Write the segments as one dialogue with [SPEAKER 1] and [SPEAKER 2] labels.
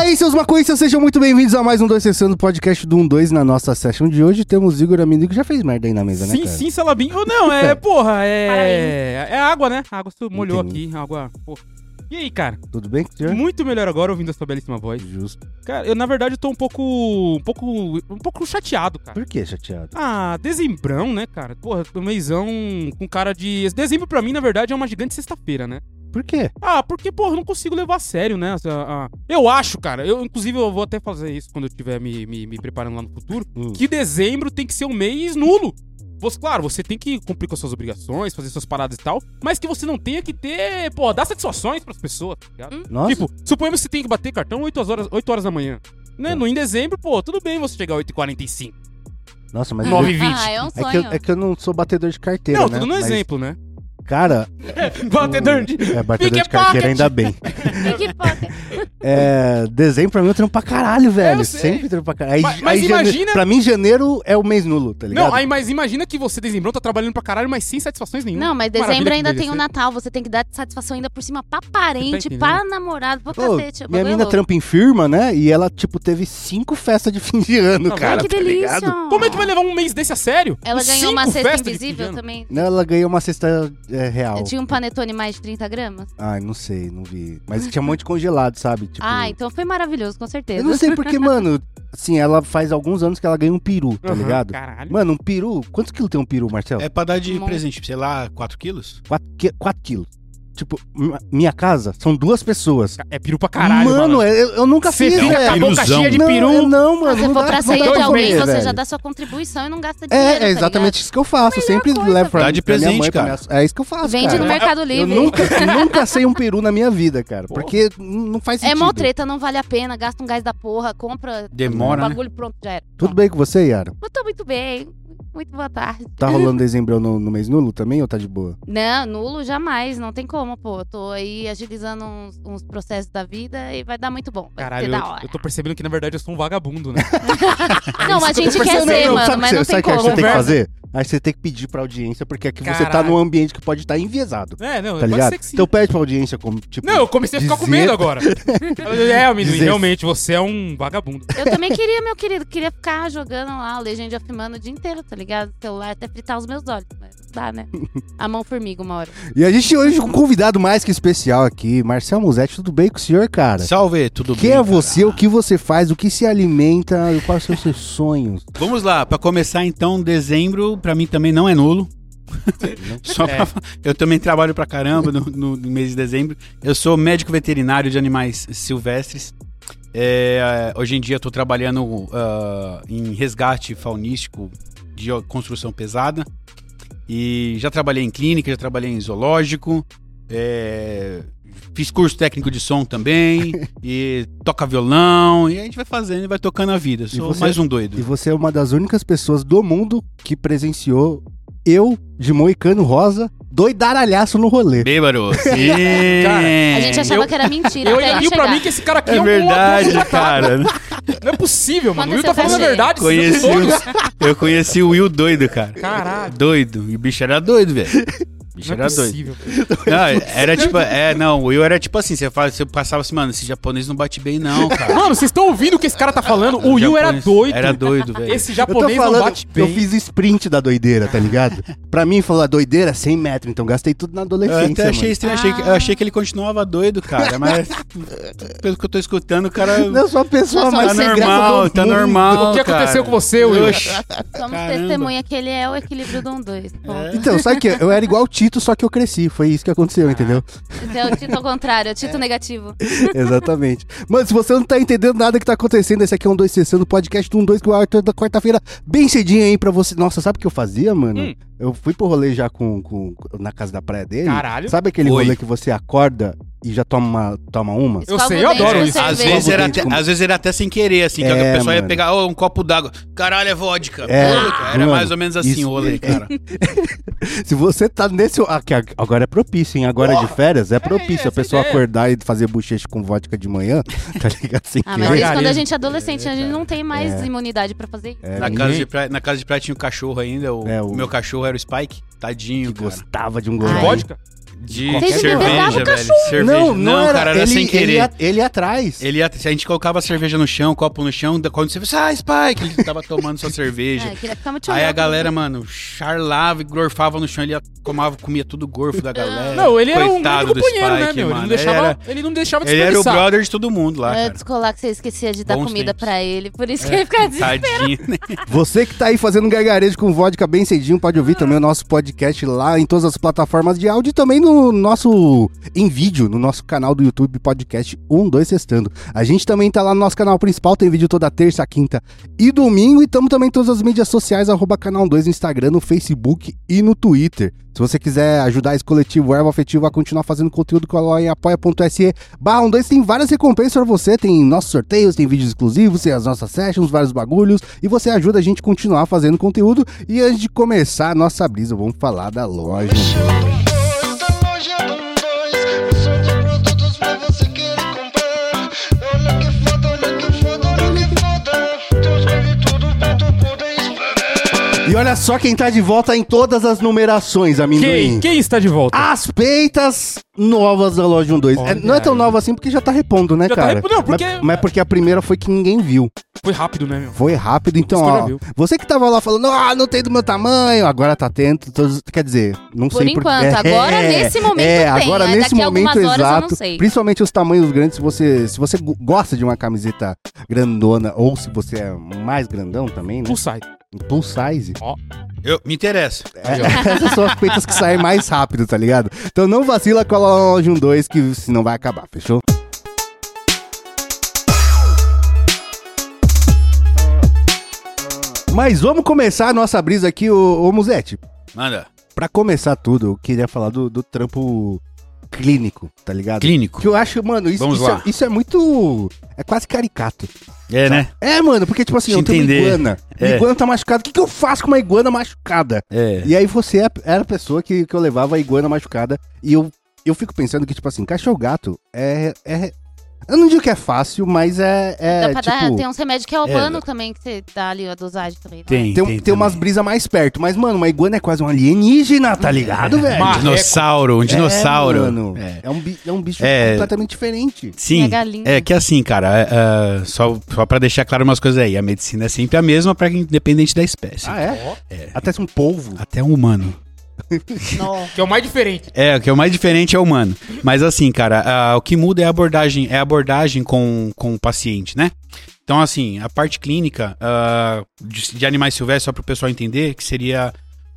[SPEAKER 1] aí, seus maconhistas, sejam muito bem-vindos a mais um 2 Sessão do podcast do 12. Na nossa session de hoje temos Igor Amino, que já fez merda aí na mesa, né,
[SPEAKER 2] Sim,
[SPEAKER 1] cara?
[SPEAKER 2] sim, Salabim. Ou não, é, porra, é. É água, né? A água tu molhou
[SPEAKER 1] Entendi. É.
[SPEAKER 2] aqui, água. pô. E aí, cara?
[SPEAKER 1] Tudo bem? senhor?
[SPEAKER 2] Muito melhor agora ouvindo a sua belíssima voz.
[SPEAKER 1] Justo.
[SPEAKER 2] Cara, eu na verdade eu tô um pouco. um pouco. um pouco chateado, cara.
[SPEAKER 1] Por que chateado?
[SPEAKER 2] Ah, dezembrão, né, cara? Porra, tô meizão com cara de. Esse dezembro pra mim, na verdade, é uma gigante sexta-feira, né?
[SPEAKER 1] Por quê?
[SPEAKER 2] Ah, porque, porra, eu não consigo levar a sério, né? essa- a- Eu acho, cara. Eu, inclusive, eu vou até fazer isso quando eu estiver me, me, me preparando lá no futuro.
[SPEAKER 1] Hum.
[SPEAKER 2] Que dezembro tem que ser um mês nulo. Você, claro, você tem que cumprir com as suas obrigações, fazer suas paradas e tal, mas que você não tenha que ter, pô, dar satisfações pras pessoas, tá ligado?
[SPEAKER 1] Nossa,
[SPEAKER 2] Tipo, suponhamos que você tem que bater cartão 8 horas, 8 horas da manhã. Né?
[SPEAKER 1] Tá.
[SPEAKER 2] No, em dezembro, pô, tudo bem você chegar 8h45.
[SPEAKER 1] nossa mas...
[SPEAKER 2] Nove.
[SPEAKER 1] É
[SPEAKER 2] 9,20.
[SPEAKER 3] Ah, é um
[SPEAKER 1] que, eu,
[SPEAKER 3] sonho.
[SPEAKER 1] é que eu não sou batedor de carteira,
[SPEAKER 2] Não,
[SPEAKER 1] né?
[SPEAKER 2] tudo no
[SPEAKER 1] Mas, Hum.
[SPEAKER 2] exemplo, né?
[SPEAKER 1] Cara...
[SPEAKER 2] Batedor de.
[SPEAKER 1] É, batedor de
[SPEAKER 2] Pickpocket.
[SPEAKER 1] carteira ainda bem.
[SPEAKER 3] Pickpocket.
[SPEAKER 1] É, dezembro pra mim eu trampo pra caralho, velho.
[SPEAKER 2] eu sei.
[SPEAKER 1] Sempre trampo pra caralho. Aí-
[SPEAKER 2] Mas- mas
[SPEAKER 1] aí jane-
[SPEAKER 2] imagina-
[SPEAKER 1] Pra mim, janeiro é o mês nulo, tá ligado?
[SPEAKER 2] Não, aí, mas imagina que você dezembrão tá trabalhando pra caralho, mas sem satisfações
[SPEAKER 1] um
[SPEAKER 2] nenhuma.
[SPEAKER 3] Não, mas
[SPEAKER 2] Que maravilha
[SPEAKER 3] dezembro
[SPEAKER 2] que
[SPEAKER 3] ainda
[SPEAKER 2] deve
[SPEAKER 3] tem o
[SPEAKER 2] ser.
[SPEAKER 3] Natal. Você tem que dar satisfação ainda por cima pra
[SPEAKER 2] Você
[SPEAKER 3] parente,
[SPEAKER 2] tá
[SPEAKER 3] pra namorado, pra
[SPEAKER 1] Pô,
[SPEAKER 3] cacete.
[SPEAKER 1] minha
[SPEAKER 3] bagulho é
[SPEAKER 1] mina
[SPEAKER 3] louco.
[SPEAKER 1] trampa em firma, né? E ela, tipo, teve cinco festas de fim de ano,
[SPEAKER 2] Tá vendo?
[SPEAKER 1] cara.
[SPEAKER 3] Ai, que
[SPEAKER 1] tá
[SPEAKER 3] delícia.
[SPEAKER 1] ligado?
[SPEAKER 2] Como é que vai levar um mês desse a sério?
[SPEAKER 3] Ela
[SPEAKER 2] Com
[SPEAKER 3] ganhou uma
[SPEAKER 2] cinco
[SPEAKER 3] cesta
[SPEAKER 2] festas de fim de
[SPEAKER 3] invisível
[SPEAKER 2] ano?
[SPEAKER 3] também.
[SPEAKER 1] Ela ganhou uma cesta é, real.
[SPEAKER 3] Tinha um panetone mais de 30 gramas?
[SPEAKER 1] Ai, não sei, não vi. Mas tinha um monte de congelado, sabe? Tipo,
[SPEAKER 3] Ah, então foi maravilhoso, com certeza.
[SPEAKER 1] eu não sei porque, mano, assim, ela faz alguns anos que ela ganha um peru, tá
[SPEAKER 2] Aham,
[SPEAKER 1] ligado?
[SPEAKER 2] Caralho.
[SPEAKER 1] Mano, um peru. Quantos quilos tem um peru, Marcelo?
[SPEAKER 4] É pra dar de
[SPEAKER 3] Mon-
[SPEAKER 4] presente, sei lá, 4 quilos?
[SPEAKER 1] 4 quilos. Tipo, mi- minha casa são duas pessoas.
[SPEAKER 2] É peru pra caralho,
[SPEAKER 1] mano, é
[SPEAKER 2] malandro.
[SPEAKER 1] eu, eu nunca
[SPEAKER 2] Você
[SPEAKER 1] fiz,
[SPEAKER 4] um
[SPEAKER 2] fica com a
[SPEAKER 1] velho.
[SPEAKER 2] boca
[SPEAKER 4] Piruzão.
[SPEAKER 2] cheia de
[SPEAKER 1] não,
[SPEAKER 2] peru.
[SPEAKER 1] eu não, mano.
[SPEAKER 3] Se você
[SPEAKER 1] não
[SPEAKER 3] for
[SPEAKER 1] dá-
[SPEAKER 3] pra
[SPEAKER 1] não
[SPEAKER 3] ceia
[SPEAKER 1] dá
[SPEAKER 3] de
[SPEAKER 1] pra
[SPEAKER 3] alguém,
[SPEAKER 1] comer,
[SPEAKER 3] você
[SPEAKER 1] velho.
[SPEAKER 3] já dá sua contribuição e não gasta dinheiro.
[SPEAKER 1] É, é
[SPEAKER 3] tá
[SPEAKER 1] exatamente isso que eu faço. Eu sempre levo pra,
[SPEAKER 4] Dá de
[SPEAKER 1] pra minha
[SPEAKER 4] presente,
[SPEAKER 1] mãe, pra
[SPEAKER 4] cara.
[SPEAKER 1] minha- É isso que eu faço,
[SPEAKER 3] ligado? Vende
[SPEAKER 1] cara.
[SPEAKER 3] no Mercado
[SPEAKER 1] Eu
[SPEAKER 3] Livre.
[SPEAKER 1] nunca, nunca sei um peru na minha vida, cara. Porque n- não faz
[SPEAKER 3] É
[SPEAKER 1] sentido.
[SPEAKER 3] mó treta, não vale a pena, gasta um gás da porra, compra um
[SPEAKER 4] Demora, né?
[SPEAKER 3] bagulho pronto, já era.
[SPEAKER 1] Tudo bem com você, Yara?
[SPEAKER 3] Eu tô muito bem, muito boa tarde.
[SPEAKER 1] Tá rolando dezembro no, no mês nulo também ou tá de boa?
[SPEAKER 3] Não, né, nulo jamais, não tem como, pô. Eu tô aí agilizando uns, uns processos da vida e vai dar muito bom. Vai
[SPEAKER 2] Caralho,
[SPEAKER 3] ser da
[SPEAKER 2] eu,
[SPEAKER 3] hora.
[SPEAKER 2] eu tô percebendo que na verdade eu sou um vagabundo, né?
[SPEAKER 3] Não, a gente quer
[SPEAKER 1] Sabe-
[SPEAKER 3] ser,
[SPEAKER 1] sabe
[SPEAKER 3] mano,
[SPEAKER 1] que
[SPEAKER 3] mas
[SPEAKER 1] você-
[SPEAKER 3] não tem
[SPEAKER 1] sabe que aí
[SPEAKER 3] como.
[SPEAKER 1] você tem que
[SPEAKER 2] Conversa.
[SPEAKER 1] fazer? Aí você tem que pedir pra audiência, porque aqui você tá
[SPEAKER 2] Caralho.
[SPEAKER 1] num ambiente que pode estar enviesado.
[SPEAKER 2] é, não,
[SPEAKER 1] Tá
[SPEAKER 2] pode
[SPEAKER 1] ligado?
[SPEAKER 2] ser que sim.
[SPEAKER 1] Então pede pra audiência como, tipo...
[SPEAKER 2] Não, eu comecei a ficar com
[SPEAKER 1] dizer-
[SPEAKER 2] medo agora. é, amendoim,
[SPEAKER 1] Dizer-
[SPEAKER 2] realmente, você é um vagabundo.
[SPEAKER 3] Eu também queria, meu querido, queria ficar jogando lá o Legend of Mana o dia inteiro, tá ligado? O celular até fritar os meus olhos, mas não dá, né? A mão formiga uma hora.
[SPEAKER 1] E a gente hoje com um convidado mais que especial aqui, Marcel Musetti, tudo bem com o senhor, cara?
[SPEAKER 4] Salve, tudo bem?
[SPEAKER 1] Quem é
[SPEAKER 4] cara?
[SPEAKER 1] você, o que você faz, o que se alimenta e quais são os seus sonhos?
[SPEAKER 4] Vamos lá, pra começar então, dezembro pra mim também não é nulo. Só pra...
[SPEAKER 2] É.
[SPEAKER 4] Eu também trabalho pra caramba no, no- no mês de dezembro. Eu sou médico veterinário de animais silvestres. É, hoje em dia eu tô trabalhando ah, em resgate faunístico de construção pesada. E já trabalhei em clínica, já trabalhei em zoológico. é, fiz curso técnico de som também. e toca violão. E a gente vai fazendo e vai tocando a vida. Sou
[SPEAKER 1] você-
[SPEAKER 4] mais um
[SPEAKER 1] E
[SPEAKER 4] doido.
[SPEAKER 1] você é uma das únicas pessoas do mundo que presenciou eu, de moicano rosa, doidaralhaço no rolê.
[SPEAKER 4] Bêbado.
[SPEAKER 2] Cara,
[SPEAKER 3] A gente achava que era mentira
[SPEAKER 2] Eu
[SPEAKER 3] até ele
[SPEAKER 2] olhei pra
[SPEAKER 3] chegar.
[SPEAKER 2] mim que esse cara aqui é,
[SPEAKER 4] É
[SPEAKER 2] um-
[SPEAKER 4] verdade,
[SPEAKER 2] um-
[SPEAKER 4] cara.
[SPEAKER 2] Não é possível, mano. O Will
[SPEAKER 3] Aconteceu
[SPEAKER 2] tá falando a
[SPEAKER 3] com a gente.
[SPEAKER 2] verdade.
[SPEAKER 4] Conheci
[SPEAKER 2] vocês não são-
[SPEAKER 4] o, eu conheci o Will doido, cara.
[SPEAKER 2] Caralho.
[SPEAKER 4] Doido. E o bicho era doido, velho. O bicho
[SPEAKER 2] Não é
[SPEAKER 4] era doido.
[SPEAKER 2] possível.
[SPEAKER 4] Não, era tipo. É, não, o Will era tipo assim. Você, fala, você passava assim, mano, esse japonês não bate bem, não, cara.
[SPEAKER 2] Mano, vocês estão ouvindo o que esse cara tá falando? O Will era
[SPEAKER 4] japonês
[SPEAKER 2] doido.
[SPEAKER 4] Era doido, velho.
[SPEAKER 2] Esse japonês não bate
[SPEAKER 1] eu
[SPEAKER 2] bem.
[SPEAKER 1] fiz sprint da doideira, tá ligado? pra mim, falou, a doideira é 100 metros, então gastei tudo na
[SPEAKER 4] Eu
[SPEAKER 1] adolescência,
[SPEAKER 4] até achei
[SPEAKER 1] mano.
[SPEAKER 4] estranho, achei
[SPEAKER 2] Ah.
[SPEAKER 4] que, eu achei que ele continuava doido, cara, mas pelo que eu tô escutando, o cara
[SPEAKER 1] Não, eu sou a pessoa
[SPEAKER 3] Nossa,
[SPEAKER 1] mais
[SPEAKER 4] tá
[SPEAKER 1] sem graça
[SPEAKER 4] normal,
[SPEAKER 1] do
[SPEAKER 4] tá
[SPEAKER 1] mundo.
[SPEAKER 4] normal.
[SPEAKER 2] O que aconteceu com você, Will? Tá
[SPEAKER 3] Somos
[SPEAKER 4] Caramba.
[SPEAKER 3] testemunha que ele é o equilíbrio do um dois. Bom,
[SPEAKER 1] Então, sabe que eu era igual o Tito, só que eu cresci. Foi isso que aconteceu, entendeu?
[SPEAKER 3] Esse é o título ao contrário, é o título negativo.
[SPEAKER 1] Exatamente. Mano, se você não tá entendendo nada que tá acontecendo, esse aqui é um 2 sessão do podcast do 12 que o Arthur é da quarta-feira, bem cedinho aí pra você. Nossa, sabe o que eu fazia, mano?
[SPEAKER 2] Hum.
[SPEAKER 1] Eu fui pro rolê já com, com- na casa da praia dele.
[SPEAKER 2] Caralho.
[SPEAKER 1] Sabe aquele
[SPEAKER 4] Oi.
[SPEAKER 1] rolê que você acorda e já toma uma, toma uma?
[SPEAKER 2] Eu
[SPEAKER 3] Escova
[SPEAKER 2] sei,
[SPEAKER 3] o
[SPEAKER 2] eu
[SPEAKER 3] dente
[SPEAKER 2] adoro
[SPEAKER 3] com
[SPEAKER 2] isso.
[SPEAKER 4] Às
[SPEAKER 3] cerveja.
[SPEAKER 4] vezes, era
[SPEAKER 1] Como
[SPEAKER 4] até,
[SPEAKER 1] como-
[SPEAKER 4] às vezes era até sem querer, assim, que
[SPEAKER 1] É,
[SPEAKER 4] a pessoa
[SPEAKER 1] mano.
[SPEAKER 4] ia pegar "Ô, um copo d'água. Caralho, é vodka.
[SPEAKER 1] É,
[SPEAKER 4] Puta, cara, era
[SPEAKER 1] mano,
[SPEAKER 4] mais ou menos assim
[SPEAKER 1] isso-
[SPEAKER 4] o rolê, cara.
[SPEAKER 1] Se você tá nesse. ah, que ag- Agora é propício, hein? Agora de férias é propício
[SPEAKER 2] é,
[SPEAKER 1] a pessoa
[SPEAKER 2] essa ideia.
[SPEAKER 1] acordar e fazer bochecha com vodka de manhã, tá ligado? Sem
[SPEAKER 3] Ah, mas
[SPEAKER 1] querer.
[SPEAKER 3] isso quando a
[SPEAKER 2] Gareza.
[SPEAKER 3] gente é adolescente, a gente não tem mais imunidade pra fazer isso.
[SPEAKER 4] Na
[SPEAKER 1] É ninguém-
[SPEAKER 4] casa, de praia, na casa de praia tinha um cachorro ainda, o,
[SPEAKER 1] É, o-
[SPEAKER 4] o meu cachorro era o Spike. Tadinho,
[SPEAKER 1] Que
[SPEAKER 4] cara.
[SPEAKER 1] gostava de um
[SPEAKER 3] Ai.
[SPEAKER 1] goleiro.
[SPEAKER 2] Vodka?
[SPEAKER 4] De
[SPEAKER 1] Vocês
[SPEAKER 3] bebedavam
[SPEAKER 4] cerveja,
[SPEAKER 3] o
[SPEAKER 4] velho.
[SPEAKER 3] cachorro.
[SPEAKER 4] Cerveja.
[SPEAKER 1] Não, não era.
[SPEAKER 4] cara, era
[SPEAKER 1] ele,
[SPEAKER 4] sem
[SPEAKER 1] Ele
[SPEAKER 4] querer.
[SPEAKER 1] ia, ele ia atrás.
[SPEAKER 4] Ele ia, se a gente colocava a cerveja no chão, copo no chão, da- quando você ah, Spike, ele tava tomando sua cerveja.
[SPEAKER 3] É, queria ficar muito
[SPEAKER 4] Aí a
[SPEAKER 3] louco.
[SPEAKER 4] galera, mano, charlava e gorfava no chão, ele ia- comava, comia tudo o gorfo da galera.
[SPEAKER 2] Não, ele era um grande
[SPEAKER 4] Coitado do
[SPEAKER 2] companheiro, né,
[SPEAKER 4] Spike,
[SPEAKER 2] meu? Ele não
[SPEAKER 4] mano.
[SPEAKER 2] deixava,
[SPEAKER 4] Ele
[SPEAKER 2] ele
[SPEAKER 4] era-
[SPEAKER 2] não deixava
[SPEAKER 4] Ele era o
[SPEAKER 2] desperdiçar.
[SPEAKER 4] brother de todo mundo lá,
[SPEAKER 3] Eu
[SPEAKER 1] É
[SPEAKER 3] ia
[SPEAKER 4] cara.
[SPEAKER 3] descolar que você esquecia de dar
[SPEAKER 4] Bons
[SPEAKER 3] comida
[SPEAKER 4] tempos. É.
[SPEAKER 3] pra ele, por isso que ele ficava desesperado.
[SPEAKER 4] Tadinho, né?
[SPEAKER 1] Você que tá aí fazendo gargarejo com vodka bem cedinho, pode ouvir também o nosso podcast lá em todas as plataformas de áudio e também no nosso em vídeo, no nosso canal do YouTube Podcast 12 Sextando. A gente também tá lá no nosso canal principal, tem vídeo toda terça, quinta e domingo e estamos também em todas as mídias sociais, arroba canal 2 no Instagram, no Facebook e no Twitter. Se você quiser ajudar esse coletivo Erva Afetivo a continuar fazendo conteúdo, coloca em apoia.se barra 12, tem várias recompensas pra você, tem nossos sorteios, tem vídeos exclusivos, tem as nossas sessions, vários bagulhos, e você ajuda a gente a continuar fazendo conteúdo. E antes de começar a nossa brisa, vamos falar da loja. E olha só quem tá de volta em todas as numerações, amendoim.
[SPEAKER 2] Quem, quem está de volta?
[SPEAKER 4] Ah!
[SPEAKER 1] As peitas novas da loja 12. É, não é tão
[SPEAKER 2] aí.
[SPEAKER 1] nova assim porque já tá repondo, né,
[SPEAKER 2] Já tá
[SPEAKER 1] cara?
[SPEAKER 2] repondo, não, porque-
[SPEAKER 1] mas, mas porque a primeira foi que ninguém viu.
[SPEAKER 2] Foi rápido, né, meu?
[SPEAKER 1] Foi rápido, então,
[SPEAKER 2] Você já
[SPEAKER 1] ó.
[SPEAKER 2] viu.
[SPEAKER 1] Você que tava lá falando, ah, não tem do meu tamanho, agora tá tendo. todos- Quer dizer, não
[SPEAKER 3] Por
[SPEAKER 1] sei
[SPEAKER 3] enquanto,
[SPEAKER 1] é,
[SPEAKER 3] agora, nesse momento,
[SPEAKER 1] É,
[SPEAKER 3] tem,
[SPEAKER 1] agora
[SPEAKER 3] mas
[SPEAKER 1] nesse
[SPEAKER 3] daqui a
[SPEAKER 1] momento
[SPEAKER 3] algumas horas eu não
[SPEAKER 1] exato.
[SPEAKER 3] sei.
[SPEAKER 1] Principalmente os tamanhos grandes, se você, se você go- gosta de uma camiseta grandona, ou se você é mais grandão também, né?
[SPEAKER 2] Full site.
[SPEAKER 1] Full size.
[SPEAKER 4] Eu, me interessa.
[SPEAKER 2] Aí, ó.
[SPEAKER 1] Essas são as peitas que saem mais rápido, tá ligado? Então não vacila, cola lá no Loja 1 2 que senão vai acabar, fechou? Mas vamos começar a nossa brisa aqui, ô, ô Musete.
[SPEAKER 4] Manda.
[SPEAKER 1] Pra começar tudo, eu queria falar do, do trampo clínico, tá ligado?
[SPEAKER 4] Clínico.
[SPEAKER 1] Que eu acho, mano, isso,
[SPEAKER 4] Vamos
[SPEAKER 1] isso é,
[SPEAKER 4] lá.
[SPEAKER 1] isso é muito. É quase caricato.
[SPEAKER 4] É, né?
[SPEAKER 1] É, mano, porque, tipo assim,
[SPEAKER 4] Te
[SPEAKER 1] eu tenho uma
[SPEAKER 4] entender.
[SPEAKER 1] iguana. Minha
[SPEAKER 4] É.
[SPEAKER 1] iguana tá machucada. O que, que eu faço com uma iguana machucada?
[SPEAKER 4] É.
[SPEAKER 1] E aí você é- era a pessoa que, que eu levava a iguana machucada. E eu, eu fico pensando que, tipo assim, cachorro-gato é, é. Eu não digo que é fácil, mas é. é,
[SPEAKER 3] Dá pra dar-
[SPEAKER 1] tipo,
[SPEAKER 3] tem uns remédios que é albano
[SPEAKER 4] é.
[SPEAKER 3] também, que você dá ali a dosagem também. né?
[SPEAKER 4] Tem,
[SPEAKER 1] tem,
[SPEAKER 4] tem,
[SPEAKER 1] um, tem,
[SPEAKER 4] também.
[SPEAKER 1] umas brisas mais perto. Mas, mano, uma iguana é quase um alienígena, tá ligado, velho?
[SPEAKER 2] Mas-
[SPEAKER 4] Um dinossauro, um dinossauro.
[SPEAKER 1] É, mano,
[SPEAKER 4] É.
[SPEAKER 1] é. um, bi- é um bicho
[SPEAKER 4] É.
[SPEAKER 1] completamente diferente.
[SPEAKER 4] Sim.
[SPEAKER 3] Minha galinha.
[SPEAKER 4] É que assim, cara, é, é, só, só pra deixar claro umas coisas aí. A medicina é sempre a mesma, pra, quem- independente da espécie.
[SPEAKER 1] Ah, é?
[SPEAKER 2] Ó,
[SPEAKER 1] Até se um polvo.
[SPEAKER 4] Até um humano.
[SPEAKER 2] que é o mais diferente.
[SPEAKER 4] É, o que é o mais diferente é o humano. Mas assim, cara, ah, o que muda é a abordagem, é a abordagem com, com o paciente, né? Então, assim, a parte clínica ah, de, de animais silvestres, só para o pessoal entender, que seria.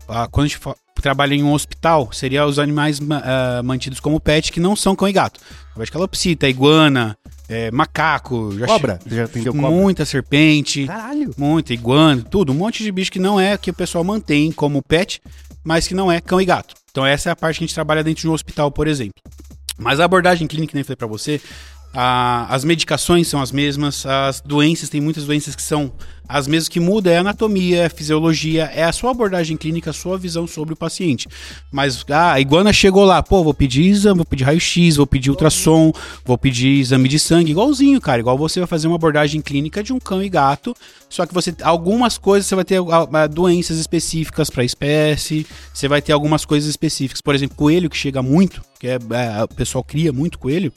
[SPEAKER 4] ah, quando a gente fa- trabalha em um hospital, seria os animais ma- ah, mantidos como pet que não são cão e gato. Talvez calopsita, iguana, eh, macaco, já che-
[SPEAKER 1] Cobra. Você já entendeu cobra?
[SPEAKER 4] muita serpente.
[SPEAKER 1] Caralho.
[SPEAKER 4] Muita iguana, tudo, um monte de bicho que não é que o pessoal mantém como pet, mas que não é cão e gato. Então essa é a parte que a gente trabalha dentro de um hospital, por exemplo. Mas a abordagem clínica, que nem eu falei pra você, a- as medicações são as mesmas, as doenças, tem muitas doenças que são as mesmas que muda é a anatomia, é a fisiologia, é a sua abordagem clínica, a sua visão sobre o paciente. Mas ah, a iguana chegou lá, pô, vou pedir exame, vou pedir raio-x, vou pedir ultrassom, vou pedir exame de sangue, igualzinho, cara, igual você vai fazer uma abordagem clínica de um cão e gato, só que você algumas coisas você vai ter ah, ah, doenças específicas para espécie, você vai ter algumas coisas específicas, por exemplo, coelho que chega muito, que é, é, o pessoal cria muito coelho.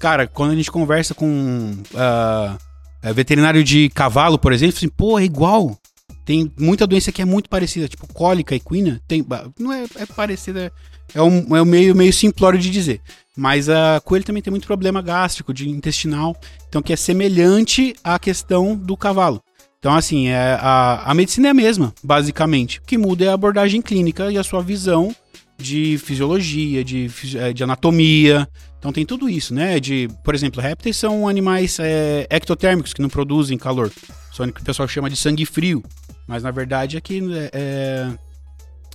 [SPEAKER 4] Cara, quando a gente conversa com ah, é, veterinário de cavalo, por exemplo, assim, pô, é igual. Tem muita doença que é muito parecida, tipo cólica equina, tem, ba- não é, é parecida, é um, é um meio, meio simplório de dizer. Mas a coelho também tem muito problema gástrico, de intestinal, então que é semelhante à questão do cavalo. Então, assim, é, a, a medicina é a mesma, basicamente. O que muda é a abordagem clínica e a sua visão de fisiologia, de, fisi- eh, de anatomia. Então tem tudo isso, né? De, por exemplo, répteis são animais eh, ectotérmicos que não produzem calor. São o que o pessoal chama de sangue frio. Mas na verdade é que né, é,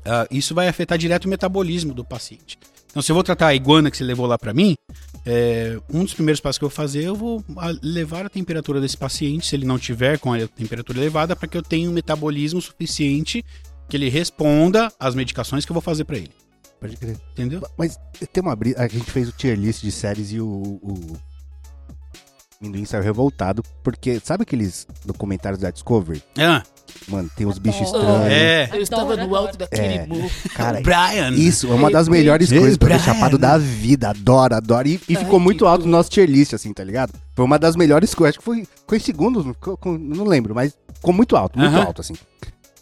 [SPEAKER 4] ah, isso vai afetar direto o metabolismo do paciente. Então, se eu vou tratar a iguana que você levou lá pra mim, é, um dos primeiros passos que eu vou fazer, eu vou a- levar a temperatura desse paciente, se ele não tiver com a temperatura elevada, para que eu tenha um metabolismo suficiente que ele responda às medicações que eu vou fazer pra ele.
[SPEAKER 1] Pode crer.
[SPEAKER 4] Entendeu?
[SPEAKER 1] Mas tem uma brisa. A gente fez o tier list de séries e o. o... Minduim saiu revoltado, porque sabe aqueles documentários da Discovery?
[SPEAKER 4] Ah,
[SPEAKER 1] Que Mano, tem uns bichos
[SPEAKER 5] Adoro.
[SPEAKER 1] estranhos.
[SPEAKER 4] É.
[SPEAKER 5] Eu estava no alto daquele
[SPEAKER 1] É.
[SPEAKER 5] morro.
[SPEAKER 1] Cara,
[SPEAKER 4] Brian.
[SPEAKER 1] Isso é uma das melhores
[SPEAKER 4] Ei,
[SPEAKER 1] coisas pra ver
[SPEAKER 4] Brian.
[SPEAKER 1] chapado da vida. Adoro, adoro. E, e
[SPEAKER 5] Ai,
[SPEAKER 1] ficou muito
[SPEAKER 5] que
[SPEAKER 1] alto no nosso tier list, assim, tá ligado? Foi uma das melhores coisas. Acho que foi, foi em segundo, não co- co- não lembro, mas ficou muito alto, muito
[SPEAKER 4] Aham.
[SPEAKER 1] alto, assim.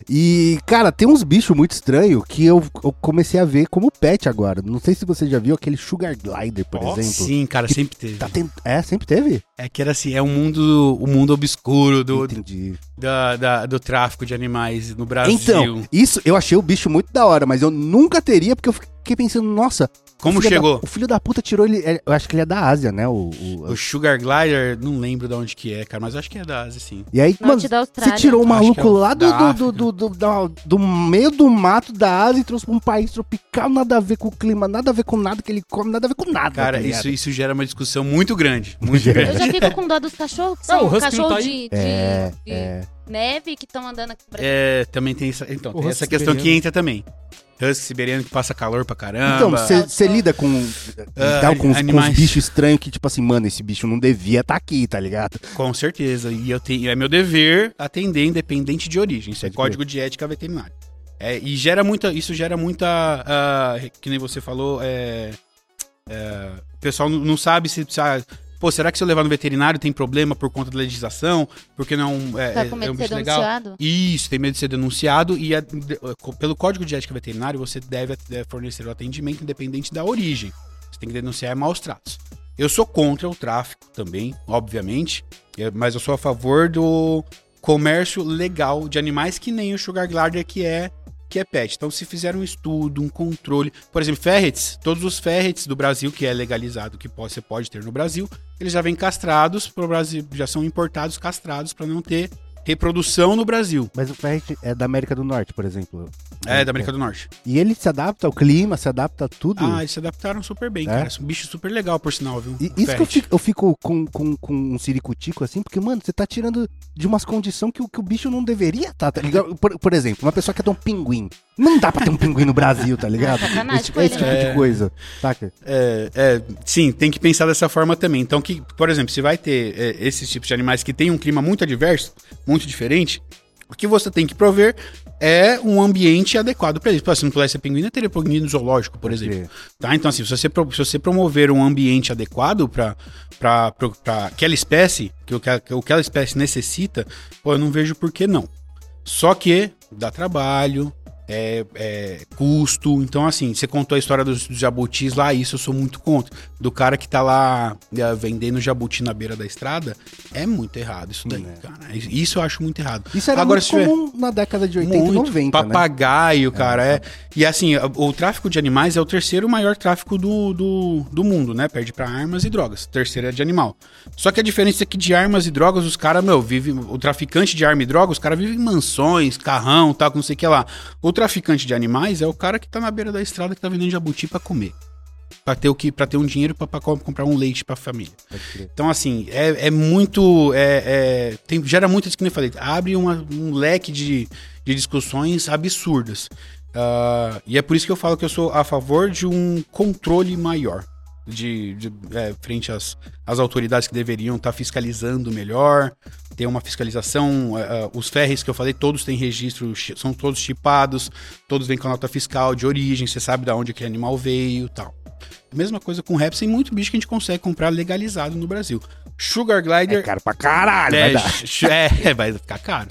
[SPEAKER 1] E, cara, tem uns bichos muito estranhos que eu, eu comecei a ver como pet agora. Não sei se você já viu aquele Sugar Glider, por
[SPEAKER 2] Nossa,
[SPEAKER 1] exemplo.
[SPEAKER 4] Sim, cara, sempre teve.
[SPEAKER 1] Tá tent... É, sempre teve?
[SPEAKER 4] É que era assim, é o mundo, o mundo obscuro do,
[SPEAKER 1] Entendi.
[SPEAKER 4] da- da- do tráfico de animais no Brasil.
[SPEAKER 1] Então, isso eu achei o bicho muito da hora, mas eu nunca teria, porque eu fiquei pensando, nossa.
[SPEAKER 4] Como
[SPEAKER 1] o filho da-
[SPEAKER 4] chegou?
[SPEAKER 1] o filho da puta tirou ele. é, Eu acho que ele é da Ásia, né? O, o-
[SPEAKER 4] O Sugar Glider, não lembro de onde que é, cara, mas eu acho que é da Ásia, sim.
[SPEAKER 1] E aí, mano,
[SPEAKER 3] Norte da
[SPEAKER 1] Você
[SPEAKER 3] Austrália.
[SPEAKER 1] tirou o
[SPEAKER 4] Acho que é
[SPEAKER 1] maluco
[SPEAKER 4] o
[SPEAKER 1] lá do,
[SPEAKER 4] da
[SPEAKER 1] do, do, do, do- do meio do mato da Ásia e trouxe pra um país tropical, nada a ver com o clima, nada a ver com nada que ele come, nada a ver com nada.
[SPEAKER 4] Cara,
[SPEAKER 1] tá
[SPEAKER 4] isso,
[SPEAKER 1] ligado?
[SPEAKER 4] isso gera uma discussão muito grande. Muito
[SPEAKER 1] Gera.
[SPEAKER 4] grande.
[SPEAKER 3] Eu já fico com dó dos cachorros, que
[SPEAKER 2] Ah, o
[SPEAKER 3] são
[SPEAKER 2] Husky não
[SPEAKER 3] cachorros
[SPEAKER 2] tá aí.
[SPEAKER 3] de, de-
[SPEAKER 1] É,
[SPEAKER 3] de
[SPEAKER 1] é.
[SPEAKER 3] neve que estão andando aqui no Brasil.
[SPEAKER 4] É, também tem essa, então,
[SPEAKER 2] O
[SPEAKER 4] tem
[SPEAKER 2] husky
[SPEAKER 4] essa questão que
[SPEAKER 2] siberiano.
[SPEAKER 4] entra também. Husky siberiano que passa calor pra caramba.
[SPEAKER 1] Então, você lida com, dá com, os- com os
[SPEAKER 4] Ah, animais.
[SPEAKER 1] bichos estranhos que, tipo assim, mano, esse bicho não devia estar aqui, tá ligado?
[SPEAKER 4] Com certeza. E eu tenho, é meu dever atender, independente de origem. Isso é
[SPEAKER 1] Pode crer.
[SPEAKER 4] código de ética veterinária. É, e gera muita. Isso gera muita. ah, que nem você falou. é, é, o pessoal não não sabe se. se ah, Pô, será que se eu levar no veterinário tem problema por conta da legislação? Porque não é um- é,
[SPEAKER 3] Tá com
[SPEAKER 4] é
[SPEAKER 3] medo
[SPEAKER 4] um
[SPEAKER 3] de ser
[SPEAKER 4] bicho legal?
[SPEAKER 3] denunciado?
[SPEAKER 4] Isso, tem medo de ser denunciado e a- de- eh, co- pelo Código de Ética Veterinária você deve at- deve fornecer o atendimento independente da origem. Você tem que denunciar maus tratos. Eu sou contra o tráfico também, obviamente, eh, mas eu sou a favor do comércio legal de animais que nem o Sugar Glider que é que é pet. Então se fizer um estudo, um controle, por exemplo, ferrets, todos os ferrets do Brasil que é legalizado, que po- você pode ter no Brasil, eles já vêm castrados pro Brasil, já são importados castrados para não ter reprodução no Brasil.
[SPEAKER 1] Mas o Ferret é da América do Norte, por exemplo.
[SPEAKER 4] É, da América do Norte.
[SPEAKER 1] E ele se adapta ao clima, se adapta a tudo.
[SPEAKER 4] Ah, eles se adaptaram super bem,
[SPEAKER 1] É?
[SPEAKER 4] cara. Um bicho super legal, por sinal, viu?
[SPEAKER 1] E
[SPEAKER 4] O
[SPEAKER 1] isso que eu
[SPEAKER 4] Ferret.
[SPEAKER 1] fico, eu fico com, com, com um ciricutico, assim, porque, mano, você tá tirando de umas condições que, o- que o bicho não deveria tá, tá ligado? Por, por exemplo, uma pessoa quer ter um pinguim. Não dá pra ter um pinguim no Brasil, tá ligado?
[SPEAKER 3] É sacanagem
[SPEAKER 1] Esse,
[SPEAKER 3] com
[SPEAKER 1] esse
[SPEAKER 3] ele,
[SPEAKER 1] tipo
[SPEAKER 4] né?
[SPEAKER 1] de coisa, saca?
[SPEAKER 4] É, é, sim, tem que pensar dessa forma também. Então, que, por exemplo, se vai ter é, esses tipos de animais que tem um clima muito adverso, muito diferente, o que você tem que prover é um ambiente adequado para eles. Pô, se não pudesse ser pinguim, eu teria pinguim no zoológico, por exemplo. Tá? Então, assim, se você, pro- se você promover um ambiente adequado para aquela espécie, que o que a- que o que aquela espécie necessita, pô, eu não vejo por que não. Só que dá trabalho, é, é custo. Então, assim, você contou a história dos, dos jabutis lá, isso eu sou muito contra. Do cara que tá lá é, vendendo jabuti na beira da estrada, é muito errado isso daí,
[SPEAKER 1] Né.
[SPEAKER 4] cara. Isso- Isso eu acho muito errado.
[SPEAKER 1] Isso era
[SPEAKER 4] Agora,
[SPEAKER 1] muito
[SPEAKER 4] se tiver-
[SPEAKER 1] comum na década de 80 e
[SPEAKER 4] Muito.
[SPEAKER 1] 90, né?
[SPEAKER 4] Papagaio, cara. É. E assim, o, o tráfico de animais é o terceiro maior tráfico do, do, do mundo, né? Perde pra armas e drogas. O terceiro é de animal. Só que a diferença é que de armas e drogas, os caras, meu, vivem. O traficante de arma e drogas, os caras vivem em mansões, carrão, tal, com não sei o que lá. O traficante de animais é o cara que tá na beira da estrada que tá vendendo jabuti pra comer. Pra ter, o que, pra ter um dinheiro pra, pra co- comprar um leite pra família.
[SPEAKER 1] Pode crer.
[SPEAKER 4] Então, assim, é, é muito. É, é, tem, gera muito isso que nem eu falei. Abre uma- um leque de, de discussões absurdas. Ah, e é por isso que eu falo que eu sou a favor de um controle maior. De, de, é, frente às, às autoridades que deveriam estar fiscalizando melhor, ter uma fiscalização. ah, ah, os ferres que eu falei, todos têm registro, chi- são todos chipados, todos vêm com a nota fiscal de origem, você sabe de onde aquele animal veio tal. Mesma coisa com réptil, tem muito bicho que a gente consegue comprar legalizado no Brasil. Sugar
[SPEAKER 1] É
[SPEAKER 4] glider.
[SPEAKER 1] caro pra caralho, vai
[SPEAKER 4] É,
[SPEAKER 1] dar.
[SPEAKER 4] chu- é, é, vai ficar caro.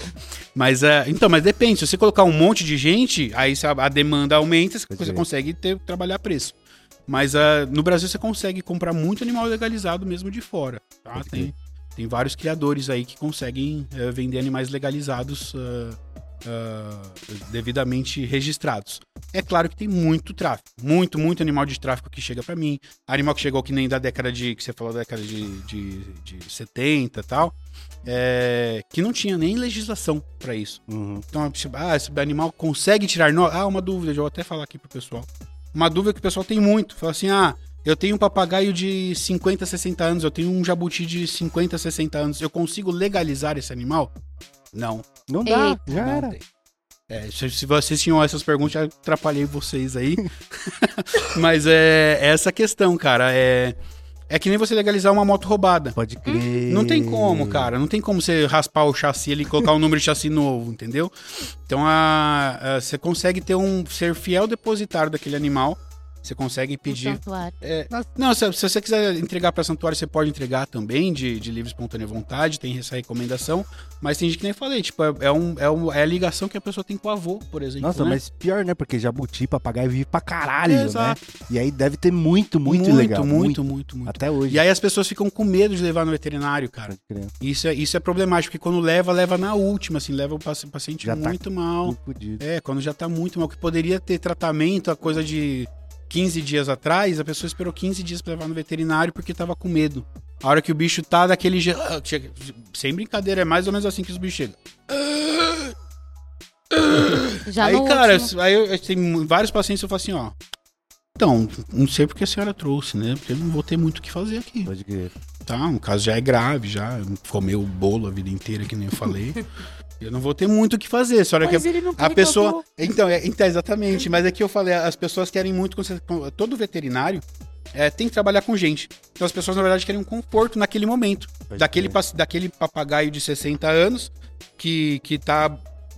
[SPEAKER 4] Mas, é, então, mas depende. Se você colocar um monte de gente, aí se a, a demanda aumenta, você
[SPEAKER 1] Pode
[SPEAKER 4] você
[SPEAKER 1] crer.
[SPEAKER 4] consegue ter, trabalhar preço. Mas é, no Brasil você consegue comprar muito animal legalizado mesmo de fora. tá?
[SPEAKER 1] Pode
[SPEAKER 4] Tem, tem vários criadores aí que conseguem é, vender animais legalizados é, é, devidamente registrados. É claro que tem muito tráfico. Muito, muito animal de tráfico que chega pra mim. Animal que chegou que nem da década de. que você falou da década de, de, de 70 e tal. é, que não tinha nem legislação pra isso.
[SPEAKER 1] Uhum.
[SPEAKER 4] Então, se- ah, esse animal consegue tirar nó. Ah, uma dúvida, eu vou até falar aqui pro pessoal. Uma dúvida que o pessoal tem muito. Fala assim, ah, eu tenho um papagaio de 50, 60 anos, eu tenho um jabuti de 50, 60 anos, eu consigo legalizar esse animal? Não.
[SPEAKER 1] Não dá,
[SPEAKER 3] Eita.
[SPEAKER 1] já
[SPEAKER 4] não
[SPEAKER 1] era.
[SPEAKER 4] tem. É, se, se vocês tinham essas perguntas, já atrapalhei vocês aí. Mas é essa questão, cara. É, É que nem você legalizar uma moto roubada.
[SPEAKER 3] Hum?
[SPEAKER 1] Pode crer.
[SPEAKER 4] Não tem como, cara. Não tem como você raspar o chassi ali e colocar um número de chassi novo, entendeu? Então a, a- você consegue ter um ser fiel depositário daquele animal. Você consegue
[SPEAKER 3] No
[SPEAKER 4] pedir.
[SPEAKER 3] santuário.
[SPEAKER 4] É,
[SPEAKER 1] Nossa.
[SPEAKER 4] não, se, se você quiser entregar para santuário, você pode entregar também de, de livre e espontânea vontade, tem essa recomendação. Mas tem gente que nem falei, tipo, é, é um, é, um- é a ligação que a pessoa tem com o avô, por exemplo.
[SPEAKER 1] Nossa,
[SPEAKER 4] né?
[SPEAKER 1] mas pior, né? Porque jabuti, papagaio vive pra caralho,
[SPEAKER 4] Exato.
[SPEAKER 1] né? E aí deve ter muito, é muito, ilegal.
[SPEAKER 4] Muito, muito, muito, muito.
[SPEAKER 1] Até hoje.
[SPEAKER 4] E aí as pessoas ficam com medo de levar no veterinário, cara.
[SPEAKER 1] Pode crer.
[SPEAKER 4] Isso é, isso é problemático, porque quando leva, leva na última, assim, leva o paci- paciente
[SPEAKER 1] Já tá
[SPEAKER 4] muito mal.
[SPEAKER 1] Muito fudido.
[SPEAKER 4] É, quando já tá muito mal, que poderia ter tratamento, a coisa de 15 dias atrás, a pessoa esperou 15 dias pra levar no veterinário porque tava com medo. A hora que o bicho tá daquele je- ah, chega- sem brincadeira, é mais ou menos assim que os bichos chegam.
[SPEAKER 3] Já
[SPEAKER 4] aí,
[SPEAKER 3] Tá no
[SPEAKER 4] cara,
[SPEAKER 3] último.
[SPEAKER 4] eu- aí eu, eu tenho vários pacientes eu falo assim, ó. Então, não sei porque a senhora trouxe, né? Porque eu não vou ter muito o que fazer aqui.
[SPEAKER 1] Pode crer.
[SPEAKER 4] Tá, um caso já é grave, já comeu o bolo a vida inteira, que nem eu falei. eu não vou ter muito o que fazer, só que
[SPEAKER 2] ele não
[SPEAKER 3] é,
[SPEAKER 4] a pessoa. Então, é, então, exatamente, mas é que eu falei, as pessoas querem muito. conce- com- Todo veterinário é, tem que trabalhar com gente. Então as pessoas, na verdade, querem um conforto naquele momento.
[SPEAKER 1] Pode
[SPEAKER 4] Daquele,
[SPEAKER 1] crer.
[SPEAKER 4] pas- daquele papagaio de 60 anos que, que tá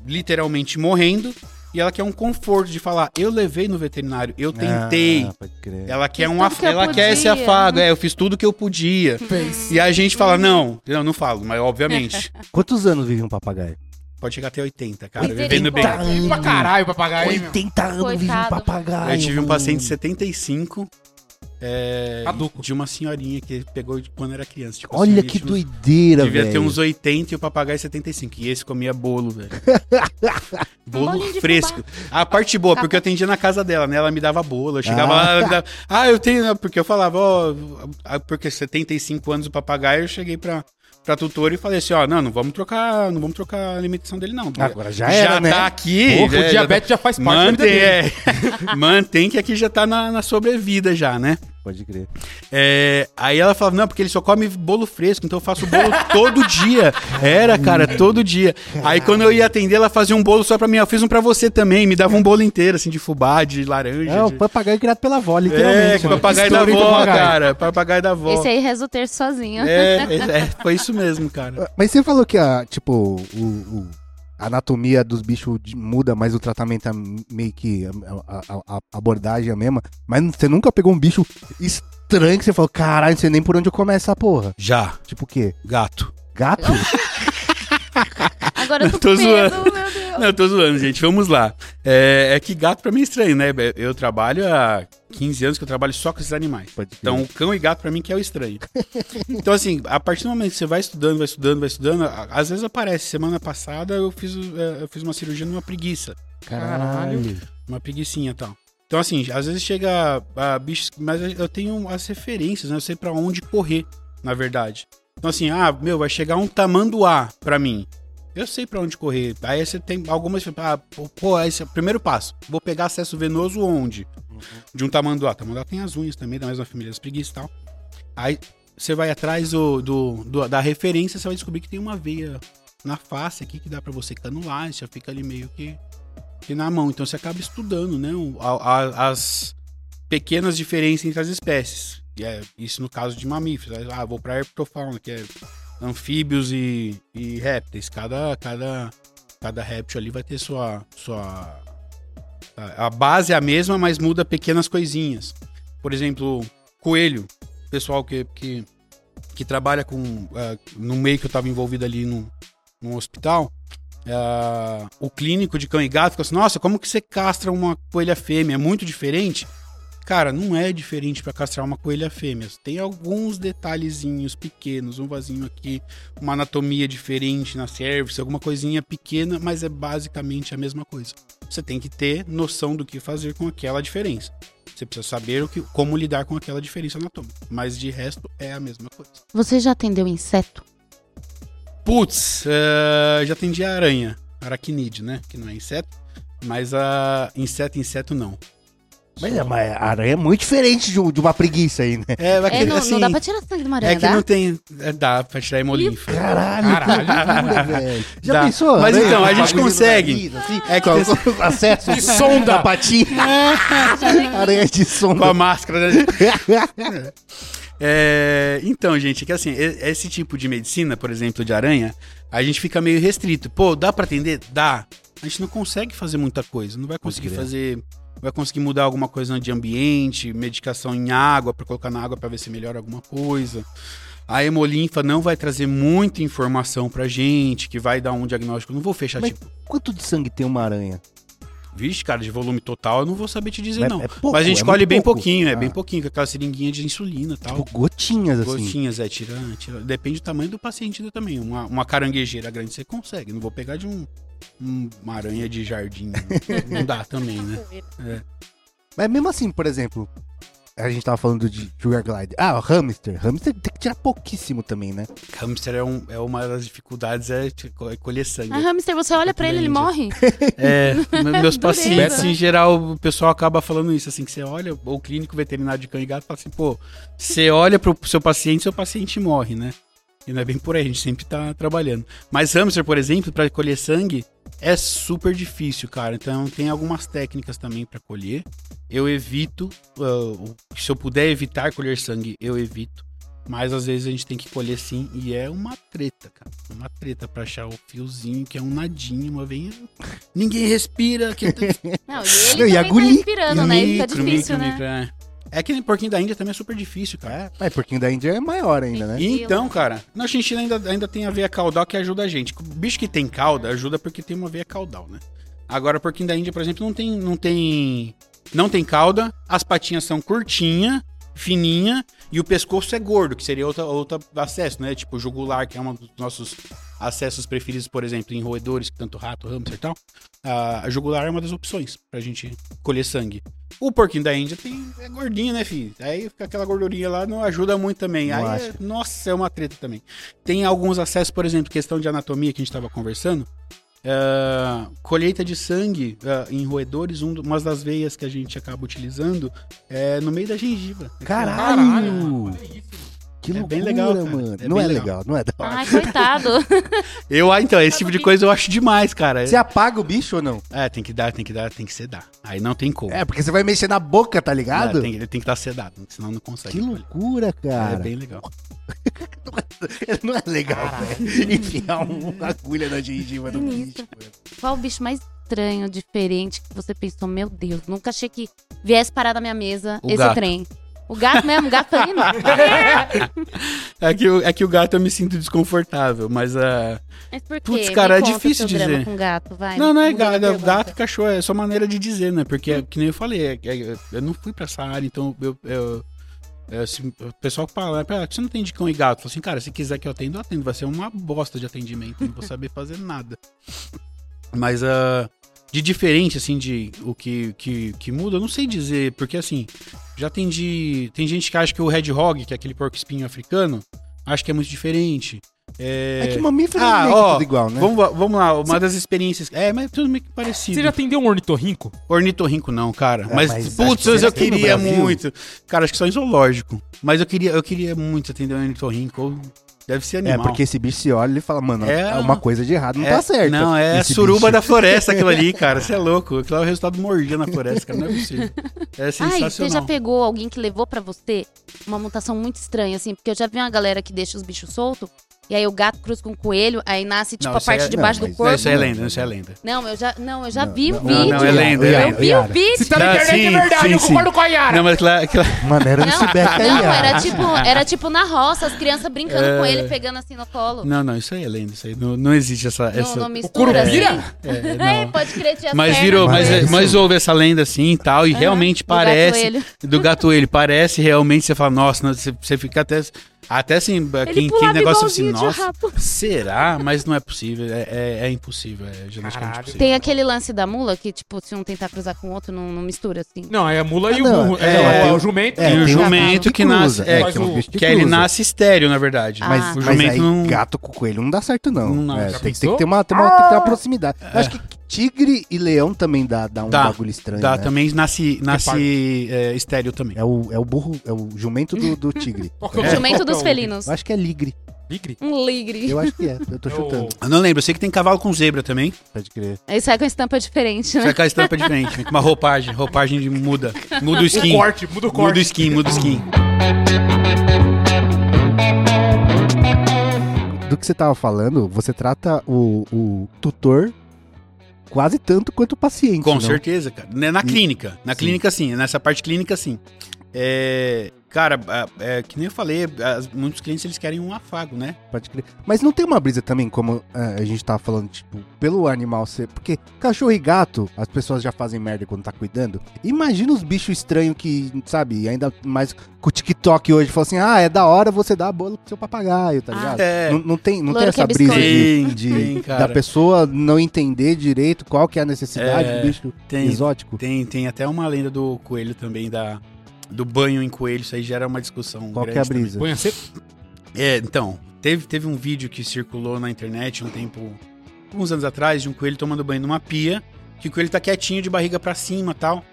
[SPEAKER 4] literalmente morrendo. E ela quer um conforto de falar, eu levei no veterinário, eu tentei.
[SPEAKER 1] Ah, pode crer.
[SPEAKER 4] Ela quer
[SPEAKER 3] Fiz
[SPEAKER 4] um
[SPEAKER 3] tudo
[SPEAKER 4] af...
[SPEAKER 3] que eu
[SPEAKER 4] ela quer esse
[SPEAKER 3] podia.
[SPEAKER 4] afago. É, eu fiz tudo que eu podia.
[SPEAKER 2] Fez.
[SPEAKER 4] E a gente fala, não, não, não falo, mas obviamente.
[SPEAKER 1] Quantos anos vive um papagaio?
[SPEAKER 4] Pode chegar até 80, cara.
[SPEAKER 3] Misericórdia.
[SPEAKER 4] Vivendo bem.
[SPEAKER 1] Tá.
[SPEAKER 2] Ih, pra caralho, papagaio, hein, meu?
[SPEAKER 1] 80 anos vive um
[SPEAKER 3] Coitado.
[SPEAKER 1] papagaio.
[SPEAKER 4] Eu tive um
[SPEAKER 1] mano.
[SPEAKER 4] paciente de 75 é,
[SPEAKER 2] Caduco.
[SPEAKER 4] de uma senhorinha que pegou de quando era criança. Tipo,
[SPEAKER 1] Olha
[SPEAKER 4] assim,
[SPEAKER 1] que
[SPEAKER 4] tinha uns-
[SPEAKER 1] doideira, velho.
[SPEAKER 4] Devia ter uns 80 e o papagaio 75. E esse comia bolo, velho. bolo
[SPEAKER 3] Bolinho de
[SPEAKER 4] fresco. A parte boa, porque eu atendia na casa dela, né? Ela me dava bolo. Eu chegava
[SPEAKER 1] Ah.
[SPEAKER 4] lá, ela me dava... Ah, eu tenho... né? Porque eu falava, ó... ah, Porque 75 anos o papagaio, eu cheguei pra, pra tutora e falei assim, ó, não, não vamos trocar... Não vamos trocar a alimentação dele, não.
[SPEAKER 2] Ah,
[SPEAKER 1] Agora já era,
[SPEAKER 4] tá
[SPEAKER 1] né?
[SPEAKER 4] aqui.
[SPEAKER 2] Porra,
[SPEAKER 4] né?
[SPEAKER 2] o diabetes já faz parte da vida
[SPEAKER 4] Mantém,
[SPEAKER 2] dele.
[SPEAKER 4] é. Mantém que aqui já tá na, na sobrevida já, né?
[SPEAKER 1] Pode crer.
[SPEAKER 4] É, aí ela falava, não, porque ele só come bolo fresco, então eu faço bolo todo dia. Era, cara, todo dia. Aí quando eu ia atender, ela fazia um bolo só pra mim. Eu fiz um pra você também, me dava um bolo inteiro, assim, de fubá, de laranja.
[SPEAKER 1] É, o
[SPEAKER 4] de...
[SPEAKER 1] papagaio criado pela avó,
[SPEAKER 4] é
[SPEAKER 1] literalmente. né? mano.
[SPEAKER 4] papagaio da
[SPEAKER 2] Story do
[SPEAKER 4] avó,
[SPEAKER 2] papagaio.
[SPEAKER 4] cara. Papagaio da avó.
[SPEAKER 3] Esse aí reza o terço sozinho.
[SPEAKER 4] É, é, é, foi isso mesmo, cara.
[SPEAKER 1] Ah, Mas você falou que a, tipo, o- o- a anatomia dos bichos de- muda, mas o tratamento é meio que a, a- a- a abordagem é a mesma. Mas você nunca pegou um bicho estranho que você falou, caralho, não sei nem por onde eu começo essa porra.
[SPEAKER 4] Já,
[SPEAKER 1] Tipo o quê?
[SPEAKER 4] gato.
[SPEAKER 1] Gato?
[SPEAKER 3] Agora eu tô,
[SPEAKER 4] Tô
[SPEAKER 3] com medo,
[SPEAKER 4] zoando.
[SPEAKER 3] meu Deus.
[SPEAKER 4] Não, eu tô zoando, gente. Vamos lá. É, é que gato pra mim é estranho, né? Eu trabalho há 15 anos que eu trabalho só com esses animais.
[SPEAKER 1] Pode crer.
[SPEAKER 4] Então, o cão e gato, pra mim, que é o estranho. Então, assim, a partir do momento que você vai estudando, vai estudando, vai estudando, a- às vezes aparece. Semana passada eu fiz, o- eh, eu fiz uma cirurgia numa preguiça.
[SPEAKER 1] caralho.
[SPEAKER 4] Uma preguicinha e tal. Então, assim, às vezes chega a, a bichos. Mas eu tenho as referências, né? Eu sei pra onde correr, na verdade. Então, assim, ah, meu, vai chegar um tamanduá pra mim. Eu sei pra onde correr. Aí você tem algumas. Ah, pô, pô, esse é o primeiro passo. Vou pegar acesso venoso onde? De um tamanduá. Tamanduá tem as unhas também, da mesma família das preguiças e tal. Aí você vai atrás do, do- do- da referência, você vai descobrir que tem uma veia na face aqui que dá pra você canular, você já fica ali meio que, que na mão. Então você acaba estudando, né? o- a- a- as pequenas diferenças entre as espécies. E é isso no caso de mamíferos. Ah, vou pra herpetofauna, que é anfíbios e, e répteis. Cada, cada, cada réptil ali vai ter sua. sua a a base é a mesma, mas muda pequenas coisinhas. Por exemplo, coelho. Pessoal que, que, que trabalha com. ah, no meio que eu estava envolvido ali no, num hospital. ah, o clínico de cão e gato fica assim: Nossa, como que você castra uma coelha fêmea? É muito diferente? Cara, não é diferente para castrar uma coelha fêmea. Tem alguns detalhezinhos pequenos, um vasinho aqui, uma anatomia diferente na cervice, alguma coisinha pequena, mas é basicamente a mesma coisa. Você tem que ter noção do que fazer com aquela diferença. Você precisa saber o que, como lidar com aquela diferença anatômica. Mas de resto é a mesma coisa.
[SPEAKER 3] Você já atendeu inseto?
[SPEAKER 4] Putz, eh, já atendi a aranha. Aracnídeo, né? Que não é inseto. Mas a inseto, inseto não.
[SPEAKER 1] Mas, é- mas a aranha é muito diferente de, um- de uma preguiça aí, né?
[SPEAKER 4] É,
[SPEAKER 3] É, não, não dá pra tirar sangue do
[SPEAKER 4] é
[SPEAKER 3] maranhão,
[SPEAKER 4] que não tem. é, dá pra tirar hemolinfa.
[SPEAKER 1] Caralho,
[SPEAKER 2] Caralho.
[SPEAKER 1] que loucura, velho. Já
[SPEAKER 4] Dá.
[SPEAKER 1] pensou?
[SPEAKER 4] Mas
[SPEAKER 1] aranha
[SPEAKER 4] então,
[SPEAKER 1] com
[SPEAKER 4] a gente
[SPEAKER 1] bagulho
[SPEAKER 4] consegue.
[SPEAKER 1] no nariz, assim,
[SPEAKER 4] É que
[SPEAKER 1] com-
[SPEAKER 4] tem-
[SPEAKER 1] com acesso
[SPEAKER 2] De sonda.
[SPEAKER 1] da patinha. aranha de
[SPEAKER 4] É. Com a
[SPEAKER 1] sonda.
[SPEAKER 4] máscara, né? É, então, gente, que assim, e- esse tipo de medicina, por exemplo, de aranha, a gente fica meio restrito. Pô, dá pra atender? Dá. A gente não consegue fazer muita coisa, não vai conseguir
[SPEAKER 1] crer.
[SPEAKER 4] fazer, não vai conseguir mudar alguma coisa de ambiente, medicação em água pra colocar na água pra ver se melhora alguma coisa. A hemolinfa não vai trazer muita informação pra gente, que vai dar um diagnóstico. Não vou fechar,
[SPEAKER 1] Mas-
[SPEAKER 4] tipo,
[SPEAKER 1] Quanto de sangue tem uma aranha?
[SPEAKER 4] vixe, cara, de volume total, eu não vou saber te dizer, não.
[SPEAKER 1] pouco,
[SPEAKER 4] Mas a gente
[SPEAKER 1] é
[SPEAKER 4] colhe
[SPEAKER 1] muito
[SPEAKER 4] bem
[SPEAKER 1] pouco.
[SPEAKER 4] pouquinho, é
[SPEAKER 1] Ah,
[SPEAKER 4] bem pouquinho, com aquela seringuinha de insulina e tal.
[SPEAKER 1] Tipo, gotinhas assim.
[SPEAKER 4] Gotinhas, é, tira, tira. Depende do tamanho do paciente do também. Uma, uma caranguejeira grande você consegue. Não vou pegar de um, um- uma aranha de jardim. não- não dá também, né?
[SPEAKER 1] Mas mesmo assim, por exemplo, a gente tava falando de Sugar Glide. Ah, o hamster. Hamster tem que tirar pouquíssimo também, né?
[SPEAKER 4] Hamster é, um- é uma das dificuldades, é, te- co- é colher sangue.
[SPEAKER 3] A hamster, Ah, você olha pra ele, ele morre.
[SPEAKER 4] É, me- meus pacientes,
[SPEAKER 3] Dureza.
[SPEAKER 4] em geral, o pessoal acaba falando isso, assim, que você olha, ou o clínico veterinário de cão e gato fala assim, pô, você olha pro seu paciente, seu paciente morre, né? E não é bem por aí, a gente sempre tá trabalhando. Mas hamster, por exemplo, pra colher sangue, é super difícil, cara. Então tem algumas técnicas também pra colher. Eu evito, ah, o- se eu puder evitar colher sangue, eu evito. Mas às vezes a gente tem que colher sim, e é uma treta, cara. Uma treta pra achar o fiozinho, que é um nadinho, uma vez Ninguém respira. Que... é
[SPEAKER 3] Não,
[SPEAKER 1] Não, e
[SPEAKER 3] e ele também
[SPEAKER 1] agonia.
[SPEAKER 3] tá respirando, né? Ele tá difícil, né?
[SPEAKER 4] é. É que nem porquinho da Índia também é super difícil, cara.
[SPEAKER 1] É, mas porquinho da Índia é maior ainda, né?
[SPEAKER 3] Tranquilo.
[SPEAKER 4] Então, cara, na chinchila ainda, ainda tem a veia caudal que ajuda a gente. O bicho que tem cauda ajuda porque tem uma veia caudal, né? Agora, porquinho da Índia, por exemplo, não tem, não tem, não tem cauda, as patinhas são curtinha, fininha e o pescoço é gordo, que seria outro outra acesso, né? Tipo jugular, que é um dos nossos acessos preferidos, por exemplo, em roedores, tanto rato, hamster e tal. A a jugular é uma das opções pra gente colher sangue. O porquinho da Índia tem, é gordinho, né, filho? Aí fica aquela gordurinha lá, não ajuda muito também.
[SPEAKER 1] Não
[SPEAKER 4] Aí,
[SPEAKER 1] acha.
[SPEAKER 4] é- nossa, é uma treta também. Tem alguns acessos, por exemplo, questão de anatomia que a gente tava conversando. Ah, colheita de sangue ah, em roedores, um do- uma das veias que a gente acaba utilizando é no meio da gengiva.
[SPEAKER 1] Caralho! Que
[SPEAKER 4] É
[SPEAKER 1] loucura,
[SPEAKER 4] bem legal, cara.
[SPEAKER 1] mano.
[SPEAKER 4] É
[SPEAKER 1] não
[SPEAKER 4] bem
[SPEAKER 1] é legal,
[SPEAKER 4] legal.
[SPEAKER 1] não é da hora.
[SPEAKER 3] Ai, coitado.
[SPEAKER 4] Eu, ah, então, esse tipo de coisa eu acho demais, cara.
[SPEAKER 1] Você apaga o bicho ou não?
[SPEAKER 4] É, tem que dar, tem que dar, tem que sedar. Aí não tem como.
[SPEAKER 1] É, porque você vai mexer na boca, tá
[SPEAKER 4] É,
[SPEAKER 1] ligado?
[SPEAKER 4] tem, ele tem que estar sedado, senão não consegue.
[SPEAKER 1] Que loucura,
[SPEAKER 4] É
[SPEAKER 1] cara.
[SPEAKER 4] bem legal.
[SPEAKER 1] Não é legal, velho. Enfiar um- uma agulha na gengiva do bicho.
[SPEAKER 3] Sinistro. Qual o bicho mais estranho, diferente, que você pensou, meu Deus, nunca achei que viesse parar na minha mesa
[SPEAKER 4] O
[SPEAKER 3] esse
[SPEAKER 4] gato.
[SPEAKER 3] trem. O gato mesmo, o gato tá ali, não.
[SPEAKER 4] É que, o- é que o gato eu me sinto desconfortável, mas a.
[SPEAKER 3] Mas por quê?
[SPEAKER 4] Putz,
[SPEAKER 3] Me
[SPEAKER 4] cara, é
[SPEAKER 3] conta o
[SPEAKER 4] difícil
[SPEAKER 3] seu drama
[SPEAKER 4] dizer.
[SPEAKER 3] com gato, vai.
[SPEAKER 4] não, não é
[SPEAKER 3] Muda de
[SPEAKER 4] gato, é
[SPEAKER 3] pergunta.
[SPEAKER 4] gato e cachorro, é só maneira de dizer, né? Porque, é que nem eu falei, é- é- eu não fui pra essa área, então eu. eu- é, se- o pessoal fala, "Ah, você não tem de cão e gato? Eu falo assim, cara, se quiser que eu atenda, eu atendo. Vai ser uma bosta de atendimento, eu não vou saber fazer nada. Mas ah, de diferente, assim, de o que, que, que muda, eu não sei dizer, porque assim, já atendi. Tem gente que acha que o Red Hog, que é aquele porco espinho africano, acha que é muito diferente. É,
[SPEAKER 1] É que mamífero
[SPEAKER 4] Ah,
[SPEAKER 1] meio que
[SPEAKER 4] ó,
[SPEAKER 1] tudo igual, né?
[SPEAKER 4] Vamos, lá- vamos lá, uma das experiências. É, mas tudo meio que parecido.
[SPEAKER 2] Você já atendeu um ornitorrinco?
[SPEAKER 4] Ornitorrinco não, cara.
[SPEAKER 1] Ah,
[SPEAKER 4] mas,
[SPEAKER 1] mas acho que
[SPEAKER 4] putz,
[SPEAKER 1] será
[SPEAKER 4] eu
[SPEAKER 1] que tem no
[SPEAKER 4] queria
[SPEAKER 1] Brasil?
[SPEAKER 4] muito. Cara, acho que só em zoológico. Mas eu queria, eu queria muito atender um ornitorrinco. ou- Deve ser
[SPEAKER 1] É,
[SPEAKER 4] animal.
[SPEAKER 1] porque esse bicho se olha e fala, mano,
[SPEAKER 4] É.
[SPEAKER 1] alguma coisa de errado não
[SPEAKER 4] É-
[SPEAKER 1] tá certo.
[SPEAKER 4] Não, é
[SPEAKER 1] Esse
[SPEAKER 4] suruba
[SPEAKER 1] bicho.
[SPEAKER 4] da floresta aquilo ali, cara. Você é louco. Aquilo é o resultado de mordida na floresta, cara. Não é possível. É
[SPEAKER 3] Ai,
[SPEAKER 4] sensacional.
[SPEAKER 3] você já pegou alguém que levou pra você uma mutação muito estranha, assim, porque eu já vi uma galera que deixa os bichos soltos, e aí o gato cruza com o coelho, aí nasce, tipo,
[SPEAKER 4] Não,
[SPEAKER 3] a
[SPEAKER 4] isso aí
[SPEAKER 3] parte
[SPEAKER 4] é-
[SPEAKER 3] de baixo
[SPEAKER 1] não,
[SPEAKER 3] do
[SPEAKER 1] mas-
[SPEAKER 4] Não,
[SPEAKER 3] corpo.
[SPEAKER 4] isso é lenda, isso é lenda.
[SPEAKER 3] Não, eu já, não, eu já
[SPEAKER 1] Não,
[SPEAKER 3] vi o
[SPEAKER 1] não,
[SPEAKER 3] vídeo.
[SPEAKER 4] não, é lenda, é
[SPEAKER 3] eu
[SPEAKER 4] lenda.
[SPEAKER 3] vi o
[SPEAKER 1] Yara.
[SPEAKER 3] vídeo.
[SPEAKER 2] Você tá na
[SPEAKER 4] Tá,
[SPEAKER 2] internet
[SPEAKER 4] sim,
[SPEAKER 2] é verdade,
[SPEAKER 4] sim,
[SPEAKER 2] eu
[SPEAKER 4] sim.
[SPEAKER 2] concordo com a Yara.
[SPEAKER 4] Não, mas aquela, aquela-
[SPEAKER 1] Mano, era
[SPEAKER 3] Não,
[SPEAKER 1] nesse beck aí,
[SPEAKER 3] não,
[SPEAKER 1] ó.
[SPEAKER 3] era tipo, era tipo na roça, as crianças brincando com ele, pegando assim no colo. Não,
[SPEAKER 4] É. não, não, isso aí é lenda. Isso aí não, não existe essa.
[SPEAKER 3] não,
[SPEAKER 4] essa...
[SPEAKER 3] mistura.
[SPEAKER 2] curupira?
[SPEAKER 3] assim.
[SPEAKER 4] É, não.
[SPEAKER 3] É, pode crer, tinha as
[SPEAKER 4] Mas
[SPEAKER 3] pernas
[SPEAKER 4] virou,
[SPEAKER 3] com
[SPEAKER 4] mas,
[SPEAKER 1] coelho.
[SPEAKER 3] ele.
[SPEAKER 4] mas houve essa lenda assim e tal, e realmente
[SPEAKER 3] do gato
[SPEAKER 4] parece.
[SPEAKER 3] coelho.
[SPEAKER 4] Do gato ele parece realmente, você fala, nossa, não, você, você fica até. Até assim, quem, quem
[SPEAKER 3] pulava
[SPEAKER 4] negócio assim,
[SPEAKER 3] igualzinho de
[SPEAKER 4] nossa.
[SPEAKER 3] rato.
[SPEAKER 4] Será? Mas não é possível, é, é- é impossível, é geneticamente
[SPEAKER 2] Caralho.
[SPEAKER 4] impossível.
[SPEAKER 3] Tem aquele lance da mula que, tipo, se um tentar cruzar com o outro, não, não mistura, assim.
[SPEAKER 2] Não, é a mula e o
[SPEAKER 1] não,
[SPEAKER 2] burro.
[SPEAKER 1] é,
[SPEAKER 2] É,
[SPEAKER 4] Ah, não,
[SPEAKER 2] é,
[SPEAKER 1] tem-
[SPEAKER 2] o jumento.
[SPEAKER 1] É,
[SPEAKER 4] e
[SPEAKER 1] tem
[SPEAKER 4] o
[SPEAKER 1] um
[SPEAKER 4] jumento
[SPEAKER 1] gato
[SPEAKER 4] que
[SPEAKER 1] que
[SPEAKER 4] nasce.
[SPEAKER 1] cruza,
[SPEAKER 4] é,
[SPEAKER 1] é,
[SPEAKER 4] que,
[SPEAKER 2] tem uns bichos
[SPEAKER 1] que
[SPEAKER 4] que ele
[SPEAKER 1] cruza.
[SPEAKER 4] nasce estéreo, na verdade.
[SPEAKER 3] Ah.
[SPEAKER 4] Mas o
[SPEAKER 1] Mas
[SPEAKER 4] jumento
[SPEAKER 1] aí,
[SPEAKER 4] não.
[SPEAKER 1] gato com coelho não dá certo, não.
[SPEAKER 4] Não dá.
[SPEAKER 1] É,
[SPEAKER 4] Já
[SPEAKER 1] tem, que- tem
[SPEAKER 2] pensou?
[SPEAKER 1] que ter uma, tem uma- tem que ter uma proximidade. Eu acho que tigre e leão também dá, dá um
[SPEAKER 4] Dá,
[SPEAKER 1] bagulho estranho,
[SPEAKER 4] Dá,
[SPEAKER 1] né?
[SPEAKER 4] também nasce,
[SPEAKER 2] pardo.
[SPEAKER 4] nasce é, estéreo também.
[SPEAKER 1] É o, é o burro, é o jumento do, do tigre.
[SPEAKER 2] Qual que
[SPEAKER 3] O
[SPEAKER 2] é Qual
[SPEAKER 3] jumento
[SPEAKER 2] que é
[SPEAKER 3] dos
[SPEAKER 2] o-
[SPEAKER 3] felinos.
[SPEAKER 1] Eu acho que é ligre.
[SPEAKER 2] Tigre?
[SPEAKER 3] Um ligre.
[SPEAKER 1] Eu acho que é, eu tô
[SPEAKER 2] É o-
[SPEAKER 1] chutando.
[SPEAKER 4] Eu não lembro, eu sei que tem cavalo com zebra também.
[SPEAKER 1] Pode crer.
[SPEAKER 3] Aí sai com a estampa diferente,
[SPEAKER 4] Só
[SPEAKER 3] né?
[SPEAKER 4] que a estampa é diferente, uma
[SPEAKER 1] Um
[SPEAKER 4] roupagem, roupagem de muda. Muda o
[SPEAKER 2] O
[SPEAKER 4] skin.
[SPEAKER 2] corte, muda o
[SPEAKER 4] Muda o
[SPEAKER 2] corte.
[SPEAKER 4] skin, muda o skin.
[SPEAKER 1] do que você tava falando, você trata o, o tutor quase tanto quanto o paciente.
[SPEAKER 4] Com
[SPEAKER 1] não? é
[SPEAKER 4] certeza, cara. Né, Na
[SPEAKER 1] E-
[SPEAKER 4] clínica. Na
[SPEAKER 1] Sim.
[SPEAKER 4] clínica, sim. Nessa parte clínica, sim. É, cara, a- é, que nem eu falei, as- muitos clientes eles querem um afago, né?
[SPEAKER 1] Pode crer. Mas não tem uma brisa também, como é, a gente tava falando, tipo, pelo animal ser. Porque cachorro e gato, as pessoas já fazem merda quando tá cuidando. Imagina os bichos estranhos que, sabe, ainda mais com o TikTok hoje, falam assim: ah, é da hora você dar a bola pro seu papagaio, tá
[SPEAKER 3] Ah.
[SPEAKER 1] ligado?
[SPEAKER 4] É.
[SPEAKER 1] Não, não tem, não
[SPEAKER 3] Louro
[SPEAKER 1] tem
[SPEAKER 3] que é
[SPEAKER 1] essa brisa de,
[SPEAKER 4] biscoito.
[SPEAKER 1] de-
[SPEAKER 4] Tem,
[SPEAKER 1] da
[SPEAKER 4] cara.
[SPEAKER 1] pessoa não entender direito qual que é a necessidade
[SPEAKER 4] É,
[SPEAKER 1] do bicho
[SPEAKER 4] Tem,
[SPEAKER 1] exótico.
[SPEAKER 4] tem, tem até uma lenda do coelho também, da, do banho em coelho. Isso aí gera uma discussão
[SPEAKER 1] Qual que
[SPEAKER 4] grande
[SPEAKER 1] é a
[SPEAKER 4] também.
[SPEAKER 1] brisa?
[SPEAKER 2] Põe a seco.
[SPEAKER 4] É, então, teve, teve um vídeo que circulou na internet um tempo, uns anos atrás, de um coelho tomando banho numa pia, que o coelho tá quietinho, de barriga pra cima tal,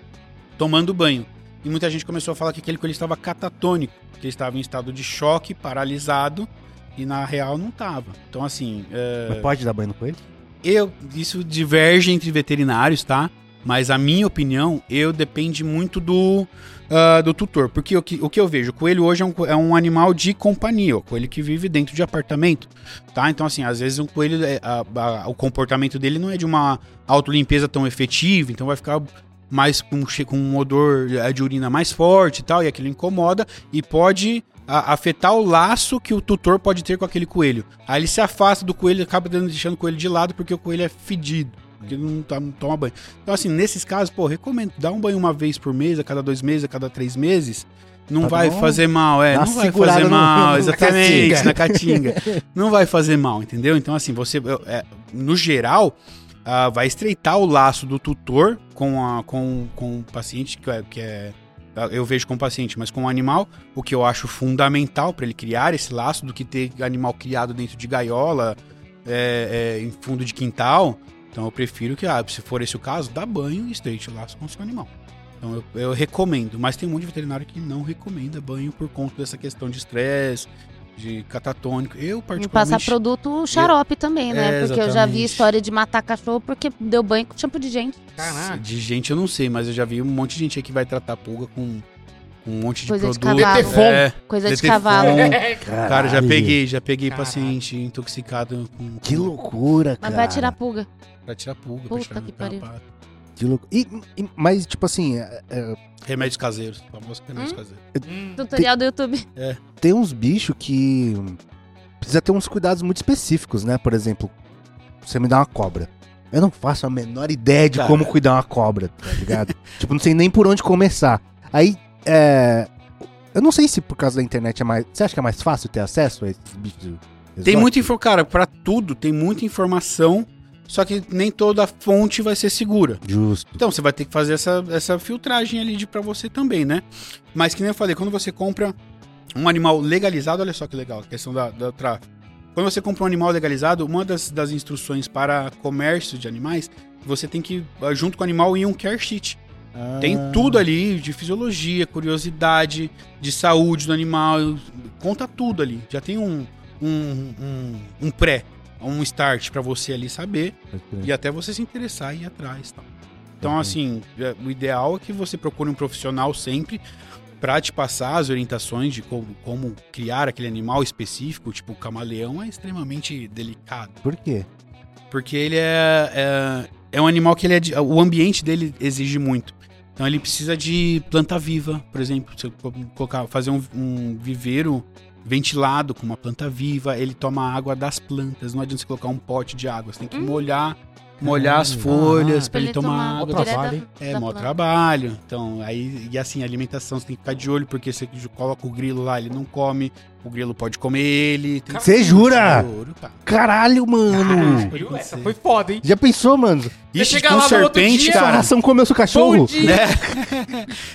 [SPEAKER 4] tomando banho. E muita gente começou a falar que aquele coelho estava catatônico, que ele estava em estado de choque, paralisado, e na real não tava. Então, assim, é,
[SPEAKER 1] Mas pode dar banho no coelho?
[SPEAKER 4] eu, isso diverge entre veterinários, tá? Mas a minha opinião, eu depende muito do, ah, do tutor. Porque o que, o que eu vejo, o coelho hoje é um, co- é um animal de companhia, o coelho que vive dentro de apartamento, tá? Então, assim, às vezes um coelho, é- a- a- o comportamento dele não é de uma autolimpeza tão efetiva, então vai ficar mais com, che- com um odor eh, de urina mais forte e tal, e aquilo incomoda e pode a- afetar o laço que o tutor pode ter com aquele coelho. Aí ele se afasta do coelho, acaba dando- deixando o coelho de lado porque o coelho é fedido. Porque ele não, tá- não toma banho. Então, assim, nesses casos, pô, recomendo. Dá um banho uma vez por mês, a cada dois meses, a cada três meses. Não
[SPEAKER 1] Tá
[SPEAKER 4] vai
[SPEAKER 1] bom.
[SPEAKER 4] fazer mal, é.
[SPEAKER 1] Dá
[SPEAKER 4] não
[SPEAKER 1] uma
[SPEAKER 4] vai
[SPEAKER 1] segurada
[SPEAKER 4] fazer
[SPEAKER 1] no-
[SPEAKER 4] mal,
[SPEAKER 1] na
[SPEAKER 4] exatamente,
[SPEAKER 1] catinga.
[SPEAKER 4] na caatinga. não vai fazer mal, entendeu? Então, assim, você, eu- é, no geral, ah, vai estreitar o laço do tutor com, a, com, com o paciente, que é, que é- Eu vejo com o paciente, mas com o animal, o que eu acho fundamental para ele criar esse laço do que ter animal criado dentro de gaiola, é, é, em fundo de quintal. Então eu prefiro que, ah, se for esse o caso, dá banho e estreite o laço com o seu animal. Então eu, eu recomendo, mas tem um monte de veterinário que não recomenda banho por conta dessa questão de estresse, de catatônico.
[SPEAKER 3] E
[SPEAKER 4] Eu,
[SPEAKER 3] Um passar
[SPEAKER 4] particularmente.
[SPEAKER 3] produto xarope também, né?
[SPEAKER 4] É,
[SPEAKER 3] porque eu já vi
[SPEAKER 4] exatamente.
[SPEAKER 3] história de matar cachorro porque deu banho com shampoo de gente.
[SPEAKER 2] Caraca.
[SPEAKER 4] De gente eu não sei, mas eu já vi um monte de gente aí que vai tratar pulga com, com um monte de
[SPEAKER 3] Coisa de
[SPEAKER 4] produto.
[SPEAKER 3] cavalo.
[SPEAKER 2] Detefon.
[SPEAKER 4] É,
[SPEAKER 3] Coisa de
[SPEAKER 4] detefon.
[SPEAKER 3] cavalo.
[SPEAKER 4] Cara, já peguei, já peguei
[SPEAKER 2] Caralho.
[SPEAKER 4] paciente intoxicado com,
[SPEAKER 1] Que loucura, cara.
[SPEAKER 3] Mas vai tirar pulga.
[SPEAKER 4] pra tirar pulga,
[SPEAKER 3] Puta
[SPEAKER 4] pra tirar
[SPEAKER 3] que pariu.
[SPEAKER 4] carrapato.
[SPEAKER 1] Que louco. E- e- mas, tipo assim, é-
[SPEAKER 4] Remédios caseiros, famosos remédios
[SPEAKER 3] Hum?
[SPEAKER 4] caseiros.
[SPEAKER 2] Hum.
[SPEAKER 3] Tutorial do YouTube.
[SPEAKER 1] tem uns bichos que precisa ter uns cuidados muito específicos, né? Por exemplo, você me dá uma cobra. Eu não faço a menor ideia de
[SPEAKER 4] Cara.
[SPEAKER 1] como cuidar uma cobra, tá ligado? tipo, não sei nem por onde começar. Aí, é... Eu não sei se por causa da internet é mais... Você acha que é mais fácil ter acesso a esses bichos exóticos?
[SPEAKER 4] Tem muita informação, cara, pra tudo tem muita informação, só que nem toda fonte vai ser segura.
[SPEAKER 1] Justo.
[SPEAKER 4] Então você vai ter que fazer essa, essa filtragem ali de para você também, né? Mas que nem eu falei, quando você compra um animal legalizado, olha só que legal, a questão da, da tráfico. Quando você compra um animal legalizado, uma das, das instruções para comércio de animais, você tem que, ah, junto com o animal, ir um care sheet. Ah. Tem tudo ali de fisiologia, curiosidade, de saúde do animal, conta tudo ali. Já tem um, um, um, um pré, um start para você ali saber e até você se interessar e ir atrás. Tal. Então,
[SPEAKER 1] Uhum.
[SPEAKER 4] assim, é, o ideal é que você procure um profissional sempre para te passar as orientações de como, como criar aquele animal específico. Tipo, o camaleão é extremamente delicado,
[SPEAKER 1] Por quê?
[SPEAKER 4] porque ele é, é, é um animal que ele é de- o ambiente dele exige muito. Então, ele precisa de planta viva, por exemplo, se eu co- colocar, fazer um, um viveiro ventilado com uma planta viva, ele toma água das plantas. Não adianta você colocar um pote de água, você tem que
[SPEAKER 3] Hum. Ah,
[SPEAKER 4] molhar, molhar as
[SPEAKER 1] Caralho.
[SPEAKER 4] folhas para
[SPEAKER 3] Pra
[SPEAKER 4] ele tomar água.
[SPEAKER 2] Outra
[SPEAKER 3] direto
[SPEAKER 2] vara,
[SPEAKER 3] da-
[SPEAKER 2] hein?
[SPEAKER 4] É,
[SPEAKER 3] da
[SPEAKER 4] mó
[SPEAKER 3] planta.
[SPEAKER 4] trabalho. Então, aí, e assim, a alimentação você tem que ficar de olho, porque você coloca o grilo lá, ele não come, o grilo pode comer ele. Tem
[SPEAKER 1] Você jura?
[SPEAKER 4] Ouro, cara.
[SPEAKER 1] Caralho, mano!
[SPEAKER 4] Pode
[SPEAKER 2] Viu? Essa
[SPEAKER 4] acontecer.
[SPEAKER 2] foi foda, hein?
[SPEAKER 1] Já pensou, mano?
[SPEAKER 4] Ixi,
[SPEAKER 2] chega
[SPEAKER 4] com
[SPEAKER 2] lá no outro
[SPEAKER 4] serpente,
[SPEAKER 2] dia,
[SPEAKER 1] Sua
[SPEAKER 4] cara.
[SPEAKER 1] ração comeu seu cachorro?
[SPEAKER 2] Bom dia.
[SPEAKER 4] né?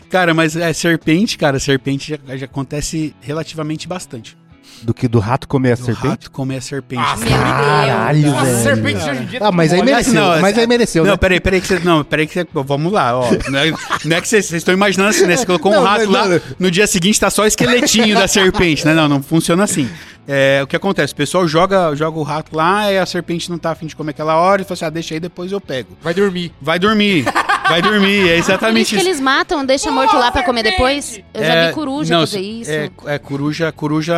[SPEAKER 4] Cara, mas é serpente, cara, serpente já, já acontece relativamente bastante.
[SPEAKER 1] Do que do rato comer a
[SPEAKER 4] Do
[SPEAKER 1] É serpente?
[SPEAKER 4] rato comer a serpente.
[SPEAKER 2] Ah,
[SPEAKER 3] Meu
[SPEAKER 1] Caralho,
[SPEAKER 2] Nossa,
[SPEAKER 1] velho.
[SPEAKER 2] serpente de hoje em dia.
[SPEAKER 1] Ah, mas aí
[SPEAKER 2] Olha,
[SPEAKER 1] mereceu.
[SPEAKER 4] não,
[SPEAKER 1] mas aí mereceu,
[SPEAKER 4] não,
[SPEAKER 1] né?
[SPEAKER 4] peraí, peraí que você. Não, peraí que você. pô, Vamos lá, ó. Não é, não é que vocês vocês estão imaginando assim, né? Você colocou
[SPEAKER 1] Não,
[SPEAKER 4] um
[SPEAKER 1] mas
[SPEAKER 4] rato lá,
[SPEAKER 1] não.
[SPEAKER 4] no dia seguinte tá só o esqueletinho da serpente, né? Não, não funciona assim. É, o que acontece? O pessoal joga, joga o rato lá e a serpente não tá afim de comer aquela hora e fala assim: ah, deixa aí, depois eu pego.
[SPEAKER 2] Vai dormir.
[SPEAKER 4] Vai dormir. Vai dormir, é
[SPEAKER 3] Por isso
[SPEAKER 4] exatamente
[SPEAKER 3] que
[SPEAKER 4] isso. É,
[SPEAKER 3] eles matam, deixam morto lá pra comer depois. Eu já vi coruja
[SPEAKER 4] não,
[SPEAKER 3] fazer isso.
[SPEAKER 4] É, é, coruja, coruja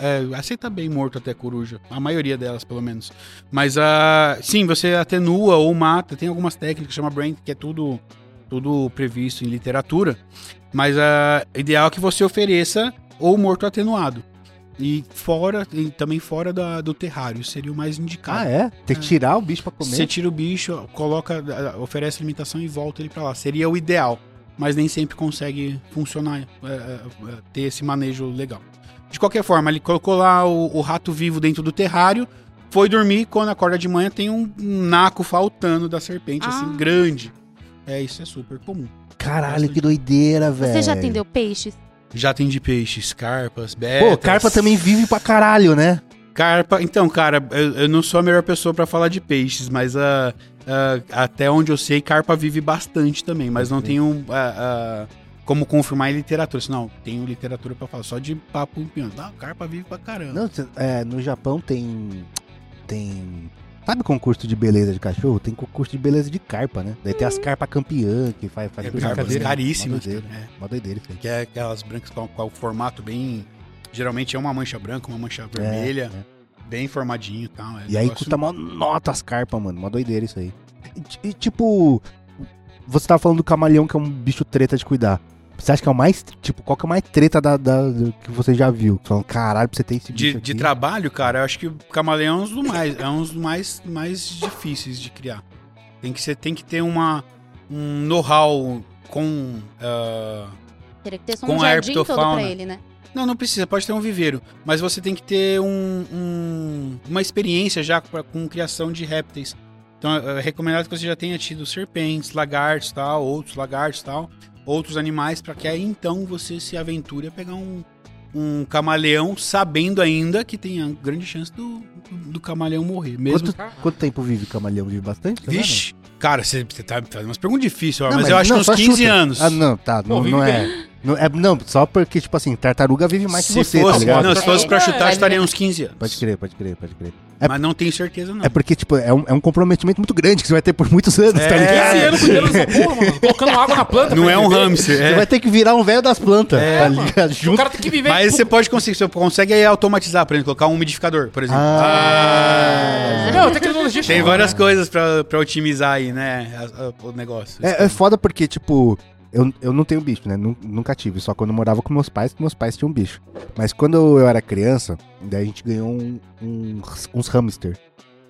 [SPEAKER 4] é, aceita bem morto até coruja. A maioria delas, pelo menos. Mas ah, sim, você atenua ou mata. Tem algumas técnicas, chama brain, que é tudo, tudo previsto em literatura. Mas ah, ideal é que você ofereça ou morto atenuado. E fora, e também fora da- do terrário, seria o mais indicado.
[SPEAKER 1] Ah, é? Tem que tirar o bicho pra comer?
[SPEAKER 4] Você tira o bicho, coloca, ah, oferece alimentação e volta ele pra lá. Seria o ideal, mas nem sempre consegue funcionar, é, é, é, ter esse manejo legal. De qualquer forma, ele colocou lá o, o rato vivo dentro do terrário, foi dormir, quando acorda de manhã tem um naco faltando da
[SPEAKER 3] Ah.
[SPEAKER 4] serpente, assim, grande. É, isso é super comum.
[SPEAKER 1] Caralho, que doideira, velho.
[SPEAKER 3] Você já
[SPEAKER 4] é.
[SPEAKER 3] atendeu peixes?
[SPEAKER 4] Já tem de peixes, carpas, betas...
[SPEAKER 1] Pô, carpa também vive pra caralho, né?
[SPEAKER 4] Carpa, então, cara, eu, eu não sou a melhor pessoa pra falar de peixes, mas ah, ah, até onde eu sei, carpa vive bastante também, mas não tenho ah, ah, como confirmar em literatura. Assim, Não, tenho literatura pra falar, só de papo empinando. Ah, carpa vive pra caramba.
[SPEAKER 1] Não, cê- é, no Japão tem. Tem. Sabe concurso de beleza de cachorro? Tem concurso de beleza de carpa, né? Daí
[SPEAKER 3] Hum.
[SPEAKER 1] tem as carpas campeã que faz, faz
[SPEAKER 4] é
[SPEAKER 1] coisa
[SPEAKER 4] carpas
[SPEAKER 1] bacana. Mó
[SPEAKER 4] caríssimas.
[SPEAKER 1] doideira,
[SPEAKER 4] É,
[SPEAKER 1] mó doideira isso aí.
[SPEAKER 4] que é aquelas brancas com, com o formato bem. Geralmente é uma mancha branca, uma mancha vermelha,
[SPEAKER 1] é.
[SPEAKER 4] bem formadinho e tal. é
[SPEAKER 1] E aí
[SPEAKER 4] negócio-
[SPEAKER 1] custa mó nota as carpas, mano. Mó doideira isso aí. E, ti- e, tipo, você tava falando do camaleão, que é um bicho treta de cuidar. Você acha que é o mais. Tipo, qual que é o mais treta da, da- do que você já viu? Falando, caralho, pra você ter esse bicho.
[SPEAKER 4] De, de
[SPEAKER 1] aqui.
[SPEAKER 4] trabalho, cara, eu acho que o camaleão é um dos mais, é um dos mais, mais difíceis de criar. Tem que, ser, tem que ter uma, um know-how com. ah,
[SPEAKER 3] Teria que ter só
[SPEAKER 4] Com
[SPEAKER 3] um
[SPEAKER 4] a
[SPEAKER 3] jardim todo
[SPEAKER 4] herpetofauna.
[SPEAKER 3] pra ele, né?
[SPEAKER 4] não, não precisa, pode ter um viveiro. Mas você tem que ter um, um- uma experiência já pra- com criação de répteis. Então é é recomendado que você já tenha tido serpentes, lagartos tal, outros lagartos tal, outros animais, para que aí então você se aventure a pegar um, um camaleão, sabendo ainda que tem a grande chance do, do camaleão morrer. Mesmo.
[SPEAKER 1] Quanto, quanto tempo vive camaleão? Vive bastante? Sei lá,
[SPEAKER 4] Vixe, cara, você, você tá fazendo umas perguntas difíceis, ó,
[SPEAKER 1] Não,
[SPEAKER 4] mas, eu acho
[SPEAKER 1] não,
[SPEAKER 4] que
[SPEAKER 1] só
[SPEAKER 4] uns 15
[SPEAKER 1] chuta.
[SPEAKER 4] anos.
[SPEAKER 1] Ah, não, tá.
[SPEAKER 2] Pô,
[SPEAKER 1] não,
[SPEAKER 2] vive
[SPEAKER 1] não é, não é. Não, só porque, tipo assim, tartaruga vive mais
[SPEAKER 4] se
[SPEAKER 1] que você, tá
[SPEAKER 4] fosse,
[SPEAKER 1] ligado?
[SPEAKER 4] não, se fosse pra
[SPEAKER 3] É,
[SPEAKER 4] chutar,
[SPEAKER 3] vai
[SPEAKER 4] estaria
[SPEAKER 3] viver.
[SPEAKER 4] uns 15 anos.
[SPEAKER 1] Pode crer, pode crer, pode crer. É-
[SPEAKER 4] Mas não tenho certeza, não.
[SPEAKER 1] É porque, tipo, é um, é um comprometimento muito grande que você vai ter por muitos anos,
[SPEAKER 4] É.
[SPEAKER 1] tá ligado?
[SPEAKER 2] Esse ano cuidando dessa porra, mano. Colocando água na planta.
[SPEAKER 4] Não
[SPEAKER 2] pra
[SPEAKER 4] é um
[SPEAKER 2] viver.
[SPEAKER 4] hamster.
[SPEAKER 1] Você
[SPEAKER 4] é.
[SPEAKER 1] vai ter que virar um velho das plantas,
[SPEAKER 4] É,
[SPEAKER 1] tá
[SPEAKER 2] mano.
[SPEAKER 1] ligado?
[SPEAKER 2] O
[SPEAKER 1] Junto.
[SPEAKER 2] cara tem que viver.
[SPEAKER 4] Mas você pode conseguir, você consegue aí automatizar, por exemplo, colocar um umidificador, por exemplo.
[SPEAKER 1] Ah.
[SPEAKER 2] Não, tecnologia
[SPEAKER 4] é Tem
[SPEAKER 2] chegou,
[SPEAKER 4] várias
[SPEAKER 2] né?
[SPEAKER 4] coisas pra, pra otimizar aí, né? a- a- o negócio.
[SPEAKER 1] É, é foda porque, tipo, eu, eu não tenho bicho, né? Nu- Nunca tive. Só quando eu morava com meus pais, que meus pais tinham bicho. Mas quando eu era criança, daí a gente ganhou um- um- uns hamster.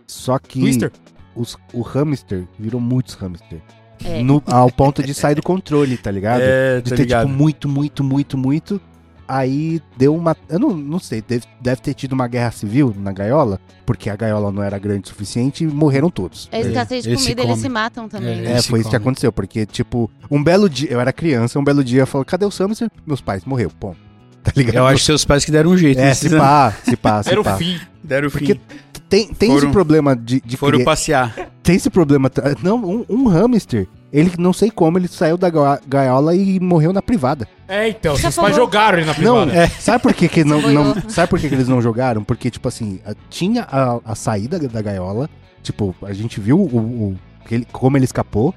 [SPEAKER 1] Só que
[SPEAKER 2] Twister.
[SPEAKER 1] os- o hamster virou muitos hamster.
[SPEAKER 3] É.
[SPEAKER 1] No- ao ponto de sair do controle, tá ligado?
[SPEAKER 4] É,
[SPEAKER 1] De ter, tipo, muito, muito, muito, muito. Aí deu uma. Eu não, não sei, deve, deve ter tido uma guerra civil na gaiola, porque a gaiola não era grande o suficiente e morreram todos.
[SPEAKER 3] É escassez de
[SPEAKER 4] Esse
[SPEAKER 3] comida,
[SPEAKER 4] come.
[SPEAKER 3] eles se matam também.
[SPEAKER 4] É.
[SPEAKER 3] né?
[SPEAKER 1] É,
[SPEAKER 4] Esse
[SPEAKER 1] foi isso que
[SPEAKER 4] come.
[SPEAKER 1] aconteceu, porque, tipo, um belo dia, eu era criança, um belo dia eu falo, cadê o Samson? Meus pais, morreu, pô. Tá ligado?
[SPEAKER 4] Eu acho que seus pais que deram um jeito.
[SPEAKER 1] É,
[SPEAKER 4] né?
[SPEAKER 1] se pá, se pá, se
[SPEAKER 2] Era
[SPEAKER 1] pá.
[SPEAKER 2] o fim.
[SPEAKER 4] Deram o fim.
[SPEAKER 1] Porque tem, tem esse
[SPEAKER 4] Foram-
[SPEAKER 1] problema de, de
[SPEAKER 4] Foram
[SPEAKER 1] cria-
[SPEAKER 4] passear.
[SPEAKER 1] Tem esse problema. tra- Não, um, um hamster, ele não sei como, ele saiu da gaio- gaiola e morreu na privada.
[SPEAKER 2] É, então.
[SPEAKER 3] Já
[SPEAKER 2] Seus pais
[SPEAKER 3] falou.
[SPEAKER 2] jogaram ele na né? privada.
[SPEAKER 1] Não, é. sabe por que, que não,
[SPEAKER 3] Foi
[SPEAKER 1] não-
[SPEAKER 3] eu.
[SPEAKER 1] sabe por que, que eles não jogaram? Porque tipo assim, a- tinha a, a saída da gaiola, tipo a gente viu o, o- que ele- como ele escapou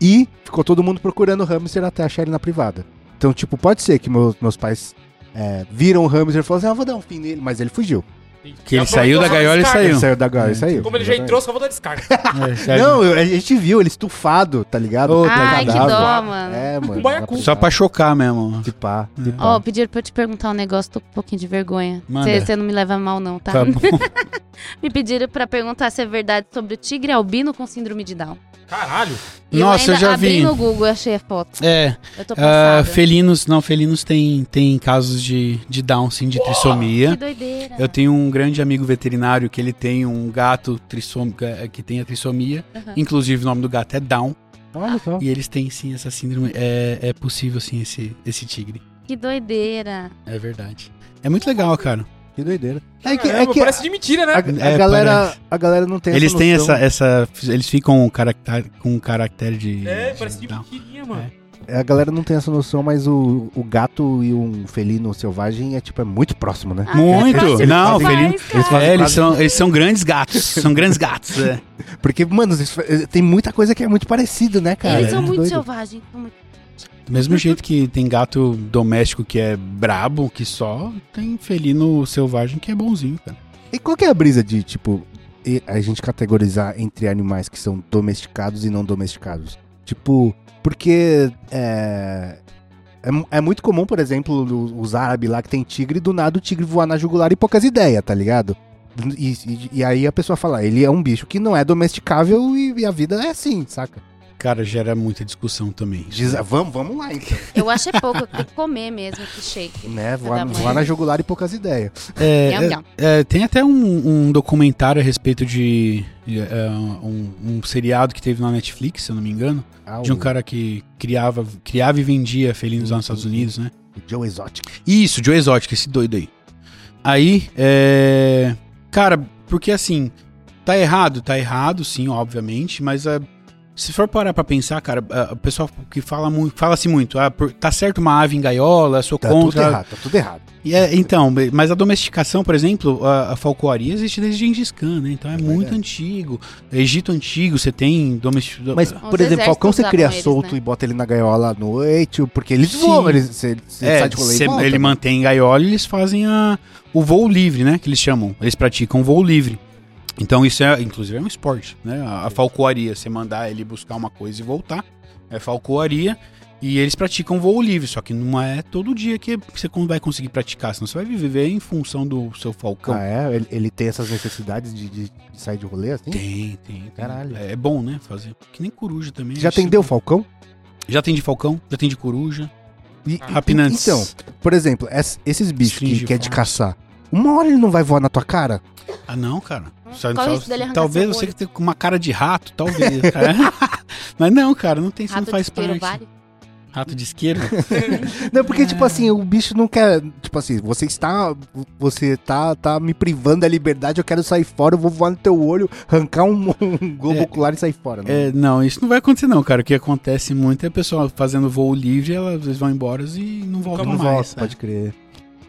[SPEAKER 1] e ficou todo mundo procurando o hamster até achar ele na privada. Então tipo pode ser que meus, meus pais é, viram o hamster e falaram assim, ah, vou dar um fim nele, mas ele fugiu.
[SPEAKER 4] Que ele saiu da gaiola e
[SPEAKER 1] Ele
[SPEAKER 4] saiu.
[SPEAKER 1] saiu da gaiola, e
[SPEAKER 4] é.
[SPEAKER 1] saiu.
[SPEAKER 2] Como ele já entrou, só vou dar descarga.
[SPEAKER 1] Não, eu- a gente viu ele estufado, tá ligado?
[SPEAKER 4] Ô,
[SPEAKER 3] Ai, que
[SPEAKER 1] Cadáver.
[SPEAKER 3] dó, mano.
[SPEAKER 1] É, mano.
[SPEAKER 2] Um baiacu.
[SPEAKER 4] Só pra chocar mesmo.
[SPEAKER 1] De pá, de pá.
[SPEAKER 3] Ó, pediram pra eu te perguntar um negócio, tô com um pouquinho de vergonha.
[SPEAKER 4] Manda.
[SPEAKER 3] Você não me leva mal, não, tá?
[SPEAKER 4] Tá bom.
[SPEAKER 3] Me pediram pra perguntar se é verdade sobre o tigre albino com síndrome de Down.
[SPEAKER 2] Caralho.
[SPEAKER 3] E
[SPEAKER 4] Nossa, eu
[SPEAKER 3] ainda
[SPEAKER 4] já
[SPEAKER 3] abri
[SPEAKER 4] vi.
[SPEAKER 3] no Google, achei a foto.
[SPEAKER 4] É,
[SPEAKER 3] Eu tô
[SPEAKER 4] Ah,
[SPEAKER 3] passada.
[SPEAKER 4] felinos, não, felinos tem, tem casos de, de Down, sim, de
[SPEAKER 3] Que
[SPEAKER 4] trissomia.
[SPEAKER 3] doideira.
[SPEAKER 4] Eu tenho um grande amigo veterinário que ele tem um gato trissom, que- que tem a trissomia.
[SPEAKER 3] Aham.
[SPEAKER 4] Inclusive o nome do gato é Down.
[SPEAKER 1] Olha só.
[SPEAKER 4] E eles têm sim essa síndrome. É, é possível sim esse, esse tigre.
[SPEAKER 3] Que doideira.
[SPEAKER 4] É verdade. É muito legal, cara.
[SPEAKER 1] Que doideira. É que, é
[SPEAKER 2] Caramba,
[SPEAKER 1] que a,
[SPEAKER 2] Parece de mentira, né?
[SPEAKER 1] a
[SPEAKER 4] É,
[SPEAKER 1] galera, a galera não tem
[SPEAKER 4] eles
[SPEAKER 1] essa
[SPEAKER 4] têm
[SPEAKER 1] noção.
[SPEAKER 4] essa, essa. Eles ficam caracter, com caractere de.
[SPEAKER 2] É,
[SPEAKER 4] de
[SPEAKER 2] parece de
[SPEAKER 4] Down. É.
[SPEAKER 2] mentirinha, mano.
[SPEAKER 1] A galera não tem essa noção, mas o, o gato e um felino selvagem é tipo, é muito próximo, né?
[SPEAKER 3] Ah,
[SPEAKER 4] Muito.
[SPEAKER 3] mas faz-
[SPEAKER 4] Não,
[SPEAKER 3] faz,
[SPEAKER 4] felino-
[SPEAKER 3] cara.
[SPEAKER 1] eles fazem-
[SPEAKER 4] É, eles são, eles são grandes gatos. São grandes gatos. é.
[SPEAKER 1] Porque, mano, isso- tem muita coisa que é muito parecido, né, cara?
[SPEAKER 3] Eles
[SPEAKER 1] É
[SPEAKER 3] são muito
[SPEAKER 1] doido.
[SPEAKER 3] selvagens. são muito-
[SPEAKER 4] Do mesmo jeito que tem gato doméstico que é brabo, que só, tem felino selvagem que é bonzinho, cara.
[SPEAKER 1] E qual que é a brisa de, tipo, e- a gente categorizar entre animais que são domesticados e não domesticados? Tipo, porque é, é, mu- é muito comum, por exemplo, o- os árabes lá que tem tigre, do nada o tigre voar na jugular e poucas ideias, tá ligado? E, e- e aí a pessoa fala, ele é um bicho que não é domesticável e, e a vida é assim, saca?
[SPEAKER 4] Cara, gera muita discussão também.
[SPEAKER 1] Diz, vamos, vamos lá, então.
[SPEAKER 3] Eu achei pouco. Eu tenho que comer mesmo que shake. um
[SPEAKER 1] né? Voar,
[SPEAKER 3] da mãe.
[SPEAKER 1] voar na jugular e poucas ideias.
[SPEAKER 4] É,
[SPEAKER 3] Nham,
[SPEAKER 4] é-
[SPEAKER 3] nham.
[SPEAKER 4] é, tem até um, um documentário a respeito de. é, um, um seriado que teve na Netflix, se eu não me engano,
[SPEAKER 1] Ah,
[SPEAKER 4] de um
[SPEAKER 1] o-
[SPEAKER 4] cara que criava, criava e vendia felinos lá nos
[SPEAKER 1] Uhum.
[SPEAKER 4] Estados Unidos, né?
[SPEAKER 1] o Joe Exotic.
[SPEAKER 4] Isso, Joe Exotic, esse doido aí. Aí, é. Cara, porque assim, tá errado, tá errado, sim, obviamente, mas é, se for parar pra pensar, cara, é, o pessoal que fala muito, fala-se muito, ah, por- tá certo uma ave em gaiola, sou
[SPEAKER 1] Tá tudo
[SPEAKER 4] contra.
[SPEAKER 1] errado, tá tudo errado.
[SPEAKER 4] E é, então, be- mas a domesticação, por exemplo, a, a falcoaria existe desde Gengis Khan, né? Então é, muito
[SPEAKER 1] verdade.
[SPEAKER 4] antigo. Egito antigo, você tem domesticação.
[SPEAKER 1] Mas, por exemplo,
[SPEAKER 3] exércitos
[SPEAKER 1] Falcão você
[SPEAKER 3] usavam
[SPEAKER 1] cria
[SPEAKER 3] eles,
[SPEAKER 1] solto
[SPEAKER 3] né?
[SPEAKER 1] e bota ele na gaiola à noite, porque eles
[SPEAKER 4] Sim. É,
[SPEAKER 1] voam, eles, você, você sai de rolê e volta. né?
[SPEAKER 4] ele mantém gaiola e eles fazem a, o voo livre, né? Que eles chamam. Eles praticam o voo livre. Então isso é, inclusive, é um esporte, né? A, a falcoaria, você mandar ele buscar uma coisa e voltar, é falcoaria. E eles praticam voo livre, só que não é todo dia que você con- vai conseguir praticar, senão você vai viver em função do seu falcão.
[SPEAKER 1] Ah, é? Ele, ele tem essas necessidades de, de- de sair de rolê, assim?
[SPEAKER 4] Tem, tem. tem.
[SPEAKER 1] Caralho.
[SPEAKER 4] É, é bom, né? Fazer. Que nem coruja também.
[SPEAKER 1] Já
[SPEAKER 4] acho
[SPEAKER 1] atendeu o Falcão?
[SPEAKER 4] que- Já tem de falcão, já tem de coruja.
[SPEAKER 1] E-
[SPEAKER 4] Rapinantes.
[SPEAKER 1] Então, por exemplo, es- esses bichos que,
[SPEAKER 4] Esfinge,
[SPEAKER 1] que é de
[SPEAKER 4] fauna.
[SPEAKER 1] caçar, uma hora ele não vai voar na tua cara?
[SPEAKER 4] Ah, não, cara.
[SPEAKER 3] Hum, qual risco dele arrancar
[SPEAKER 4] talvez
[SPEAKER 3] seu
[SPEAKER 4] você
[SPEAKER 3] olho?
[SPEAKER 4] que tem com uma cara de rato, talvez. cara. Mas não, cara, não tem, isso não
[SPEAKER 3] Rato
[SPEAKER 4] faz
[SPEAKER 3] de isqueiro
[SPEAKER 4] parte.
[SPEAKER 3] vale?
[SPEAKER 4] Rato de isqueiro?
[SPEAKER 1] Não,
[SPEAKER 4] É.
[SPEAKER 1] porque, tipo assim, o bicho não quer. Tipo assim, você está. Você tá, tá me privando da liberdade, eu quero sair fora, eu vou voar no teu olho, arrancar um, um globo
[SPEAKER 4] É.
[SPEAKER 1] ocular e sair fora. né?
[SPEAKER 4] É, não, isso não vai acontecer não, cara. O que acontece muito é a pessoa fazendo voo livre, elas às vezes vão embora e não voltam
[SPEAKER 1] não
[SPEAKER 4] mais.
[SPEAKER 1] volta,
[SPEAKER 4] né?
[SPEAKER 1] pode crer.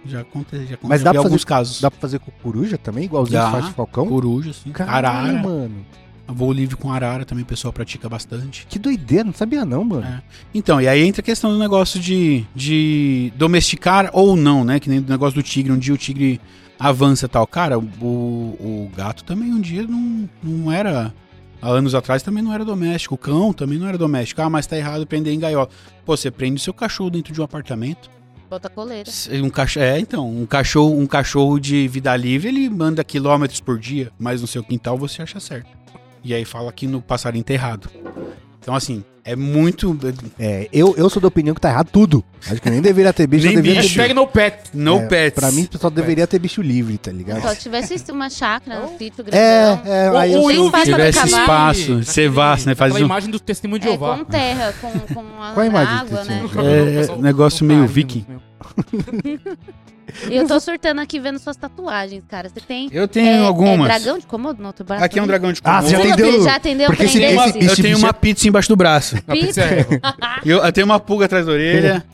[SPEAKER 4] Já acontece, já acontece.
[SPEAKER 1] Mas dá
[SPEAKER 4] Eu
[SPEAKER 1] pra
[SPEAKER 4] vi alguns casos.
[SPEAKER 1] Dá pra fazer com coruja também, igualzinho
[SPEAKER 4] Dá.
[SPEAKER 1] faz de Falcão?
[SPEAKER 4] Coruja, assim,
[SPEAKER 1] Caralho,
[SPEAKER 4] arara.
[SPEAKER 1] mano.
[SPEAKER 4] Voo livre com arara também o pessoal pratica bastante.
[SPEAKER 1] Que doideira, não sabia não, mano.
[SPEAKER 4] É. Então, e aí entra a questão do negócio de, de domesticar ou não, né? Que nem do negócio do tigre. Um dia o tigre avança e tal. Cara, o, o gato também um dia não, não era. Há anos atrás também não era doméstico. O cão também não era doméstico. Ah, mas tá errado prender em gaiola. Pô, você prende o seu cachorro dentro de um apartamento.
[SPEAKER 3] Bota coleira.
[SPEAKER 4] Se- Um cachorro, é, então. Um cachorro, um cachorro de vida livre, ele manda quilômetros por dia, mas no seu quintal você acha certo. E aí fala que no passarinho tá errado. Então, assim, é muito.
[SPEAKER 1] É, eu, eu sou da opinião que tá errado tudo. Acho que nem deveria ter bicho,
[SPEAKER 4] Nem
[SPEAKER 1] nem deveria
[SPEAKER 4] bicho.
[SPEAKER 1] ter
[SPEAKER 2] Hashtag no pet.
[SPEAKER 4] No
[SPEAKER 1] É,
[SPEAKER 4] pets.
[SPEAKER 1] Pra mim, só deveria ter bicho livre, tá
[SPEAKER 3] Só tipo
[SPEAKER 1] ligado?
[SPEAKER 3] Então, tivesse uma chácara, um sítio grandão.
[SPEAKER 1] É, é, aí eu
[SPEAKER 3] Ou-
[SPEAKER 1] sou...
[SPEAKER 3] ou- faz
[SPEAKER 4] Se
[SPEAKER 3] pra
[SPEAKER 4] tivesse
[SPEAKER 3] acabar.
[SPEAKER 4] espaço, você vá, né? Faz
[SPEAKER 2] a
[SPEAKER 4] um.
[SPEAKER 2] imagem do testemunho de
[SPEAKER 3] É,
[SPEAKER 2] Jeová.
[SPEAKER 3] com terra, com, com a
[SPEAKER 1] Qual a imagem
[SPEAKER 3] água,
[SPEAKER 1] que
[SPEAKER 3] né?
[SPEAKER 1] tinha?
[SPEAKER 4] É, é, negócio
[SPEAKER 2] né,
[SPEAKER 4] meio viking.
[SPEAKER 3] E eu tô surtando aqui vendo suas tatuagens, cara. Você tem.
[SPEAKER 4] Eu tenho
[SPEAKER 3] é,
[SPEAKER 4] algumas.
[SPEAKER 3] É dragão de comodo no outro braço?
[SPEAKER 4] Aqui é um
[SPEAKER 3] também?
[SPEAKER 4] dragão de
[SPEAKER 1] Ah,
[SPEAKER 4] Komodo.
[SPEAKER 1] você
[SPEAKER 3] Você
[SPEAKER 1] Já
[SPEAKER 3] não
[SPEAKER 1] atendeu-
[SPEAKER 3] pre- já atendeu
[SPEAKER 1] porque esse-
[SPEAKER 4] Eu tenho
[SPEAKER 3] prender
[SPEAKER 4] uma-
[SPEAKER 1] esse-
[SPEAKER 4] Eu tenho uma pizza embaixo do braço.
[SPEAKER 2] A pizza é-
[SPEAKER 4] Eu, eu tenho uma pulga atrás da orelha.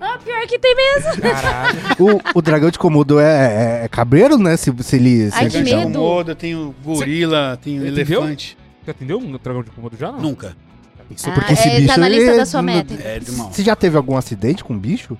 [SPEAKER 3] Ah, pior que tem mesmo.
[SPEAKER 2] Caralho.
[SPEAKER 1] o, o dragão de Komodo é, é- é cabreiro, né? Se, se ele... Se
[SPEAKER 3] Ai,
[SPEAKER 1] ele
[SPEAKER 3] que
[SPEAKER 4] dragão É de
[SPEAKER 1] ficar-
[SPEAKER 3] medo.
[SPEAKER 4] Komodo, eu tenho gorila, tenho
[SPEAKER 2] Entendeu?
[SPEAKER 4] elefante.
[SPEAKER 2] Você atendeu um dragão de Komodo já? Não.
[SPEAKER 4] Nunca.
[SPEAKER 1] Isso porque esse
[SPEAKER 3] é,
[SPEAKER 1] bicho...
[SPEAKER 3] tá na lista
[SPEAKER 1] ele-
[SPEAKER 3] da sua meta.
[SPEAKER 4] É, irmão.
[SPEAKER 1] Você já teve algum acidente com bicho?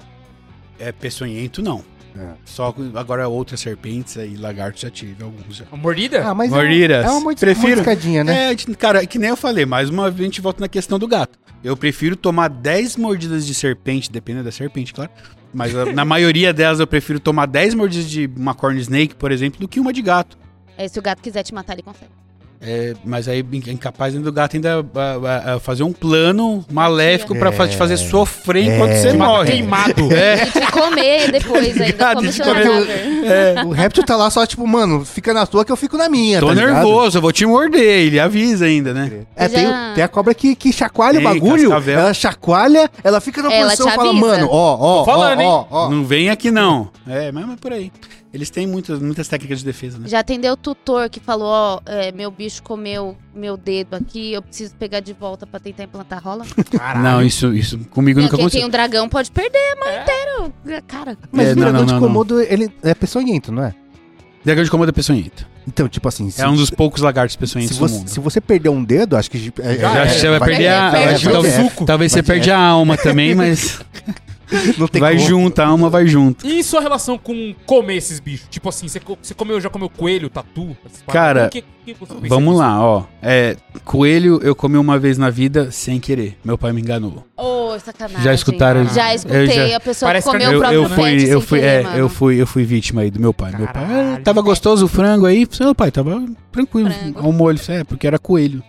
[SPEAKER 4] É peçonhento, não.
[SPEAKER 1] É.
[SPEAKER 4] Só com- agora outras serpentes e lagartos já tive alguns já.
[SPEAKER 2] Uma mordida?
[SPEAKER 1] Ah, mas é um-
[SPEAKER 4] Mordidas.
[SPEAKER 1] é uma modi-
[SPEAKER 4] Prefiro.
[SPEAKER 1] modificadinha, né?
[SPEAKER 4] É, a gente- cara, que nem eu falei, mais uma vez a gente volta na questão do gato. Eu prefiro tomar 10 mordidas de serpente, dependendo da serpente, claro. Mas a- na maioria delas eu prefiro tomar 10 mordidas de uma corn snake, por exemplo, do que uma de gato.
[SPEAKER 3] É, se o gato quiser te matar, ele consegue.
[SPEAKER 4] É, mas aí in- é incapaz ainda do gato ainda a- a- a fazer um plano maléfico pra fa- te fazer sofrer enquanto
[SPEAKER 1] É.
[SPEAKER 4] você
[SPEAKER 1] Te matar
[SPEAKER 4] morre.
[SPEAKER 2] Queimado.
[SPEAKER 4] É,
[SPEAKER 3] E te comer depois ainda.
[SPEAKER 4] Gato
[SPEAKER 3] Come
[SPEAKER 4] de
[SPEAKER 3] seu
[SPEAKER 4] comer.
[SPEAKER 3] cadáver.
[SPEAKER 1] O réptil tá lá só tipo, mano, fica na tua que eu fico na minha,
[SPEAKER 4] é. tô
[SPEAKER 1] tá ligado?
[SPEAKER 4] nervoso, eu vou te morder, ele avisa ainda, né?
[SPEAKER 1] É,
[SPEAKER 3] Já-
[SPEAKER 1] tem, o- tem a cobra que, que chacoalha o
[SPEAKER 4] Tem,
[SPEAKER 1] bagulho,
[SPEAKER 4] cascavel.
[SPEAKER 1] ela chacoalha, ela fica na
[SPEAKER 3] Ela
[SPEAKER 1] posição e
[SPEAKER 3] te
[SPEAKER 1] fala,
[SPEAKER 3] avisa.
[SPEAKER 1] mano, ó, ó,
[SPEAKER 2] Tô falando,
[SPEAKER 1] ó, ó, ó.
[SPEAKER 4] Não vem aqui não. É, mas mas por aí. Eles têm muitas, muitas técnicas de defesa, né?
[SPEAKER 3] Já atendeu o tutor que falou, ó, é, meu bicho comeu meu dedo aqui, eu preciso pegar de volta pra tentar implantar rola?
[SPEAKER 4] Tá Ah, Não, isso, isso comigo
[SPEAKER 3] Não,
[SPEAKER 4] nunca
[SPEAKER 3] quem tem
[SPEAKER 4] aconteceu.
[SPEAKER 3] um dragão pode perder a mão inteira. Cara,
[SPEAKER 1] Mas
[SPEAKER 4] É,
[SPEAKER 1] o
[SPEAKER 4] não,
[SPEAKER 1] dragão
[SPEAKER 4] não,
[SPEAKER 1] de
[SPEAKER 4] não,
[SPEAKER 1] Komodo, ele é peçonhento, não é?
[SPEAKER 4] Dragão de Komodo é peçonhento.
[SPEAKER 1] Então, tipo assim, se,
[SPEAKER 4] É um dos poucos lagartos peçonhentos
[SPEAKER 1] se,
[SPEAKER 4] do
[SPEAKER 1] você,
[SPEAKER 4] mundo.
[SPEAKER 1] se você perder um dedo, acho que... é-
[SPEAKER 2] Já
[SPEAKER 1] é-
[SPEAKER 4] Já, você vai, um
[SPEAKER 3] vai-
[SPEAKER 4] perder a...
[SPEAKER 3] vai-
[SPEAKER 4] acho que
[SPEAKER 1] vai- é,
[SPEAKER 4] talvez
[SPEAKER 1] vai-
[SPEAKER 2] suco.
[SPEAKER 4] talvez você
[SPEAKER 1] vai-
[SPEAKER 4] perde a alma também, mas
[SPEAKER 1] Não tem
[SPEAKER 4] vai
[SPEAKER 1] como.
[SPEAKER 4] junto, a alma vai junto.
[SPEAKER 2] E sua relação com comer esses bichos? Tipo assim, você, co- você comeu, já comeu coelho, tatu? essas paradas?
[SPEAKER 4] Cara,
[SPEAKER 2] O que- o que você pensa
[SPEAKER 4] Vamos
[SPEAKER 2] disso?
[SPEAKER 4] lá, ó. É, coelho eu comi uma vez na vida sem querer. Meu pai me enganou.
[SPEAKER 3] ô, sacanagem.
[SPEAKER 4] Já escutaram-
[SPEAKER 3] Já escutei
[SPEAKER 4] já-
[SPEAKER 3] a pessoa
[SPEAKER 2] Parece
[SPEAKER 3] que comeu
[SPEAKER 2] que
[SPEAKER 3] o
[SPEAKER 4] Eu,
[SPEAKER 3] próprio
[SPEAKER 4] eu fui,
[SPEAKER 3] dente
[SPEAKER 4] eu
[SPEAKER 3] sem
[SPEAKER 4] fui,
[SPEAKER 3] querer,
[SPEAKER 4] é,
[SPEAKER 3] mano.
[SPEAKER 4] eu fui, eu fui vítima aí do meu pai. Meu pai
[SPEAKER 2] Caralho.
[SPEAKER 4] "Ah, tava gostoso o frango aí, falei, meu pai tava tranquilo,
[SPEAKER 3] Frango.
[SPEAKER 4] ao molho, é, porque era coelho.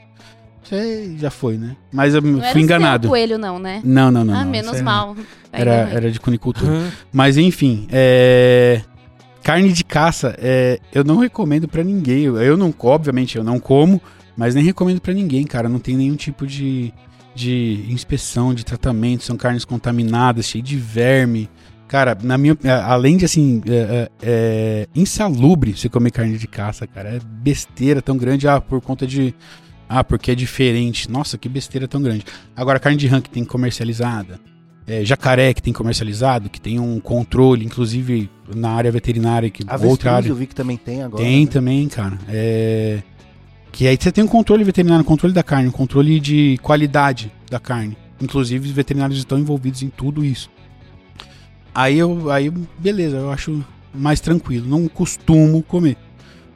[SPEAKER 4] Isso aí já foi, né? Mas eu
[SPEAKER 3] Não era
[SPEAKER 4] fui
[SPEAKER 3] seu
[SPEAKER 4] enganado.
[SPEAKER 3] coelho, não, né?
[SPEAKER 4] Não, não, não.
[SPEAKER 3] ah,
[SPEAKER 4] não,
[SPEAKER 3] menos
[SPEAKER 4] isso aí
[SPEAKER 3] mal.
[SPEAKER 4] Era,
[SPEAKER 3] Ainda bem.
[SPEAKER 4] era de cunicultura.
[SPEAKER 2] Hã?
[SPEAKER 4] Mas enfim, é, carne de caça, é, eu não recomendo pra ninguém. Eu, eu não, obviamente, eu não como, mas nem recomendo pra ninguém, cara. Não tem nenhum tipo de, de inspeção, de tratamento. São carnes contaminadas, cheias de verme. Cara, na minha, é, além de assim, é, é, é insalubre você comer carne de caça, cara. É besteira tão grande, ah, por conta de ah, porque é diferente. Nossa, que besteira tão grande. Agora, carne de rã que tem comercializada, é, jacaré que tem comercializado, que tem um controle, inclusive na área veterinária, que outra
[SPEAKER 1] Avestruz
[SPEAKER 4] área.
[SPEAKER 1] eu vi que um também tem agora.
[SPEAKER 4] Tem
[SPEAKER 1] né?
[SPEAKER 4] também, cara. É, Que aí você tem um controle veterinário, um controle da carne, um controle de qualidade da carne. Inclusive, os veterinários estão envolvidos em tudo isso. Aí eu. Aí, beleza, eu acho mais tranquilo. Não costumo comer.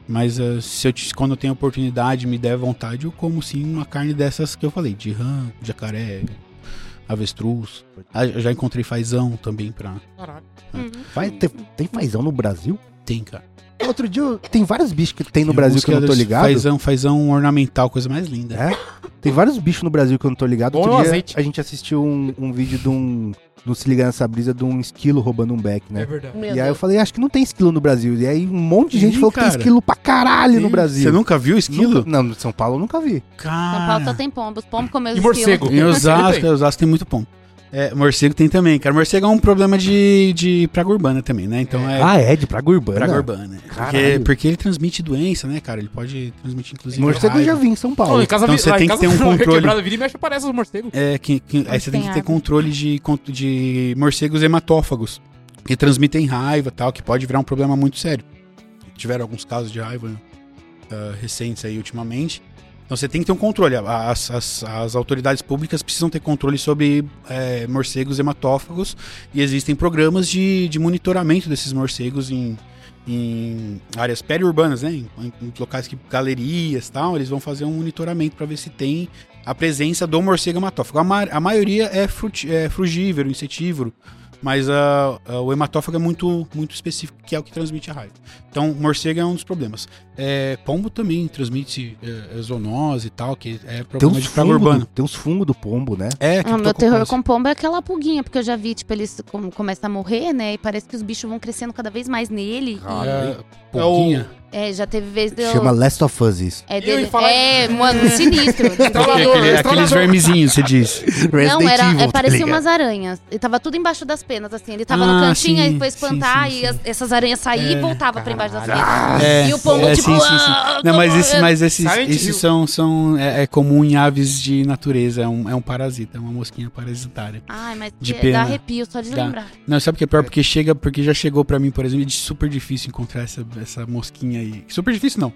[SPEAKER 4] Mas eh, se eu te- quando eu tenho oportunidade, me der vontade, eu como sim uma carne dessas que eu falei, de rã, jacaré, avestruz. Ah, Eu já encontrei fazão também pra.
[SPEAKER 2] Caralho.
[SPEAKER 3] Uhum.
[SPEAKER 1] Vai ter- tem fazão no Brasil?
[SPEAKER 4] Tem, cara.
[SPEAKER 1] Outro dia, eu- tem vários bichos que tem no
[SPEAKER 4] Tem
[SPEAKER 1] Brasil
[SPEAKER 4] alguns
[SPEAKER 1] que eu não tô
[SPEAKER 4] eles-
[SPEAKER 1] ligado.
[SPEAKER 4] Fazão, fazão ornamental, coisa mais linda.
[SPEAKER 1] É? Tem vários bichos no Brasil que eu não tô ligado.
[SPEAKER 2] Bom
[SPEAKER 1] Outro
[SPEAKER 4] um
[SPEAKER 2] é o
[SPEAKER 1] dia,
[SPEAKER 2] azeite.
[SPEAKER 1] a gente assistiu um, um vídeo de um. Não se liga nessa brisa de um esquilo roubando um beck,
[SPEAKER 2] É
[SPEAKER 1] né?
[SPEAKER 2] verdade.
[SPEAKER 3] Meu
[SPEAKER 1] e aí eu
[SPEAKER 3] Deus.
[SPEAKER 1] falei, acho que não tem esquilo no Brasil. E aí um monte de
[SPEAKER 4] Ih,
[SPEAKER 1] gente falou que tem
[SPEAKER 4] cara.
[SPEAKER 1] esquilo pra caralho no Brasil.
[SPEAKER 4] Você nunca viu esquilo?
[SPEAKER 1] Nunca- Não, no São Paulo eu nunca vi.
[SPEAKER 3] São Paulo tá só
[SPEAKER 4] Cara.
[SPEAKER 3] tem pombo. Os pombos comeu
[SPEAKER 2] E
[SPEAKER 3] os
[SPEAKER 2] morcego?
[SPEAKER 4] Em
[SPEAKER 2] Morcego
[SPEAKER 4] Osasco,
[SPEAKER 2] tem.
[SPEAKER 4] é, Osasco tem muito pão. É, morcego tem também, cara. Morcego é um problema de, de praga urbana também, né? Então é,
[SPEAKER 1] Ah, é, de Praga Urbana.
[SPEAKER 4] praga urbana. né? Porque,
[SPEAKER 1] Caralho.
[SPEAKER 4] porque ele transmite doença, né, cara? Ele pode transmitir, inclusive.
[SPEAKER 1] Morcego eu
[SPEAKER 4] raiva.
[SPEAKER 1] já vi em São
[SPEAKER 2] Não,
[SPEAKER 1] Paulo.
[SPEAKER 2] em casa,
[SPEAKER 4] Então
[SPEAKER 2] vi-
[SPEAKER 4] você
[SPEAKER 2] lá em
[SPEAKER 4] tem que
[SPEAKER 2] casa
[SPEAKER 4] ter um
[SPEAKER 2] na
[SPEAKER 4] controle.
[SPEAKER 2] quebrada vira e mexe aparece os morcegos.
[SPEAKER 4] É, que, que- aí você tem que ter
[SPEAKER 3] Tem
[SPEAKER 4] controle de, con- de morcegos hematófagos, que transmitem raiva e tal, que pode virar um problema muito sério. Tiveram alguns casos de raiva ah, recentes aí ultimamente. Então você tem que ter um controle. A- As, as- as autoridades públicas precisam ter controle sobre eh, morcegos hematófagos e existem programas de, de monitoramento desses morcegos em, em áreas periurbanas, né? Em, em- em locais que galerias e tal, eles vão fazer um monitoramento para ver se tem a presença do morcego hematófago. A, ma- a maioria é, fruti- é frugívoro, insetívoro, mas ah, ah, o hematófago é muito, muito específico, que é o que transmite a raiva. Então, morcego é um dos problemas. É, pombo também transmite é, é, zoonose e tal, que é
[SPEAKER 1] Tem
[SPEAKER 4] problema
[SPEAKER 1] uns,
[SPEAKER 4] de praga
[SPEAKER 1] fungo, do-
[SPEAKER 4] urbana.
[SPEAKER 1] tem uns fungo do pombo, né?
[SPEAKER 4] É,
[SPEAKER 3] Ah, meu terror
[SPEAKER 4] criptococcus.
[SPEAKER 3] com pombo é aquela pulguinha, porque eu já vi, tipo, eles como, começam a morrer, né? E parece que os bichos vão crescendo cada vez mais nele.
[SPEAKER 1] Caralho.
[SPEAKER 4] É, pouquinho.
[SPEAKER 3] E, é, já teve vez de eu...
[SPEAKER 1] Chama Last of Us isso.
[SPEAKER 3] É,
[SPEAKER 2] Eu
[SPEAKER 3] dele...
[SPEAKER 2] ia falar-
[SPEAKER 3] é, mano, sinistro. Tipo, assim,
[SPEAKER 4] Aquele-
[SPEAKER 2] Estralador,
[SPEAKER 4] aquele-
[SPEAKER 2] estralador.
[SPEAKER 4] é aqueles vermezinhos, você diz.
[SPEAKER 1] Resident
[SPEAKER 3] Não, era,
[SPEAKER 1] Evil,
[SPEAKER 3] é,
[SPEAKER 1] tá
[SPEAKER 3] parecia
[SPEAKER 1] ligado?
[SPEAKER 3] umas aranhas. E tava tudo embaixo das penas, assim. Ele tava
[SPEAKER 4] Ah,
[SPEAKER 3] no cantinho,
[SPEAKER 4] sim,
[SPEAKER 3] aí foi
[SPEAKER 4] sim,
[SPEAKER 3] espantar,
[SPEAKER 4] sim,
[SPEAKER 3] e as- essas aranhas saíam
[SPEAKER 4] É,
[SPEAKER 3] e voltavam pra embaixo das penas.
[SPEAKER 4] É,
[SPEAKER 3] e o pombo,
[SPEAKER 4] é,
[SPEAKER 3] tipo...
[SPEAKER 4] sim, sim, sim.
[SPEAKER 3] "Ah,
[SPEAKER 4] Não,
[SPEAKER 3] tô
[SPEAKER 4] mas, esse,
[SPEAKER 3] morrendo."
[SPEAKER 4] mas esses,
[SPEAKER 2] Silent Hill.
[SPEAKER 4] esses são, são é, é comum em aves de natureza, é um, é um parasita, é uma mosquinha parasitária.
[SPEAKER 3] Ai, mas
[SPEAKER 4] De
[SPEAKER 3] dá
[SPEAKER 4] pena.
[SPEAKER 3] arrepio só de
[SPEAKER 4] Dá.
[SPEAKER 3] lembrar.
[SPEAKER 4] Não, sabe o que é pior? Porque chega, porque já chegou pra mim, por exemplo, é super difícil encontrar essa, essa mosquinha aí. Super difícil não.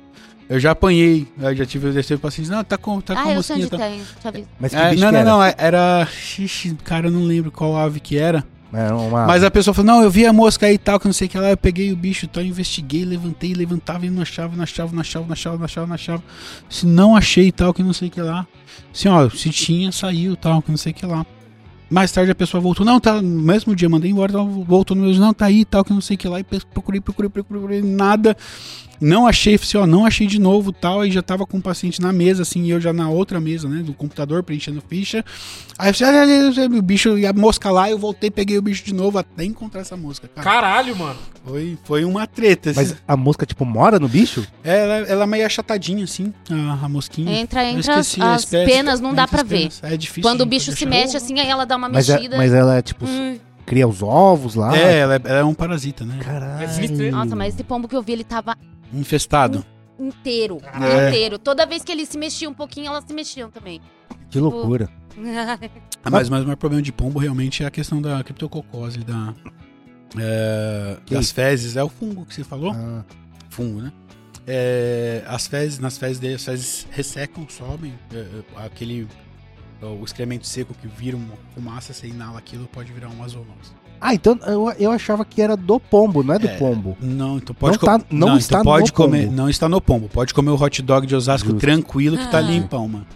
[SPEAKER 4] Eu já apanhei, eu já tive, já tive pacientes, não, tá com, tá com
[SPEAKER 3] ah,
[SPEAKER 4] a
[SPEAKER 3] eu sei
[SPEAKER 4] mosquinha.
[SPEAKER 3] onde
[SPEAKER 4] e tal.
[SPEAKER 3] tem, já vi.
[SPEAKER 1] Mas que
[SPEAKER 4] É,
[SPEAKER 1] bicho
[SPEAKER 4] não,
[SPEAKER 1] que
[SPEAKER 4] não,
[SPEAKER 1] era?
[SPEAKER 4] não, era. Xixi, cara, eu não lembro qual ave que era.
[SPEAKER 1] Era É, uma...
[SPEAKER 4] Mas a pessoa falou: não, eu vi a mosca aí e tal, que não sei o que lá, eu peguei o bicho e tal, investiguei, levantei, levantava e não achava, não achava, não achava, não achava, não achava, não achava. Se não achei e tal, que não sei o que lá. Assim, ó, se tinha, saiu e tal, que não sei o que lá. Mais tarde a pessoa voltou, não, tá, no mesmo dia, mandei embora, ela voltou no mesmo, não, tá aí e tal, que não sei o que lá, e pe- procurei, procurei, procurei, procurei, nada. Não achei, falei assim, ó, não achei de novo tal, aí já tava com o paciente na mesa, assim, e eu já na outra mesa, né, do computador, preenchendo ficha. Aí eu falei, "Ah, olha, olha, olha, o bicho, e a mosca lá, eu voltei, peguei o bicho de novo até encontrar essa mosca, cara.
[SPEAKER 2] Caralho, mano.
[SPEAKER 4] Foi, foi uma treta.
[SPEAKER 1] Mas
[SPEAKER 4] Mas...
[SPEAKER 1] a mosca, tipo, mora no bicho?
[SPEAKER 4] Ela, ela é meio achatadinha, assim, a, a mosquinha.
[SPEAKER 3] Entra,
[SPEAKER 4] Eu
[SPEAKER 3] entra as,
[SPEAKER 4] esqueci a
[SPEAKER 3] as
[SPEAKER 4] espécie,
[SPEAKER 3] penas, não
[SPEAKER 4] entra
[SPEAKER 3] dá
[SPEAKER 4] as
[SPEAKER 3] pra ver.
[SPEAKER 4] penas. É difícil.
[SPEAKER 3] Quando o
[SPEAKER 4] de
[SPEAKER 3] bicho se
[SPEAKER 4] deixar.
[SPEAKER 3] mexe assim, aí ela dá uma
[SPEAKER 1] Mas, é-
[SPEAKER 3] mexida.
[SPEAKER 1] mas ela é, tipo,
[SPEAKER 3] Hum,
[SPEAKER 1] cria os ovos lá.
[SPEAKER 4] É, ela é, ela é um parasita, né?
[SPEAKER 1] Caralho.
[SPEAKER 2] É sinistro.
[SPEAKER 3] Nossa, mas esse pombo que eu vi, ele tava
[SPEAKER 4] Infestado.
[SPEAKER 3] inteiro.
[SPEAKER 4] É.
[SPEAKER 3] Inteiro. Toda vez que ele se mexia um pouquinho, elas se mexiam também. tipo,
[SPEAKER 1] Que loucura.
[SPEAKER 4] Ah, mas, mas o maior problema de pombo realmente é a questão da criptococose, da, é,
[SPEAKER 1] Que
[SPEAKER 4] das
[SPEAKER 1] isso?
[SPEAKER 4] fezes. É o fungo que você falou?
[SPEAKER 1] Ah,
[SPEAKER 4] Fungo, né? É, as fezes, nas fezes dele, as fezes ressecam, sobem. é, é, aquele. é, O excremento seco que vira uma fumaça, você inala aquilo, pode virar um uma zoonose.
[SPEAKER 1] Ah, então eu, eu achava que era do pombo, não é do
[SPEAKER 4] É.
[SPEAKER 1] pombo.
[SPEAKER 4] Não, então pode
[SPEAKER 1] Não
[SPEAKER 4] co-
[SPEAKER 1] tá- não está no
[SPEAKER 4] pode comer,
[SPEAKER 1] pombo.
[SPEAKER 4] Não está no pombo. Pode comer o hot dog de Osasco
[SPEAKER 1] Justo.
[SPEAKER 4] tranquilo que tá
[SPEAKER 3] Ah.
[SPEAKER 4] limpão, mano.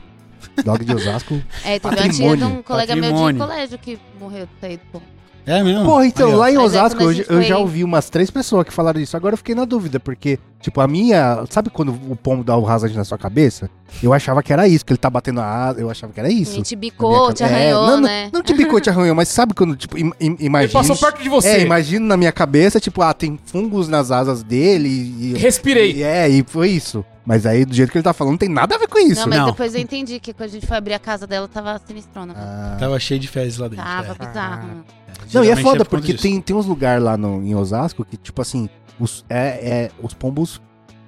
[SPEAKER 1] Dog de Osasco.
[SPEAKER 3] É, teve uma tia de um
[SPEAKER 1] Patrimônio,
[SPEAKER 3] colega meu de
[SPEAKER 4] patrimônio.
[SPEAKER 3] colégio que morreu tá de sair do pombo.
[SPEAKER 4] É mesmo?
[SPEAKER 1] Porra, então
[SPEAKER 4] Aí, ó.
[SPEAKER 1] lá em
[SPEAKER 3] Mas é
[SPEAKER 1] Osasco
[SPEAKER 3] quando
[SPEAKER 1] eu,
[SPEAKER 3] a gente
[SPEAKER 1] eu já
[SPEAKER 3] foi-
[SPEAKER 1] ouvi umas três pessoas que falaram isso. Agora eu fiquei na dúvida, porque, tipo, a minha. Sabe quando o pombo dá o rasante na sua cabeça? Eu achava que era isso, que ele tá batendo a asa. Eu achava que era
[SPEAKER 3] A
[SPEAKER 1] isso.
[SPEAKER 3] gente
[SPEAKER 1] Na minha
[SPEAKER 3] bicou, te
[SPEAKER 1] cabeça. É,
[SPEAKER 3] arranhou,
[SPEAKER 1] não, não,
[SPEAKER 3] né?
[SPEAKER 1] Não te picou, te arranhou, mas sabe quando, tipo, im, im-
[SPEAKER 2] Ele
[SPEAKER 1] imagina.
[SPEAKER 2] passou perto de você.
[SPEAKER 1] É, imagino na minha cabeça, tipo, ah, tem fungos nas asas dele e. e-
[SPEAKER 2] Respirei.
[SPEAKER 1] e- É, e foi isso. Mas aí, do jeito que ele tá falando, não tem nada a ver com isso. né?
[SPEAKER 3] não, mas
[SPEAKER 4] não.
[SPEAKER 3] depois eu entendi que quando a gente foi abrir a casa dela, tava sinistrona.
[SPEAKER 1] Ah.
[SPEAKER 4] Tava cheio de fezes lá dentro.
[SPEAKER 3] tava
[SPEAKER 4] é.
[SPEAKER 3] bizarro. mano.
[SPEAKER 1] Não, e é
[SPEAKER 4] Geralmente
[SPEAKER 1] foda,
[SPEAKER 4] por conta
[SPEAKER 1] porque
[SPEAKER 4] disso.
[SPEAKER 1] tem, tem uns lugares lá no, em Osasco que, tipo assim, os, é, é, os pombos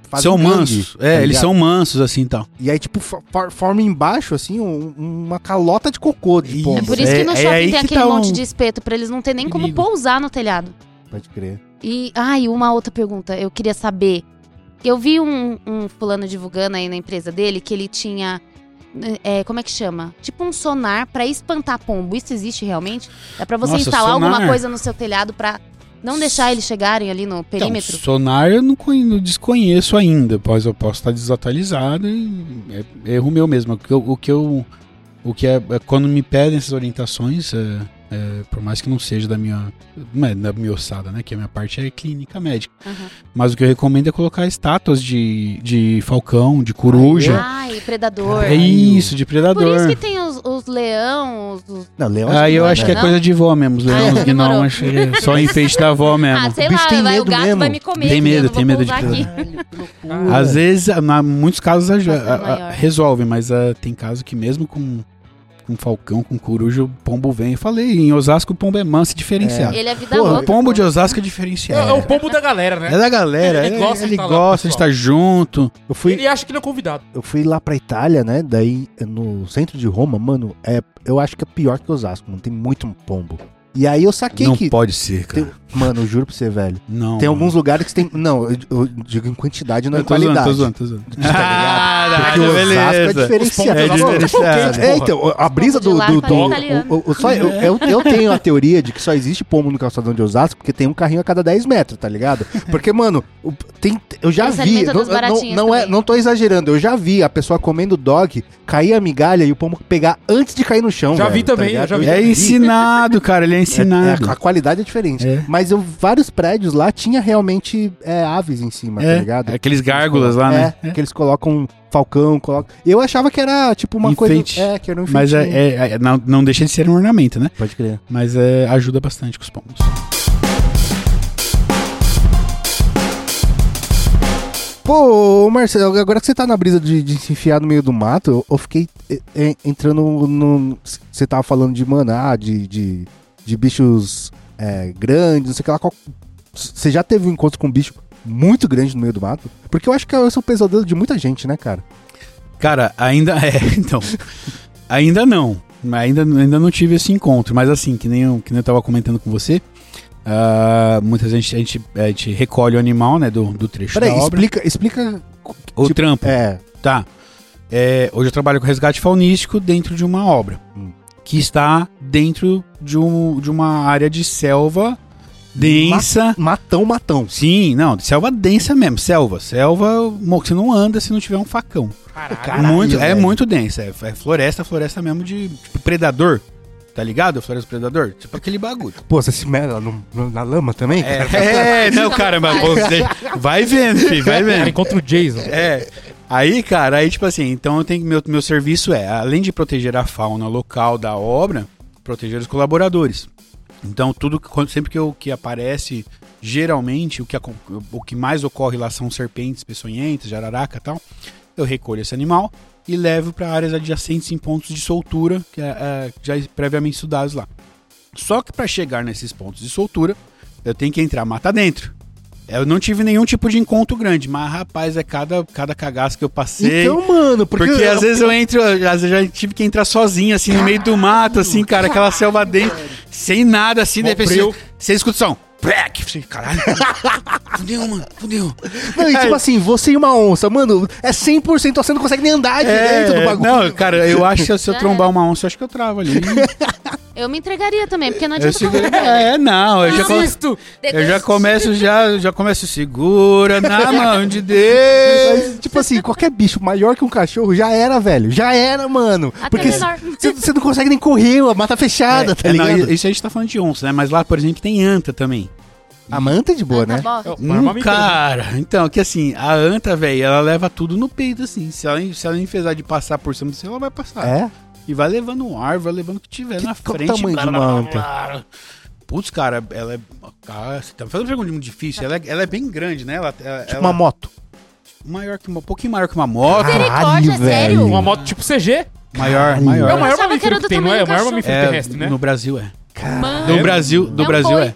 [SPEAKER 1] fazem
[SPEAKER 4] São
[SPEAKER 1] gangue,
[SPEAKER 4] mansos.
[SPEAKER 1] tá
[SPEAKER 4] É, eles
[SPEAKER 1] ligado?
[SPEAKER 4] são mansos, assim, e tal.
[SPEAKER 1] E aí, tipo, fo- for- forma embaixo, assim, um- uma calota de cocô de
[SPEAKER 4] Isso.
[SPEAKER 1] pombo. né?
[SPEAKER 3] É por
[SPEAKER 4] Mas
[SPEAKER 3] isso que
[SPEAKER 4] é-
[SPEAKER 3] no
[SPEAKER 4] é
[SPEAKER 3] shopping
[SPEAKER 4] aí
[SPEAKER 3] tem
[SPEAKER 4] que
[SPEAKER 3] aquele
[SPEAKER 4] tá
[SPEAKER 3] monte
[SPEAKER 4] o
[SPEAKER 3] de espeto, pra eles não terem nem como
[SPEAKER 4] perigo.
[SPEAKER 3] pousar no telhado.
[SPEAKER 1] Pode crer.
[SPEAKER 3] E, ai, uma outra pergunta. Eu queria saber. Eu vi um, um fulano divulgando aí na empresa dele que ele tinha. é, é, como é que chama? Tipo um sonar pra espantar pombo. Isso existe realmente? É pra você
[SPEAKER 4] Nossa,
[SPEAKER 3] instalar alguma
[SPEAKER 4] sonar.
[SPEAKER 3] coisa no seu telhado pra não deixar eles chegarem ali no
[SPEAKER 4] Então,
[SPEAKER 3] perímetro?
[SPEAKER 4] sonar eu não, conhe- não desconheço ainda, mas eu posso estar desatualizado e é é erro meu mesmo. O que eu. O que, eu- o que é, é quando me pedem essas orientações, é- é, por mais que não seja da minha. não é da minha ossada, né? Que a minha parte é clínica médica.
[SPEAKER 3] Aham.
[SPEAKER 4] Mas o que eu recomendo é colocar estátuas de, de falcão, de coruja.
[SPEAKER 3] Ai, predador.
[SPEAKER 4] é isso, de predador.
[SPEAKER 3] Por isso que tem os, os leão, os- os-
[SPEAKER 1] Não, leão
[SPEAKER 4] Aí eu
[SPEAKER 1] não,
[SPEAKER 4] acho que é
[SPEAKER 1] né?
[SPEAKER 4] coisa de vó mesmo, os
[SPEAKER 3] Ah,
[SPEAKER 4] leões
[SPEAKER 3] então
[SPEAKER 4] que não,
[SPEAKER 3] demorou.
[SPEAKER 4] acho que é só enfeite da vó
[SPEAKER 3] Ah,
[SPEAKER 4] mesmo.
[SPEAKER 3] sei
[SPEAKER 1] O bicho
[SPEAKER 3] lá,
[SPEAKER 1] tem
[SPEAKER 3] vai, o
[SPEAKER 1] medo
[SPEAKER 3] gato
[SPEAKER 1] mesmo.
[SPEAKER 3] vai me comer.
[SPEAKER 4] Tem
[SPEAKER 3] aqui,
[SPEAKER 4] medo,
[SPEAKER 3] eu não
[SPEAKER 4] tem
[SPEAKER 3] vou
[SPEAKER 4] medo de
[SPEAKER 3] pousar Tá aqui.
[SPEAKER 1] Caralho, que loucura.
[SPEAKER 2] Ah,
[SPEAKER 4] Às vezes, na muitos casos a-
[SPEAKER 3] Nossa,
[SPEAKER 4] a- a-
[SPEAKER 3] Uhum. maior.
[SPEAKER 4] resolve, mas ah, tem caso que mesmo com, com falcão, com coruja, o pombo vem. Eu falei, em Osasco o pombo é manso e diferenciado.
[SPEAKER 3] Ele é vida
[SPEAKER 4] Porra,
[SPEAKER 3] louca.
[SPEAKER 4] o pombo
[SPEAKER 3] pô.
[SPEAKER 4] de Osasco é
[SPEAKER 2] É, é o
[SPEAKER 4] diferenciado.
[SPEAKER 2] pombo da galera,
[SPEAKER 4] É
[SPEAKER 2] né?
[SPEAKER 4] da galera,
[SPEAKER 2] Ele
[SPEAKER 4] ele
[SPEAKER 2] gosta
[SPEAKER 4] gosta,
[SPEAKER 2] de
[SPEAKER 4] ele
[SPEAKER 2] estar lá,
[SPEAKER 4] gosta de
[SPEAKER 2] pessoal.
[SPEAKER 4] estar junto.
[SPEAKER 1] Eu fui,
[SPEAKER 2] Ele acha que não é convidado.
[SPEAKER 1] eu fui lá pra Itália, né? Daí, no centro de Roma, mano, é, eu acho que é pior que Osasco, mano. Tem muito pombo. E aí eu saquei
[SPEAKER 4] não
[SPEAKER 1] que.
[SPEAKER 4] pode ser, cara.
[SPEAKER 1] tem- mano, eu juro pra você, velho.
[SPEAKER 4] Não.
[SPEAKER 1] Tem
[SPEAKER 4] mano.
[SPEAKER 1] alguns lugares que tem. Não, eu, eu digo em quantidade, não em
[SPEAKER 4] Eu tô zoando,
[SPEAKER 1] qualidade. Tá
[SPEAKER 4] tô zoando, tô zoando.
[SPEAKER 1] ligado?
[SPEAKER 4] Ah,
[SPEAKER 1] Porque o Osasco é diferenciado.
[SPEAKER 4] É diferenciado.
[SPEAKER 1] É, então, a brisa do.
[SPEAKER 3] Pombo de lá
[SPEAKER 1] do,
[SPEAKER 3] parece
[SPEAKER 1] do-
[SPEAKER 3] italiano.
[SPEAKER 1] o- o- só, eu, eu, eu tenho a teoria de que só existe pombo no calçadão de Osasco porque tem um carrinho a cada 10 metros, tá ligado? Porque, mano, o- tem, eu já
[SPEAKER 3] Eles se
[SPEAKER 1] vi.
[SPEAKER 3] alimentam
[SPEAKER 1] Não,
[SPEAKER 3] dos
[SPEAKER 1] não,
[SPEAKER 3] baratinhos
[SPEAKER 1] não, é,
[SPEAKER 3] também.
[SPEAKER 1] não tô exagerando, eu já vi a pessoa comendo dog, cair a migalha e o pombo pegar antes de cair no chão.
[SPEAKER 2] Já
[SPEAKER 1] velho,
[SPEAKER 2] vi
[SPEAKER 1] tá
[SPEAKER 2] também,
[SPEAKER 1] ligado?
[SPEAKER 2] eu já vi.
[SPEAKER 4] É ensinado, cara, ele é
[SPEAKER 1] É- é,
[SPEAKER 4] ensinado.
[SPEAKER 1] a qualidade é diferente.
[SPEAKER 4] É.
[SPEAKER 1] Mas eu, vários prédios lá tinha realmente é, aves em cima, tá
[SPEAKER 4] É,
[SPEAKER 1] ligado?
[SPEAKER 4] aqueles gárgulas lá, né?
[SPEAKER 1] É, que eles colocam falcão, colocam. Eu achava que era tipo uma
[SPEAKER 4] Enfeite.
[SPEAKER 1] coisa. É, que era um
[SPEAKER 4] Mas é,
[SPEAKER 1] enfeitinho.
[SPEAKER 4] é- é- não, não deixa de ser um ornamento, né?
[SPEAKER 1] Pode crer.
[SPEAKER 4] Mas é, ajuda bastante com os pombos.
[SPEAKER 1] Pô, ô, Marcelo, agora que você tá na brisa de, de se enfiar no meio do mato, eu, eu fiquei eh, eh, entrando no. Você tava falando de maná, de, de, de bichos eh, grandes, não sei o que lá. qual- Você já teve um encontro com um bicho muito grande no meio do mato? Porque eu acho que esse é o pesadelo de muita gente, né, cara?
[SPEAKER 4] Cara, ainda é, então. ainda não. Mas Ainda, ainda não tive esse encontro. Mas assim, que nem eu, que nem eu tava comentando com você, ah, muitas vezes a gente, a gente recolhe o animal, né, do, do trecho
[SPEAKER 1] Peraí,
[SPEAKER 4] da obra.
[SPEAKER 1] explica, explica.
[SPEAKER 4] O
[SPEAKER 1] tipo,
[SPEAKER 4] trampo.
[SPEAKER 1] É.
[SPEAKER 4] Tá. É, hoje eu trabalho com resgate faunístico dentro de uma obra.
[SPEAKER 1] Hum.
[SPEAKER 4] Que está dentro de, um, de uma área de selva densa.
[SPEAKER 1] Matão, matão.
[SPEAKER 4] Sim, não, selva densa mesmo, selva. Selva, mo- que você não anda se não tiver um facão.
[SPEAKER 2] Caralho.
[SPEAKER 1] Caralho,
[SPEAKER 4] muito, é
[SPEAKER 1] velho.
[SPEAKER 4] muito densa, é, é floresta, floresta mesmo de tipo, predador. Tá ligado? Floresta do predador? Tipo aquele bagulho.
[SPEAKER 1] Pô, você se mela na lama também? cara?
[SPEAKER 4] É, não, cara, mas você vai vendo, filho, vai
[SPEAKER 2] Cara,
[SPEAKER 4] vendo.
[SPEAKER 2] encontra o Jason.
[SPEAKER 4] É. Aí, cara, aí tipo assim, então eu tenho que- meu meu serviço é, além de proteger a fauna local da obra, proteger os colaboradores. Então, tudo que- quando- sempre que, eu, que aparece, geralmente o que, acon- o que mais ocorre lá são serpentes, peçonhentas, jararaca e tal. Eu recolho esse animal e levo para áreas adjacentes em pontos de soltura, que é, é, já previamente é estudados lá. Só que para chegar nesses pontos de soltura, eu tenho que entrar mata dentro. Eu não tive nenhum tipo de encontro grande, mas rapaz, é cada, cada cagaço que eu passei.
[SPEAKER 1] Então, mano, porque.
[SPEAKER 4] Porque, às vezes eu entro, às vezes eu já tive que entrar sozinho, assim, no meio do mato, assim, cara, aquela selva dentro, sem nada, assim, de
[SPEAKER 2] Mó
[SPEAKER 4] repente,
[SPEAKER 2] frio.
[SPEAKER 4] você- você escuta o som. Plec! Falei, Caralho, fudeu, mano, fudeu.
[SPEAKER 1] Não, e
[SPEAKER 4] É.
[SPEAKER 1] tipo assim, você e uma onça, mano, é 100%, você não consegue nem andar aqui dentro do bagulho.
[SPEAKER 4] É, Não, cara, eu acho que se eu
[SPEAKER 3] Já
[SPEAKER 4] trombar uma onça, eu acho que eu travo ali.
[SPEAKER 3] Eu me entregaria também, porque não
[SPEAKER 4] Eu
[SPEAKER 3] adianta
[SPEAKER 4] seguro.
[SPEAKER 3] falar.
[SPEAKER 4] É, não, eu já, co-
[SPEAKER 2] Insisto!
[SPEAKER 4] eu já começo, já, já começo segura na mão de Deus.
[SPEAKER 1] Mas, tipo assim, qualquer bicho maior que um cachorro já era, velho. Já era, mano.
[SPEAKER 3] Até
[SPEAKER 1] porque
[SPEAKER 3] menor.
[SPEAKER 1] você não consegue nem correr, a mata fechada, tá
[SPEAKER 4] É, não,
[SPEAKER 1] ligado?
[SPEAKER 4] isso a gente tá falando de onça, né? Mas lá, por exemplo, tem anta também.
[SPEAKER 1] A manta é de boa, né?
[SPEAKER 3] Tá bom.
[SPEAKER 2] É, uma
[SPEAKER 4] Hum,
[SPEAKER 2] arma mecânica.
[SPEAKER 4] cara, então, que assim, a anta, velho, ela leva tudo no peito, assim. Se ela, se ela enfesar de passar por cima do você, ela vai passar.
[SPEAKER 1] É?
[SPEAKER 4] E vai levando o ar, vai levando o que tiver
[SPEAKER 1] Que-
[SPEAKER 4] na
[SPEAKER 1] qual o
[SPEAKER 4] frente.
[SPEAKER 1] tamanho de uma anta?
[SPEAKER 4] Putz, cara, ela é. Cara, você tá me fazendo uma pergunta muito difícil. Ela é, ela é bem grande, né? Ela, ela,
[SPEAKER 1] Tipo
[SPEAKER 4] ela-
[SPEAKER 1] uma moto.
[SPEAKER 4] maior que uma, um pouquinho maior que uma moto.
[SPEAKER 3] Caralho, Misericórdia, sério?
[SPEAKER 2] Uma moto tipo CG.
[SPEAKER 4] Maior,
[SPEAKER 1] Caralho. um
[SPEAKER 4] maior.
[SPEAKER 2] É o maior
[SPEAKER 3] achava que
[SPEAKER 2] mamífero
[SPEAKER 3] era do
[SPEAKER 2] que tem, não é? É
[SPEAKER 3] tamanho do
[SPEAKER 2] o maior
[SPEAKER 3] cachorro.
[SPEAKER 2] mamífero terrestre, né?
[SPEAKER 4] No Brasil é.
[SPEAKER 3] Mano,
[SPEAKER 4] Do Brasil, do
[SPEAKER 3] É um
[SPEAKER 4] Brasil
[SPEAKER 3] boi.
[SPEAKER 4] é.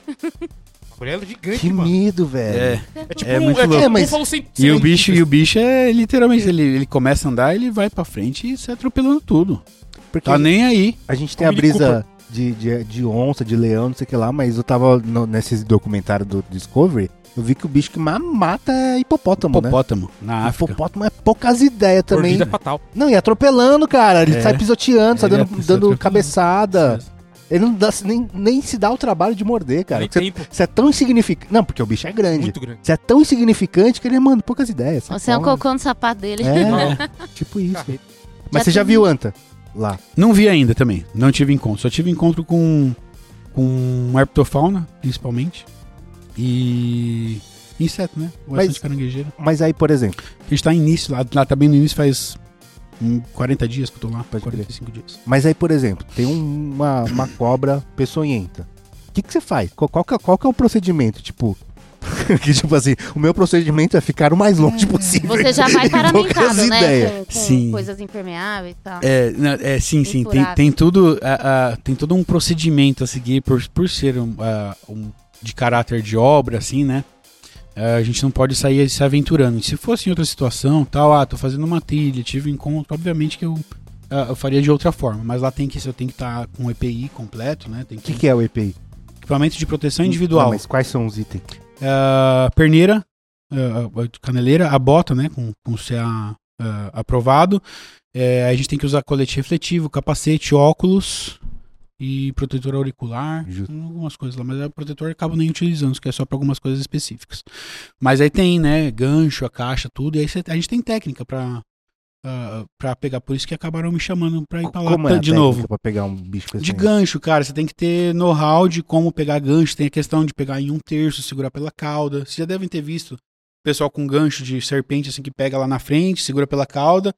[SPEAKER 2] Ela é gigante,
[SPEAKER 1] Que
[SPEAKER 2] mano.
[SPEAKER 1] medo, velho.
[SPEAKER 4] É.
[SPEAKER 2] É tipo
[SPEAKER 4] É
[SPEAKER 2] um,
[SPEAKER 4] muito
[SPEAKER 2] é tipo
[SPEAKER 4] louco.
[SPEAKER 2] um
[SPEAKER 1] Mas-
[SPEAKER 2] búfalo sem-
[SPEAKER 4] E o
[SPEAKER 2] sem-
[SPEAKER 4] bicho, e o bicho é literalmente, ele, ele começa a andar, ele vai pra frente e sai atropelando tudo.
[SPEAKER 1] Porque
[SPEAKER 4] Tá nem aí.
[SPEAKER 1] a gente tem a
[SPEAKER 2] Mini
[SPEAKER 1] brisa de, de, de onça, de leão, não sei o que lá, mas eu tava no- nesse documentário do Discovery, eu vi que o bicho que mais mata é hipopótamo, né?
[SPEAKER 4] um Hipopótamo, na África.
[SPEAKER 1] Hipopótamo é poucas ideias também.
[SPEAKER 2] Mordida é fatal.
[SPEAKER 1] Não, e atropelando, cara. Ele
[SPEAKER 4] É.
[SPEAKER 1] sai pisoteando, sai
[SPEAKER 4] Ele
[SPEAKER 1] dando,
[SPEAKER 4] é- sai
[SPEAKER 1] dando
[SPEAKER 4] atropelando.
[SPEAKER 1] cabeçada. Ele não dá, nem, nem se dá o trabalho de morder, cara.
[SPEAKER 2] Nem
[SPEAKER 1] Você
[SPEAKER 2] tempo.
[SPEAKER 1] você é tão insignificante. Não, porque o bicho é grande.
[SPEAKER 2] Muito grande.
[SPEAKER 1] Você é tão insignificante que ele, mano, poucas ideias. sai
[SPEAKER 3] Você é um
[SPEAKER 1] fora.
[SPEAKER 3] cocô no sapato dele.
[SPEAKER 1] É, tipo isso.
[SPEAKER 2] Carreta.
[SPEAKER 1] Mas
[SPEAKER 3] Já
[SPEAKER 1] você já
[SPEAKER 3] teve-
[SPEAKER 1] viu Anta? Lá.
[SPEAKER 4] Não vi ainda também. Não tive encontro. Só tive encontro com, com um herpetofauna, principalmente. E. Inseto, né? O
[SPEAKER 1] Mas-
[SPEAKER 4] de caranguejeira.
[SPEAKER 1] Mas aí, por exemplo,
[SPEAKER 4] A gente tá início, lá, lá tá bem no início faz hum, 40 dias que eu tô lá.
[SPEAKER 1] Pode crer.
[SPEAKER 4] 45 dias.
[SPEAKER 1] mas aí, por exemplo, tem um- uma, uma cobra peçonhenta. O que, que você faz? Qual, qual que, é- qual que é o procedimento? Tipo. que, tipo assim, o meu procedimento é ficar o mais longe possível.
[SPEAKER 3] Você já vai
[SPEAKER 1] Poucas
[SPEAKER 3] paramentado, né?
[SPEAKER 1] ideias.
[SPEAKER 3] Com, com
[SPEAKER 4] Sim.
[SPEAKER 3] coisas impermeáveis e tal.
[SPEAKER 4] É, na- é, sim, sim. Tem,
[SPEAKER 3] Incurável.
[SPEAKER 4] tem tudo. a- a- tem todo um procedimento a seguir por, por ser um, a, um- de caráter de obra, assim, né? A gente não pode sair se aventurando. Se fosse em outra situação, tal, ah, tô fazendo uma trilha, tive um encontro, obviamente que eu, ah, eu faria de outra forma. Mas lá tem que eu tenho que estar com o EPI completo, né? Tem
[SPEAKER 1] O
[SPEAKER 4] que,
[SPEAKER 1] que, que é o EPI?
[SPEAKER 4] equipamento de proteção individual.
[SPEAKER 1] Não, mas quais são os itens?
[SPEAKER 4] Ah, perneira, ah, a caneleira, a bota, né? Com, com CA ah, aprovado. Eh, a gente tem que usar colete refletivo, capacete, óculos e protetor auricular.
[SPEAKER 1] Justo.
[SPEAKER 4] Algumas coisas lá, mas é o protetor eu acabo nem utilizando, que é só para algumas coisas específicas. Mas aí tem, né? Gancho, a caixa, tudo. E aí cê- a gente tem técnica pra. ah, pra pegar, por isso que acabaram me chamando pra ir pra Então, lá
[SPEAKER 1] Como é a
[SPEAKER 4] de
[SPEAKER 1] técnica
[SPEAKER 4] novo.
[SPEAKER 1] Pra pegar um bicho
[SPEAKER 4] De
[SPEAKER 1] peçonhento?
[SPEAKER 4] gancho, cara, você tem que ter know-how de como pegar gancho. Tem a questão de pegar em um terço, segurar pela cauda. Vocês já devem ter visto pessoal com gancho de serpente, assim, que pega lá na frente, segura pela cauda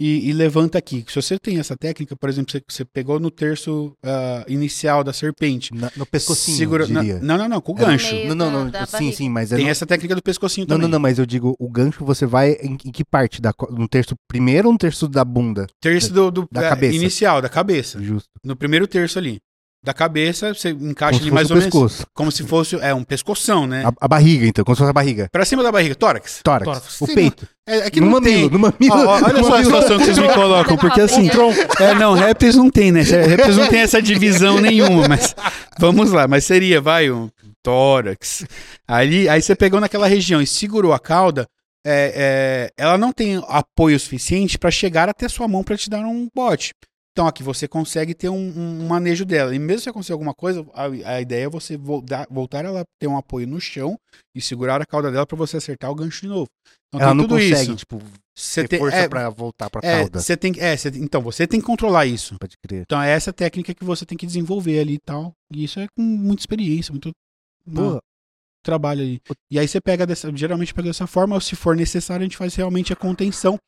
[SPEAKER 4] e, e levanta aqui. Se você tem essa técnica, por exemplo, você, você pegou no terço ah, inicial da serpente.
[SPEAKER 1] Na- no pescocinho,
[SPEAKER 4] segura,
[SPEAKER 1] eu diria.
[SPEAKER 4] Não, não, não, com o
[SPEAKER 1] É,
[SPEAKER 4] gancho.
[SPEAKER 3] meio
[SPEAKER 1] Não, não, não.
[SPEAKER 3] da- da
[SPEAKER 1] sim,
[SPEAKER 3] barriga.
[SPEAKER 1] sim, mas é
[SPEAKER 4] Tem
[SPEAKER 1] no-
[SPEAKER 4] essa técnica do pescocinho
[SPEAKER 1] Não,
[SPEAKER 4] também.
[SPEAKER 1] não, não, mas eu digo, o gancho você vai em, em que parte? Da, co- no terço primeiro ou no terço da bunda?
[SPEAKER 4] Terço do, do-
[SPEAKER 1] Da
[SPEAKER 4] da-
[SPEAKER 1] cabeça.
[SPEAKER 4] inicial, da cabeça.
[SPEAKER 1] Justo.
[SPEAKER 4] No primeiro terço ali. Da cabeça, você
[SPEAKER 1] Como
[SPEAKER 4] encaixa
[SPEAKER 1] se
[SPEAKER 4] ali
[SPEAKER 1] fosse
[SPEAKER 4] mais
[SPEAKER 1] o
[SPEAKER 4] ou menos.
[SPEAKER 1] pescoço.
[SPEAKER 4] Como se fosse é, um pescoção, né?
[SPEAKER 1] A, a barriga, então, como se fosse a barriga.
[SPEAKER 4] Pra cima da barriga, tórax.
[SPEAKER 1] Tórax.
[SPEAKER 2] Tórax.
[SPEAKER 1] O
[SPEAKER 4] Sim,
[SPEAKER 1] peito.
[SPEAKER 4] É, é que
[SPEAKER 1] no
[SPEAKER 4] não
[SPEAKER 1] mamilo,
[SPEAKER 4] tem.
[SPEAKER 1] no mamilo.
[SPEAKER 4] Ó, ó, olha
[SPEAKER 1] no
[SPEAKER 4] só a
[SPEAKER 1] mamilo.
[SPEAKER 4] situação que vocês me colocam, porque assim.
[SPEAKER 1] né?
[SPEAKER 4] É, não, répteis não tem, né? Répteis não tem essa divisão nenhuma, mas. Vamos lá, mas seria, vai, um tórax. Ali, aí você pegou naquela região e segurou a cauda. é, é, ela não tem apoio suficiente pra chegar até sua mão pra te dar um bote. Então aqui você consegue ter um, um manejo dela. E mesmo se acontecer alguma coisa, a, a ideia é você vo- dar- voltar ela a ter um apoio no chão e segurar a cauda dela pra você acertar o gancho de novo. Então
[SPEAKER 1] Ela
[SPEAKER 4] tem
[SPEAKER 1] não
[SPEAKER 4] tudo
[SPEAKER 1] consegue,
[SPEAKER 4] isso.
[SPEAKER 1] tipo,
[SPEAKER 4] Você
[SPEAKER 1] ter
[SPEAKER 4] tem,
[SPEAKER 1] força
[SPEAKER 4] é,
[SPEAKER 1] pra voltar pra
[SPEAKER 4] é,
[SPEAKER 1] cauda.
[SPEAKER 4] você tem, que- é, você tem- então você tem que controlar isso.
[SPEAKER 1] Pode crer.
[SPEAKER 4] Então é essa técnica que você tem que desenvolver ali e tal. E isso é com muita experiência, muito
[SPEAKER 1] Pô,
[SPEAKER 4] ah, trabalho ali. E aí você pega dessa, geralmente pega dessa forma, ou se for necessário, a gente faz realmente a contenção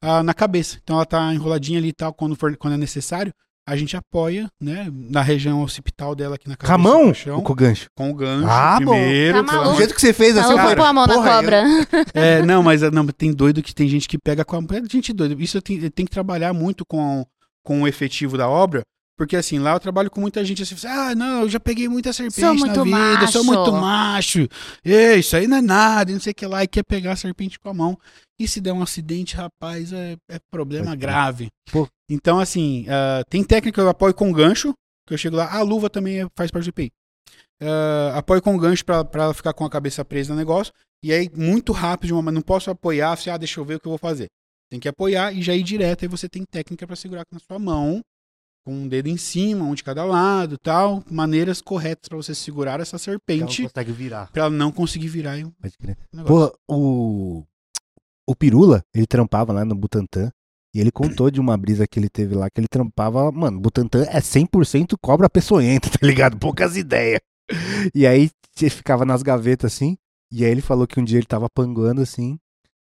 [SPEAKER 4] ah, na cabeça. Então ela tá enroladinha ali e tal, quando, for, quando é necessário, a gente apoia, né, na região occipital dela aqui na cabeça.
[SPEAKER 1] Camão
[SPEAKER 4] no chão,
[SPEAKER 1] ou com o gancho?
[SPEAKER 4] com o gancho
[SPEAKER 1] Ah, bom.
[SPEAKER 4] primeiro.
[SPEAKER 3] Tá
[SPEAKER 4] pelo
[SPEAKER 3] maluco.
[SPEAKER 1] Do
[SPEAKER 4] amor
[SPEAKER 1] jeito que você fez, assim,
[SPEAKER 3] Falou,
[SPEAKER 1] eu
[SPEAKER 3] vou
[SPEAKER 1] falei,
[SPEAKER 3] pôr a mão na
[SPEAKER 1] porra, eu-
[SPEAKER 3] cobra.
[SPEAKER 4] É, não, mas não, tem doido que tem é gente que pega com a. Gente doida. Isso tem, tem que trabalhar muito com, com o efetivo da obra Porque assim, lá eu trabalho com muita gente assim, ah, não, eu já peguei muita serpente
[SPEAKER 3] Sou
[SPEAKER 4] na
[SPEAKER 3] muito
[SPEAKER 4] vida, sou
[SPEAKER 3] macho."
[SPEAKER 4] muito macho. Ei, isso aí não é nada, e não sei o que lá, e quer pegar a serpente com a mão. E se der um acidente, rapaz, é, é problema
[SPEAKER 1] Vai ter.
[SPEAKER 4] grave.
[SPEAKER 1] Pô.
[SPEAKER 4] Então, assim, ah, tem técnica que eu apoio com gancho, que eu chego lá, a luva também é- faz parte do EPI. Ah, apoio com gancho pra, pra ela ficar com a cabeça presa no negócio. E aí, muito rápido, de uma, não posso apoiar, assim, ah, deixa eu ver o que eu vou fazer. Tem que apoiar e já ir direto, aí você tem técnica pra segurar na sua mão, com um dedo em cima, um de cada lado tal. Maneiras corretas pra você segurar essa serpente, pra
[SPEAKER 1] consegue virar.
[SPEAKER 4] ela não conseguir virar aí o
[SPEAKER 1] Pode crer.
[SPEAKER 4] negócio.
[SPEAKER 1] Pô, o. O Pirula, ele trampava lá no Butantã. E ele contou de uma brisa que ele teve lá, que ele trampava. Mano, Butantã é 100% cobra peçonhenta, tá ligado? Poucas ideias. E aí ele ficava nas gavetas assim. E aí ele falou que um dia ele tava panguando assim.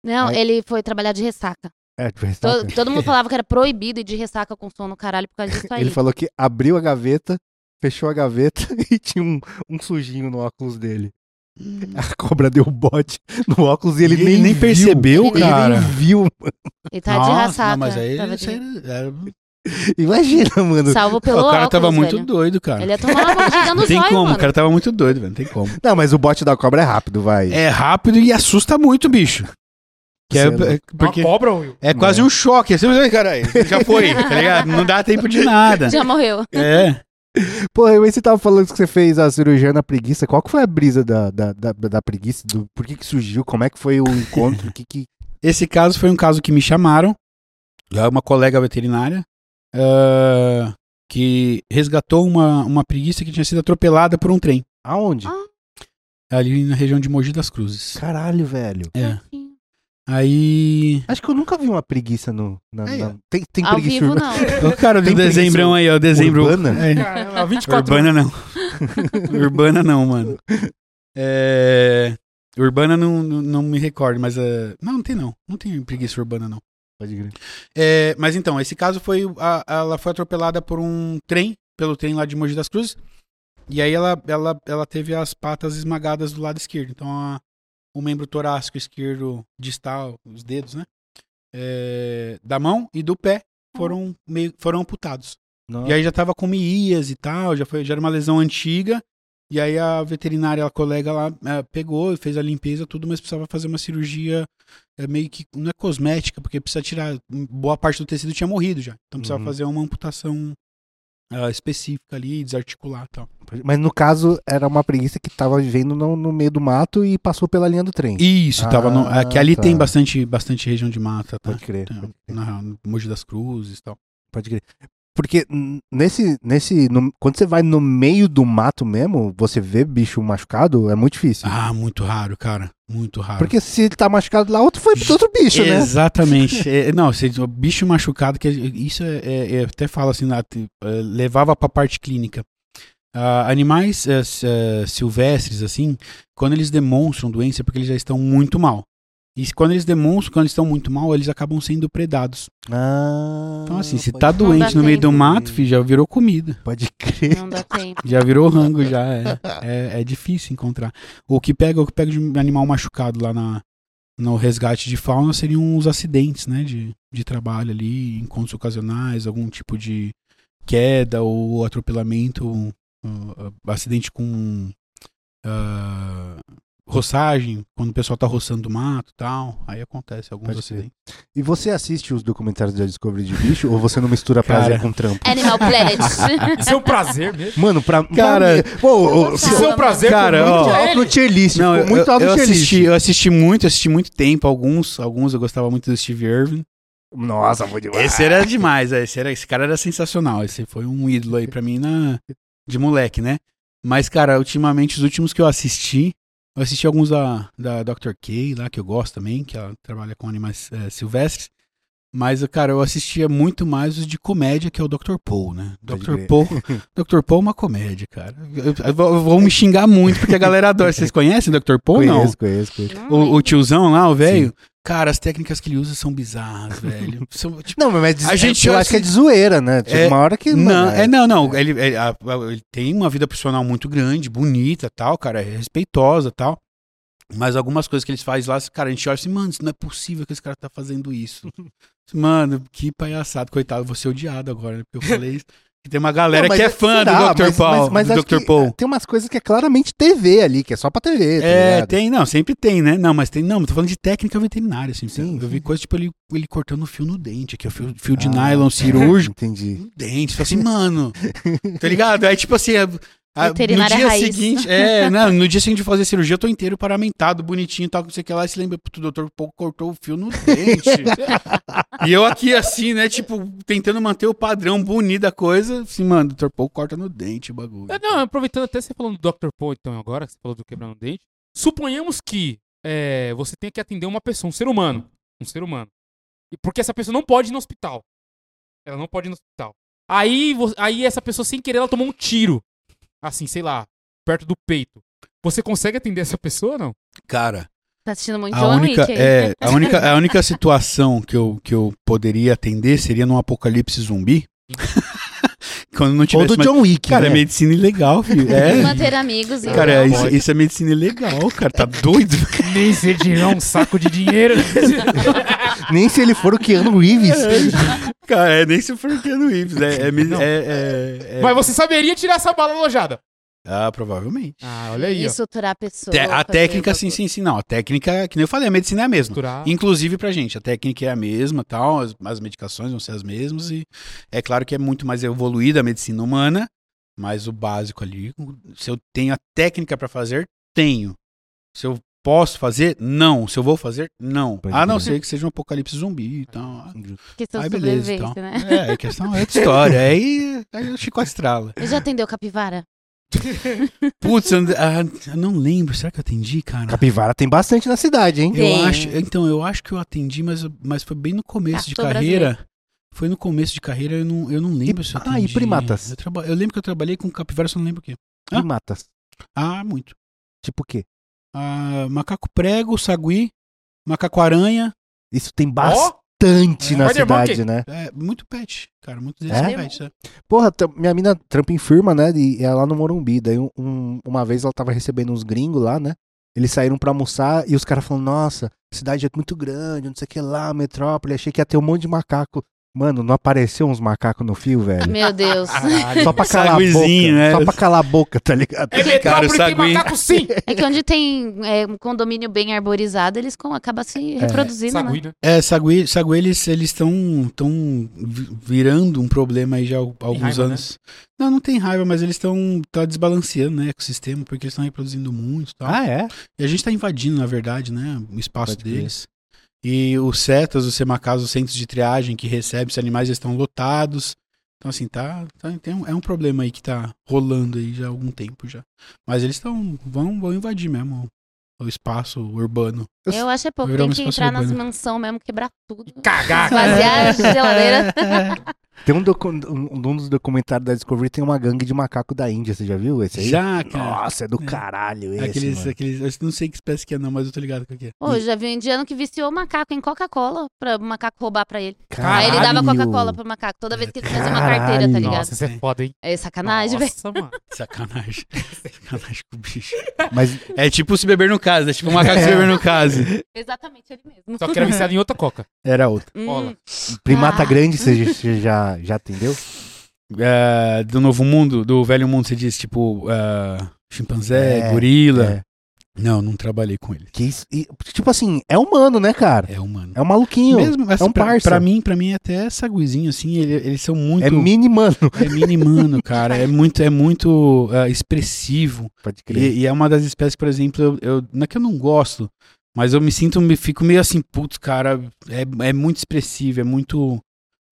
[SPEAKER 3] Não,
[SPEAKER 1] Aí-
[SPEAKER 3] ele foi trabalhar de ressaca.
[SPEAKER 1] É, tipo,
[SPEAKER 3] To-
[SPEAKER 1] ressaca.
[SPEAKER 3] Todo, mundo falava que era proibido ir de ressaca com som no caralho por causa disso tá aí.
[SPEAKER 1] Ele falou que abriu a gaveta, fechou a gaveta e tinha um, um sujinho no óculos dele.
[SPEAKER 3] Hum.
[SPEAKER 1] A cobra deu um bote no óculos e ele,
[SPEAKER 4] E ele
[SPEAKER 1] nem,
[SPEAKER 4] nem
[SPEAKER 1] viu.
[SPEAKER 4] percebeu,
[SPEAKER 1] Ele
[SPEAKER 4] cara.
[SPEAKER 1] nem viu.
[SPEAKER 3] Ele tava Tá de ressaca.
[SPEAKER 4] não, mas aí
[SPEAKER 3] tava
[SPEAKER 4] isso
[SPEAKER 3] de...
[SPEAKER 4] aí era-
[SPEAKER 1] Imagina, mano.
[SPEAKER 3] Salvo pelo
[SPEAKER 4] o cara
[SPEAKER 3] óculos,
[SPEAKER 4] tava muito
[SPEAKER 3] velho.
[SPEAKER 4] doido, cara.
[SPEAKER 3] Ele ia tomar uma batida no
[SPEAKER 4] Não tem
[SPEAKER 3] zóio,
[SPEAKER 4] como,
[SPEAKER 3] mano.
[SPEAKER 4] o cara tava muito doido, velho. Não tem como.
[SPEAKER 1] Não, mas o bote da cobra é rápido, vai.
[SPEAKER 4] É rápido e assusta muito, bicho. Que é-
[SPEAKER 1] Sei lá.
[SPEAKER 4] é- porque
[SPEAKER 2] Uma cobra, Will.
[SPEAKER 4] é quase um choque. Assim, mas, caralho, já foi, tá ligado? Não dá tempo de nada.
[SPEAKER 3] Já morreu.
[SPEAKER 4] É.
[SPEAKER 1] Porra, mas você tava falando que você fez a cirurgia na preguiça. Qual que foi a brisa da, da, da, da preguiça? Do, por que que surgiu? Como é que foi o encontro? O que que...
[SPEAKER 4] Esse caso foi um caso que me chamaram. é Uma colega veterinária. ah, que resgatou uma, uma preguiça que tinha sido atropelada por um trem.
[SPEAKER 3] Ah.
[SPEAKER 1] Aonde?
[SPEAKER 4] Ali na região de Mogi das Cruzes.
[SPEAKER 1] Caralho, velho.
[SPEAKER 4] É. Aí.
[SPEAKER 1] Acho que eu nunca vi uma preguiça no... na-
[SPEAKER 4] Aí,
[SPEAKER 1] na- Tem, tem
[SPEAKER 3] Ao
[SPEAKER 1] preguiça
[SPEAKER 3] vivo,
[SPEAKER 1] urba-
[SPEAKER 3] não.
[SPEAKER 4] O cara do
[SPEAKER 1] Tem preguiça
[SPEAKER 4] dezembrão aí, ó. Dezembro.
[SPEAKER 1] urbana?
[SPEAKER 4] É.
[SPEAKER 2] Caramba, 24
[SPEAKER 4] Urbana não. Urbana não, mano. É... Urbana não, não, não me recordo, mas. é, Não, não tem não. Não tem preguiça urbana, não.
[SPEAKER 1] Pode crer.
[SPEAKER 4] É, mas então, esse caso foi. a- ela foi atropelada por um trem, pelo trem lá de Mogi das Cruzes. E aí ela, ela, ela teve as patas esmagadas do lado esquerdo. Então a- o membro torácico esquerdo distal, os dedos, né? é, da mão e do pé foram, meio, foram amputados.
[SPEAKER 1] Nossa.
[SPEAKER 4] E aí já tava com mias e tal, já, foi, já era uma lesão antiga. E aí a veterinária, a colega lá, eh, pegou e fez a limpeza, tudo, mas precisava fazer uma cirurgia eh, meio que. Não é cosmética, porque precisa tirar. Boa parte do tecido tinha morrido já. Então precisava
[SPEAKER 1] Uhum.
[SPEAKER 4] fazer uma amputação ah, específica ali, desarticular e tal.
[SPEAKER 1] Mas no caso, era uma preguiça que tava vivendo no, no meio do mato e passou pela linha do trem.
[SPEAKER 4] Isso, tava no,
[SPEAKER 1] Ah,
[SPEAKER 4] é que ali
[SPEAKER 1] tá.
[SPEAKER 4] tem bastante, bastante região de mata, tá?
[SPEAKER 1] Pode crer.
[SPEAKER 4] Tem-
[SPEAKER 1] pode crer.
[SPEAKER 4] Na, no Mogi das Cruzes e tal.
[SPEAKER 1] Pode crer. Porque hum, nesse. nesse no- quando você vai no meio do mato mesmo, você vê bicho machucado, é muito difícil.
[SPEAKER 4] Ah, muito raro, cara. Muito raro.
[SPEAKER 1] Porque se ele tá machucado lá, outro foi outro bicho, né?
[SPEAKER 4] Exatamente. É, não, se, o bicho machucado, que é- isso é, é- é- até fala assim, na- te- eh, levava pra parte clínica. Ah, animais eh, s- eh, silvestres, assim, quando eles demonstram doença, é porque eles já estão muito mal. E se- quando eles demonstram, quando eles estão muito mal, eles acabam sendo predados.
[SPEAKER 1] Ah,
[SPEAKER 4] Então, assim, se
[SPEAKER 1] pode
[SPEAKER 4] tá
[SPEAKER 1] crer.
[SPEAKER 3] Não dá
[SPEAKER 4] doente no meio do
[SPEAKER 1] tempo. né?
[SPEAKER 4] mato, filho, já virou comida.
[SPEAKER 1] Pode crer.
[SPEAKER 3] Não dá tempo.
[SPEAKER 4] Já virou rango, já. É, é, é difícil encontrar. O que pega, o que pega de um animal machucado lá na, no resgate de fauna seriam os acidentes, né? De, de trabalho ali, encontros ocasionais, algum tipo de queda ou atropelamento, uh, uh, acidente com ah, roçagem, quando o pessoal tá roçando o mato e tal. Aí acontece alguns
[SPEAKER 1] Pode
[SPEAKER 4] acidentes.
[SPEAKER 1] E você assiste os documentários da Discovery de bicho ou você não mistura
[SPEAKER 4] Cara.
[SPEAKER 1] prazer com trampo?
[SPEAKER 3] Animal Planet.
[SPEAKER 2] Isso é um prazer mesmo.
[SPEAKER 1] Mano, pra.
[SPEAKER 4] Cara,
[SPEAKER 1] pra mim- Pô, ô,
[SPEAKER 3] Isso
[SPEAKER 1] se
[SPEAKER 2] Isso é
[SPEAKER 1] for
[SPEAKER 3] Fala,
[SPEAKER 2] um prazer
[SPEAKER 4] Cara,
[SPEAKER 2] foi muito
[SPEAKER 4] ó.
[SPEAKER 2] alto.
[SPEAKER 1] alto no tier list,
[SPEAKER 4] Não,
[SPEAKER 1] ficou muito
[SPEAKER 4] eu,
[SPEAKER 1] alto
[SPEAKER 4] eu
[SPEAKER 1] no tier
[SPEAKER 4] assisti,
[SPEAKER 1] list.
[SPEAKER 4] eu assisti muito, assisti muito tempo, alguns, alguns eu gostava muito do Steve Irwin.
[SPEAKER 1] Nossa, vou demais.
[SPEAKER 4] Esse era demais, é, esse, era, esse cara era sensacional. Esse foi um ídolo aí pra mim na, de moleque, né? Mas, cara, ultimamente, os últimos que eu assisti, eu assisti alguns da, da Dr. Kay lá, que eu gosto também, que ela trabalha com animais eh, silvestres. Mas, cara, eu assistia muito mais os de comédia, que é o Dr. Paul, né?
[SPEAKER 1] Pode
[SPEAKER 4] Dr.
[SPEAKER 1] crer.
[SPEAKER 4] Paul, Dr. Paul é uma comédia, cara. Eu, eu vou- eu vou me xingar muito, porque a galera adora. Vocês conhecem o Dr. Paul ou não?
[SPEAKER 1] Conheço, Hum. conheço, conheço.
[SPEAKER 4] O, o tiozão lá, o velho. Cara, as técnicas que ele usa são bizarras, velho. São, tipo,
[SPEAKER 1] Não, mas
[SPEAKER 4] A
[SPEAKER 1] é-
[SPEAKER 4] gente
[SPEAKER 1] eu
[SPEAKER 4] já
[SPEAKER 1] acho que é de zoeira, né? Tipo,
[SPEAKER 4] É,
[SPEAKER 1] uma hora que.
[SPEAKER 4] Não,
[SPEAKER 1] mano, tipo
[SPEAKER 4] é, não, não. Ele, ele- a- a- ele tem uma vida profissional muito grande, bonita, tal, cara, é respeitosa, tal. Mas algumas coisas que eles fazem lá, cara, a gente olha assim, mano, isso não é possível que esse cara tá fazendo isso. mano, que palhaçado, coitado, vou ser odiado agora, né? Porque eu falei isso. Que tem uma galera
[SPEAKER 1] Não, mas
[SPEAKER 4] que é fã
[SPEAKER 1] será,
[SPEAKER 4] do Dr.
[SPEAKER 1] mas-
[SPEAKER 4] Paul.
[SPEAKER 1] mas- mas
[SPEAKER 4] do
[SPEAKER 1] acho
[SPEAKER 4] Dr.
[SPEAKER 1] que
[SPEAKER 4] Paul.
[SPEAKER 1] Tem umas coisas que é claramente TV ali, que é só pra TV. tá
[SPEAKER 4] É,
[SPEAKER 1] ligado?
[SPEAKER 4] tem, não, sempre tem, né? Não, mas tem, não, tô falando de técnica veterinária, assim.
[SPEAKER 1] Sim,
[SPEAKER 4] eu vi
[SPEAKER 1] sim.
[SPEAKER 4] coisa tipo ele, ele cortando fio no dente, aqui, o fio, fio de
[SPEAKER 1] Ah.
[SPEAKER 4] nylon cirúrgico,
[SPEAKER 1] Entendi.
[SPEAKER 4] no dente, fala assim, mano, tá ligado? Aí tipo assim, a- a- no
[SPEAKER 3] Veterinária
[SPEAKER 4] dia
[SPEAKER 3] raiz.
[SPEAKER 4] seguinte, é, não, no dia seguinte de fazer a cirurgia, eu tô inteiro paramentado, bonitinho, e tal, não sei o que lá, e se lembra, puto, o doutor pouco cortou o fio no dente. e eu aqui assim, né, tipo, tentando manter o padrão bonito da coisa, assim, mano, o doutor pouco corta no dente o bagulho.
[SPEAKER 2] É, Não, aproveitando até você falando do Dr. Paul, então, agora, que você falou do quebrando o dente. Suponhamos que é, você tenha que atender uma pessoa, um ser humano. Um ser humano. E porque essa pessoa não pode ir no hospital. Ela não pode ir no hospital. Aí, vo- aí essa pessoa, sem querer, ela tomou um tiro. Assim, sei lá, perto do peito. Você consegue atender essa pessoa ou não?
[SPEAKER 4] Cara,
[SPEAKER 3] Tá assistindo muito
[SPEAKER 4] A
[SPEAKER 3] John
[SPEAKER 4] única,
[SPEAKER 3] Wick aí.
[SPEAKER 4] é, a única, a única situação que eu, que eu poderia atender seria num apocalipse zumbi.
[SPEAKER 3] Uhum.
[SPEAKER 4] Quando não
[SPEAKER 1] Ou
[SPEAKER 4] tivesse
[SPEAKER 1] do
[SPEAKER 4] mais-
[SPEAKER 1] John Wick,
[SPEAKER 4] Cara, é
[SPEAKER 1] né?
[SPEAKER 4] medicina ilegal, filho.
[SPEAKER 3] E
[SPEAKER 4] É.
[SPEAKER 3] Manter amigos e...
[SPEAKER 4] Cara,
[SPEAKER 2] Não,
[SPEAKER 4] isso,
[SPEAKER 2] pode.
[SPEAKER 4] isso é medicina ilegal, cara. Tá doido?
[SPEAKER 2] Nem se tirar um saco de dinheiro.
[SPEAKER 1] Nem se ele for o Keanu
[SPEAKER 4] é.
[SPEAKER 1] Reeves.
[SPEAKER 4] cara, é nem se for o Keanu Reeves. É, é, me-
[SPEAKER 2] Não.
[SPEAKER 4] é- é- é-
[SPEAKER 2] Mas você saberia tirar essa bala alojada.
[SPEAKER 4] Ah, provavelmente.
[SPEAKER 2] Ah, olha aí,
[SPEAKER 3] E
[SPEAKER 2] ó.
[SPEAKER 3] suturar a pessoa.
[SPEAKER 4] Te- a
[SPEAKER 3] fazer
[SPEAKER 4] técnica,
[SPEAKER 2] né?
[SPEAKER 3] o
[SPEAKER 4] sim,
[SPEAKER 3] bagulho.
[SPEAKER 4] sim, sim. Não, a técnica, que nem eu falei, a medicina é a mesma.
[SPEAKER 2] Misturar.
[SPEAKER 4] Inclusive pra gente, a técnica é a mesma, tal, as, as medicações vão ser as mesmas e é claro que é muito mais evoluída a medicina humana, mas o básico ali, se eu tenho a técnica pra fazer, tenho. Se eu posso fazer, não. Se eu vou fazer, não.
[SPEAKER 1] Pode
[SPEAKER 4] A não
[SPEAKER 1] crer.
[SPEAKER 4] ser que seja um apocalipse zumbi e tal.
[SPEAKER 3] Questão de
[SPEAKER 4] Ai, beleza,
[SPEAKER 3] sobrevivência,
[SPEAKER 4] então.
[SPEAKER 3] né?
[SPEAKER 4] É, a questão é outra história. Aí, aí o Chico Estrala.
[SPEAKER 3] Ele já atendeu capivara?
[SPEAKER 4] Putz, eu, ah, eu não lembro. Será que eu atendi, cara?
[SPEAKER 1] Capivara tem bastante na cidade, hein?
[SPEAKER 4] Eu
[SPEAKER 3] Tem.
[SPEAKER 4] acho, então, eu acho que eu atendi, mas, mas foi bem no começo de
[SPEAKER 3] Castor
[SPEAKER 4] carreira. Foi no começo de carreira, eu não, eu não lembro
[SPEAKER 1] E-
[SPEAKER 4] se eu
[SPEAKER 1] ah, e
[SPEAKER 4] atendi.
[SPEAKER 1] primatas?
[SPEAKER 4] Eu, traba- eu lembro que eu trabalhei com capivara, só não lembro o quê. Hã?
[SPEAKER 1] Primatas.
[SPEAKER 4] Ah, muito.
[SPEAKER 1] Tipo o quê?
[SPEAKER 4] Ah, macaco prego, sagui, macaco aranha.
[SPEAKER 1] Isso tem
[SPEAKER 2] Ó,
[SPEAKER 1] bastante na
[SPEAKER 2] Spider-Monkey.
[SPEAKER 1] cidade, né?
[SPEAKER 4] É, muito pet, cara, muito desses
[SPEAKER 1] É?
[SPEAKER 4] pets. É.
[SPEAKER 1] Porra, tam- minha mina trampa em firma, né? E é lá no Morumbi. Daí um- um- uma vez ela tava recebendo uns gringos lá, né? Eles saíram pra almoçar e os caras falaram, nossa, cidade é muito grande, não sei o que lá, metrópole, achei que ia ter um monte de macaco. Mano, não apareceu uns macacos no fio, velho?
[SPEAKER 3] Meu Deus.
[SPEAKER 2] Ah.
[SPEAKER 1] Só pra calar a boca.
[SPEAKER 4] Saguizinho, né?
[SPEAKER 1] Só pra calar a boca, tá ligado?
[SPEAKER 2] é metrópole, tem
[SPEAKER 4] saguinho.
[SPEAKER 2] macaco sim.
[SPEAKER 3] É que onde tem é, um condomínio bem arborizado, eles com, acabam se reproduzindo, né?
[SPEAKER 2] Sagui, né?
[SPEAKER 4] É, sagui, sagui eles estão tão vi- virando um problema aí já há al- alguns
[SPEAKER 2] raiva,
[SPEAKER 1] né?
[SPEAKER 4] anos. Não, não tem raiva, mas eles estão tá desbalanceando né, o ecossistema, porque eles estão reproduzindo muito e tal.
[SPEAKER 1] Ah, é?
[SPEAKER 4] E a gente tá invadindo, na verdade, né, o espaço
[SPEAKER 1] Pode crer.
[SPEAKER 4] deles. E os CETAS, os CEMACAS, os centros de triagem que recebem esses animais, eles estão lotados. Então, assim, tá, tá- tem um- é um problema aí que tá rolando aí já há algum tempo já. Mas eles estão, vão, vão invadir mesmo o, o espaço urbano.
[SPEAKER 3] Eu acho é pouco.
[SPEAKER 4] Virou
[SPEAKER 3] Tem
[SPEAKER 4] uma
[SPEAKER 3] que
[SPEAKER 4] espaço
[SPEAKER 3] entrar nas
[SPEAKER 4] urbano.
[SPEAKER 3] mansão mesmo, quebrar tudo.
[SPEAKER 2] Cagar,
[SPEAKER 3] Esvaziar a geladeira.
[SPEAKER 1] Tem um, docu- um- um dos documentários da Discovery, tem uma gangue de macaco da Índia, você já viu esse aí?
[SPEAKER 4] já, cara.
[SPEAKER 1] Nossa, é do
[SPEAKER 4] É.
[SPEAKER 1] caralho esse,
[SPEAKER 4] Aqueles,
[SPEAKER 1] mano.
[SPEAKER 4] aqueles, eu não sei que espécie que é não, mas eu tô ligado com o que é.
[SPEAKER 3] Pô, eu já vi um indiano que viciou o macaco em Coca-Cola pra o macaco roubar pra ele. Aí Ah, ele
[SPEAKER 1] Caralho!
[SPEAKER 3] dava Coca-Cola pro macaco toda vez que ele fazia uma
[SPEAKER 1] Caralho!
[SPEAKER 3] carteira, tá ligado?
[SPEAKER 2] Nossa, isso é foda, hein?
[SPEAKER 3] É sacanagem, velho.
[SPEAKER 2] Nossa, mano.
[SPEAKER 4] Sacanagem. Sacanagem com o bicho.
[SPEAKER 1] Mas
[SPEAKER 4] É tipo se beber no caso, é tipo um macaco se beber no caso.
[SPEAKER 3] Exatamente ele mesmo.
[SPEAKER 2] Só que era viciado em outra coca.
[SPEAKER 4] Era outro.
[SPEAKER 3] Hum,
[SPEAKER 2] Cola.
[SPEAKER 1] primata
[SPEAKER 3] Ah.
[SPEAKER 1] grande, você já- você já, já atendeu?
[SPEAKER 4] É, do novo mundo, do velho mundo, você diz, tipo, é, chimpanzé,
[SPEAKER 1] É,
[SPEAKER 4] gorila.
[SPEAKER 1] É.
[SPEAKER 4] Não, não trabalhei com ele.
[SPEAKER 1] Que isso, e, tipo assim, é humano, né, cara?
[SPEAKER 4] É humano.
[SPEAKER 1] É um maluquinho.
[SPEAKER 4] assim,
[SPEAKER 1] é um
[SPEAKER 4] pra,
[SPEAKER 1] parça.
[SPEAKER 4] pra mim, pra mim, é até saguizinho, assim, ele- eles são muito.
[SPEAKER 1] É mini mano.
[SPEAKER 4] é mini-mano, cara. É muito, é muito é, expressivo.
[SPEAKER 1] Pode crer.
[SPEAKER 4] E, e é uma das espécies, por exemplo, eu, eu- não é que eu não gosto, mas eu me sinto, me fico meio assim, putz, cara, é, é muito expressivo, é muito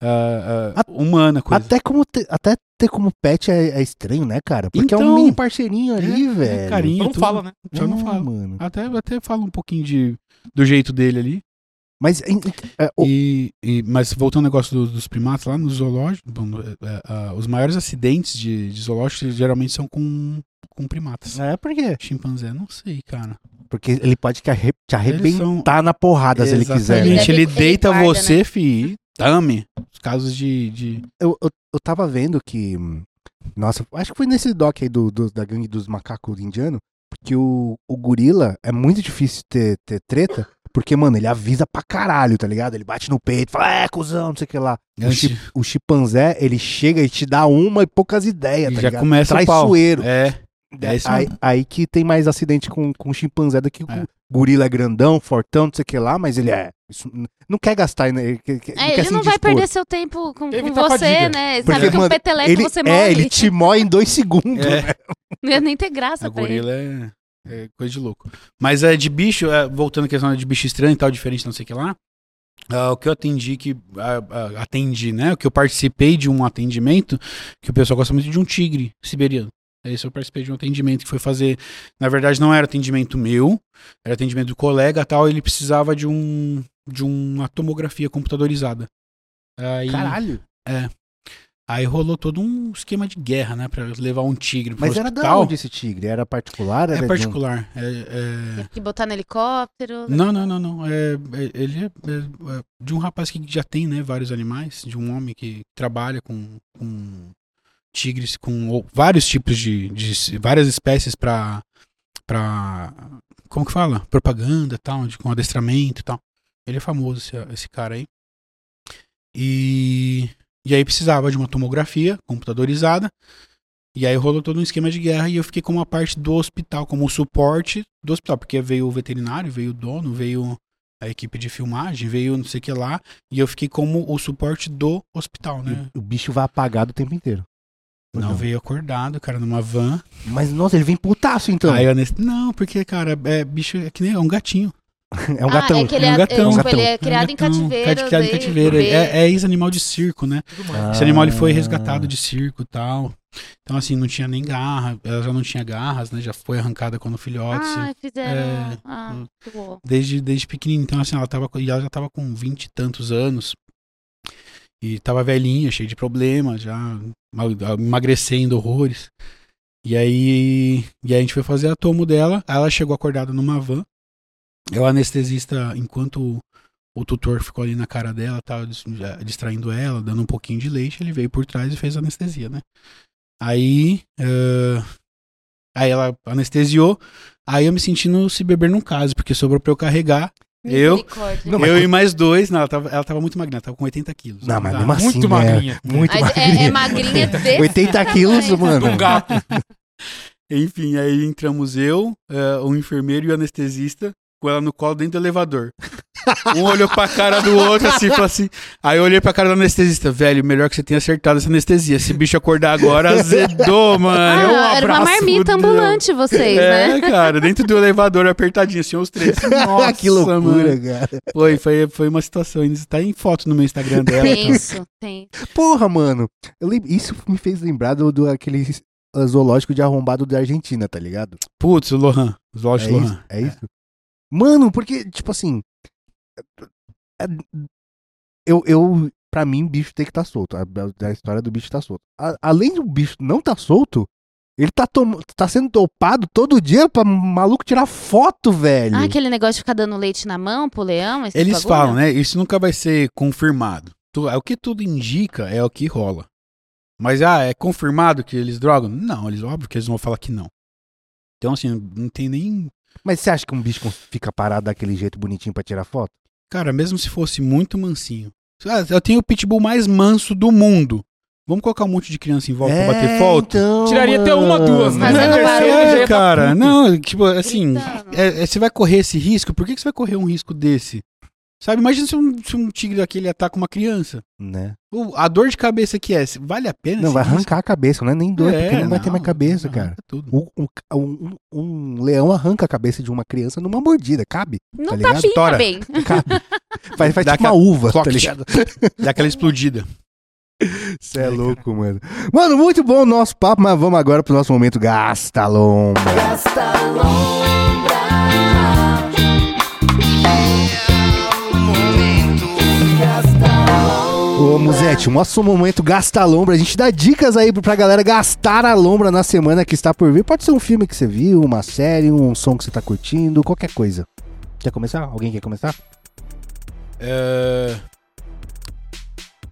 [SPEAKER 4] ah, ah,
[SPEAKER 1] A-
[SPEAKER 4] humana a coisa.
[SPEAKER 1] Até, como te- até ter como pet é, é estranho, né, cara? Porque é um
[SPEAKER 4] Então. é,
[SPEAKER 1] mini parceirinho ali, velho.
[SPEAKER 4] carinho,
[SPEAKER 2] Não
[SPEAKER 4] tudo.
[SPEAKER 2] fala, né?
[SPEAKER 4] Só não
[SPEAKER 1] É,
[SPEAKER 4] fala.
[SPEAKER 1] mano.
[SPEAKER 4] Até, até fala um pouquinho de, do jeito dele ali.
[SPEAKER 1] Mas em- em- é, o-
[SPEAKER 4] E, e- mas voltando ao negócio do- dos primatas, lá no zoológico, bom, no- é, é, os maiores acidentes de, de zoológico geralmente são com, com primatas.
[SPEAKER 1] é por quê?
[SPEAKER 4] Chimpanzé, não sei, cara.
[SPEAKER 1] Porque ele pode te arre- te
[SPEAKER 4] Eles são-
[SPEAKER 1] arrebentar na porrada se ele quiser. né?
[SPEAKER 4] Exatamente, ele,
[SPEAKER 3] Ele deve- ele
[SPEAKER 4] deita
[SPEAKER 3] guarda, né?
[SPEAKER 4] você, fi, e tame. Os casos de. de...
[SPEAKER 1] eu, eu, eu tava vendo que. hum, Nossa, acho que foi nesse doc aí do, do- da gangue dos macacos indiano, porque o, o gorila é muito difícil ter, ter treta, Porque, mano, ele avisa pra caralho, tá ligado? Ele bate no peito, fala, é, cuzão, não sei o que lá. O,
[SPEAKER 4] Antes-
[SPEAKER 1] chi- o chimpanzé, ele chega e te dá uma e poucas ideias,
[SPEAKER 4] E
[SPEAKER 1] tá
[SPEAKER 4] já
[SPEAKER 1] ligado?
[SPEAKER 4] começa o pau.
[SPEAKER 1] Traiçoeiro.
[SPEAKER 4] É. É isso
[SPEAKER 1] aí, aí que tem mais acidente com, com chimpanzé do que com
[SPEAKER 4] É.
[SPEAKER 1] gorila é grandão, fortão, não sei o que lá, mas ele é. isso- não quer gastar, né? Ele, quer- quer-
[SPEAKER 3] É,
[SPEAKER 1] quer
[SPEAKER 3] ele
[SPEAKER 1] se
[SPEAKER 3] não vai
[SPEAKER 1] indispor.
[SPEAKER 3] perder seu tempo com,
[SPEAKER 2] Quer
[SPEAKER 3] com
[SPEAKER 2] evitar fadiga.
[SPEAKER 3] você, né? Sabe
[SPEAKER 1] tá Porque,
[SPEAKER 3] que
[SPEAKER 1] mano,
[SPEAKER 3] o peteleco
[SPEAKER 1] Ele,
[SPEAKER 3] você morre.
[SPEAKER 1] é, ele te mói em dois segundos. né?
[SPEAKER 4] É.
[SPEAKER 3] Não ia nem ter graça
[SPEAKER 4] A
[SPEAKER 3] pra ele.
[SPEAKER 4] gorila é, é coisa de louco. Mas é de bicho, é, voltando à questão de bicho estranho e tal, diferente, não sei o que lá. ah, o que eu atendi que. ah, ah, atendi, né? O que eu participei de um atendimento que o pessoal gosta muito de um tigre siberiano. Esse eu participei de um atendimento que foi fazer. Na verdade, não era atendimento meu, era atendimento do colega e tal. Ele precisava de um de uma tomografia computadorizada.
[SPEAKER 1] É
[SPEAKER 4] Aí,
[SPEAKER 1] Caralho.
[SPEAKER 4] aí rolou todo um esquema de guerra, né? Pra levar um tigre pro
[SPEAKER 1] Mas era
[SPEAKER 4] hospital.
[SPEAKER 1] da onde esse tigre? Era particular? Era de
[SPEAKER 4] É
[SPEAKER 1] um-
[SPEAKER 4] particular. é- é-
[SPEAKER 3] Tem que botar no helicóptero.
[SPEAKER 4] Não, não, não, não. É, é- ele é, é- é de um rapaz que já tem, né, vários animais, de um homem que trabalha com, com tigres, com ou- vários tipos de, de s- várias espécies pra para como que fala? Propaganda, e tal, de, com adestramento, e tal. Ele é famoso esse, esse cara aí. E e aí precisava de uma tomografia computadorizada. E aí rolou todo um esquema de guerra e eu fiquei como a parte do hospital, como o suporte do hospital, porque veio o veterinário, veio o dono, veio a equipe de filmagem, veio não sei o que lá, e eu fiquei como o suporte do hospital, né?
[SPEAKER 1] O bicho vai apagado o tempo inteiro. Ou
[SPEAKER 4] Não, veio acordado, cara, numa van.
[SPEAKER 1] Mas, nossa, ele vem putaço então.
[SPEAKER 4] Aí é eu anest... Não, porque, cara, é bicho, é que nem é um gatinho.
[SPEAKER 1] É um
[SPEAKER 3] Ah,
[SPEAKER 1] gatão.
[SPEAKER 3] é que ele
[SPEAKER 4] É
[SPEAKER 3] é,
[SPEAKER 4] um gatão,
[SPEAKER 3] é, tipo,
[SPEAKER 1] gatão.
[SPEAKER 3] ele
[SPEAKER 1] É
[SPEAKER 3] é
[SPEAKER 1] um
[SPEAKER 3] criado em
[SPEAKER 4] Gatão,
[SPEAKER 3] cativeiro.
[SPEAKER 4] cati- Criado em
[SPEAKER 3] desde
[SPEAKER 4] cativeiro.
[SPEAKER 3] bebê.
[SPEAKER 4] É, é ex-animal de circo, né?
[SPEAKER 2] Tudo mais.
[SPEAKER 1] Ah.
[SPEAKER 4] Esse animal ele foi resgatado de circo e tal. Então, assim, não tinha nem garra, ela já não tinha garras, né? Já foi arrancada quando filhote. assim.
[SPEAKER 3] Ah, fizeram.
[SPEAKER 4] É.
[SPEAKER 3] Ah, que bom.
[SPEAKER 4] desde, desde pequenininho. Então, assim, ela, tava, com- e ela já tava com vinte e tantos anos. E tava velhinha, cheia de problemas, já ma- emagrecendo horrores. E aí, e aí a gente foi fazer a tomo dela. Aí Ela chegou acordada numa van. É o anestesista, enquanto o, o tutor ficou ali na cara dela, tava dis- já distraindo ela, dando um pouquinho de leite, ele veio por trás e fez a anestesia, né? Aí, eh, aí ela anestesiou. Aí eu me sentindo se beber num caso, porque sobrou pra eu carregar. Eu-
[SPEAKER 3] Misericórdia.
[SPEAKER 1] Não, mas-
[SPEAKER 4] eu e mais dois, não, ela tava, ela tava muito magrinha, ela tava com 80 quilos.
[SPEAKER 1] Não, mas
[SPEAKER 4] Tá.
[SPEAKER 1] mesmo assim, né?
[SPEAKER 2] Muito magrinha.
[SPEAKER 1] Muito
[SPEAKER 3] Mas
[SPEAKER 1] magrinha.
[SPEAKER 3] é, é magrinha desse
[SPEAKER 1] 80 quilos,
[SPEAKER 3] tamanho.
[SPEAKER 1] mano.
[SPEAKER 2] De um gato.
[SPEAKER 4] Enfim, aí entramos eu, eh, o enfermeiro e o anestesista, com ela no colo dentro do elevador. Um olhou pra cara do outro, assim, falou assim. Aí eu olhei pra cara do anestesista, velho, melhor que você tenha acertado essa anestesia. Esse bicho acordar agora azedou, mano.
[SPEAKER 2] é um
[SPEAKER 3] Ah, era uma
[SPEAKER 2] abraço
[SPEAKER 3] marmita
[SPEAKER 2] do-
[SPEAKER 3] ambulante vocês,
[SPEAKER 4] é,
[SPEAKER 3] né?
[SPEAKER 4] cara, dentro do elevador apertadinho, assim, os três. Nossa,
[SPEAKER 1] que loucura,
[SPEAKER 4] mano.
[SPEAKER 1] cara.
[SPEAKER 4] Foi, foi, foi uma situação. ainda Tá em foto no meu Instagram
[SPEAKER 1] É.
[SPEAKER 4] dela. tá?
[SPEAKER 3] Tenso, tem.
[SPEAKER 1] Porra, mano. Eu lem- Isso me fez lembrar do, do aquele ah, zoológico de arrombado da Argentina, tá ligado?
[SPEAKER 4] Putz, o Lohan. Os
[SPEAKER 1] É
[SPEAKER 4] Lost
[SPEAKER 1] isso?
[SPEAKER 4] Lohan.
[SPEAKER 1] É isso? Mano, porque, tipo assim. é- é- Eu, eu, pra mim, o bicho tem que estar solto. A, a- a história do bicho tá solto. A- além do bicho não tá solto, ele tá, tom- tá sendo dopado todo dia pra maluco tirar foto, velho.
[SPEAKER 3] Ah, aquele negócio de ficar dando leite na mão pro leão, esse
[SPEAKER 4] Eles
[SPEAKER 3] bagulho?
[SPEAKER 4] falam, né? Isso nunca vai ser confirmado. Tu- é O que tudo indica é o que rola. Mas, ah, é confirmado que eles drogam? Não, eles óbvio que eles vão falar que não. Então, assim, não tem nem.
[SPEAKER 1] Mas você acha que um bicho cons- fica parado daquele jeito bonitinho pra tirar foto?
[SPEAKER 4] Cara, mesmo se fosse muito mansinho. Ah, eu tenho o pitbull mais manso do mundo. Vamos colocar um monte de criança em volta pra bater foto?
[SPEAKER 1] então,
[SPEAKER 2] Tiraria até uma, duas, né?
[SPEAKER 3] Fazendo
[SPEAKER 4] Não,
[SPEAKER 3] barulho.
[SPEAKER 4] é,
[SPEAKER 2] já ia tá
[SPEAKER 4] cara.
[SPEAKER 2] puto.
[SPEAKER 4] não, tipo, assim,
[SPEAKER 3] Gritando.
[SPEAKER 4] é- é, você vai correr esse risco? Por que, que você vai correr um risco desse? Sabe, imagina se um, se um tigre daquele ataca uma criança.
[SPEAKER 1] Né?
[SPEAKER 4] O- a dor de cabeça que é, se- vale a pena?
[SPEAKER 1] Não,
[SPEAKER 4] esse
[SPEAKER 1] vai
[SPEAKER 4] risco?
[SPEAKER 1] arrancar a cabeça, não é nem doido,
[SPEAKER 4] É,
[SPEAKER 1] porque não vai ter mais cabeça,
[SPEAKER 4] arranca
[SPEAKER 1] cara.
[SPEAKER 4] tudo.
[SPEAKER 1] Um, um, um- um leão arranca a cabeça de uma criança numa mordida, cabe?
[SPEAKER 3] Não
[SPEAKER 1] ligado?
[SPEAKER 3] tá pinta
[SPEAKER 4] Estoura.
[SPEAKER 3] bem.
[SPEAKER 1] Cabe. Faz, faz
[SPEAKER 4] Dá
[SPEAKER 1] tipo uma
[SPEAKER 4] aquela
[SPEAKER 1] uva, tá
[SPEAKER 4] clock.
[SPEAKER 1] ligado?
[SPEAKER 4] Dá aquela explodida.
[SPEAKER 1] Você é louco, mano. Mano, muito bom o nosso papo, mas vamos agora pro nosso momento Gasta Lomba. Ô, Musete, o nosso momento Gasta Lombra. A gente dá dicas aí pra galera gastar a lombra na semana que está por vir. Pode ser um filme que você viu, uma série, um som que você tá curtindo, qualquer coisa. Quer começar? Alguém quer começar?
[SPEAKER 4] É,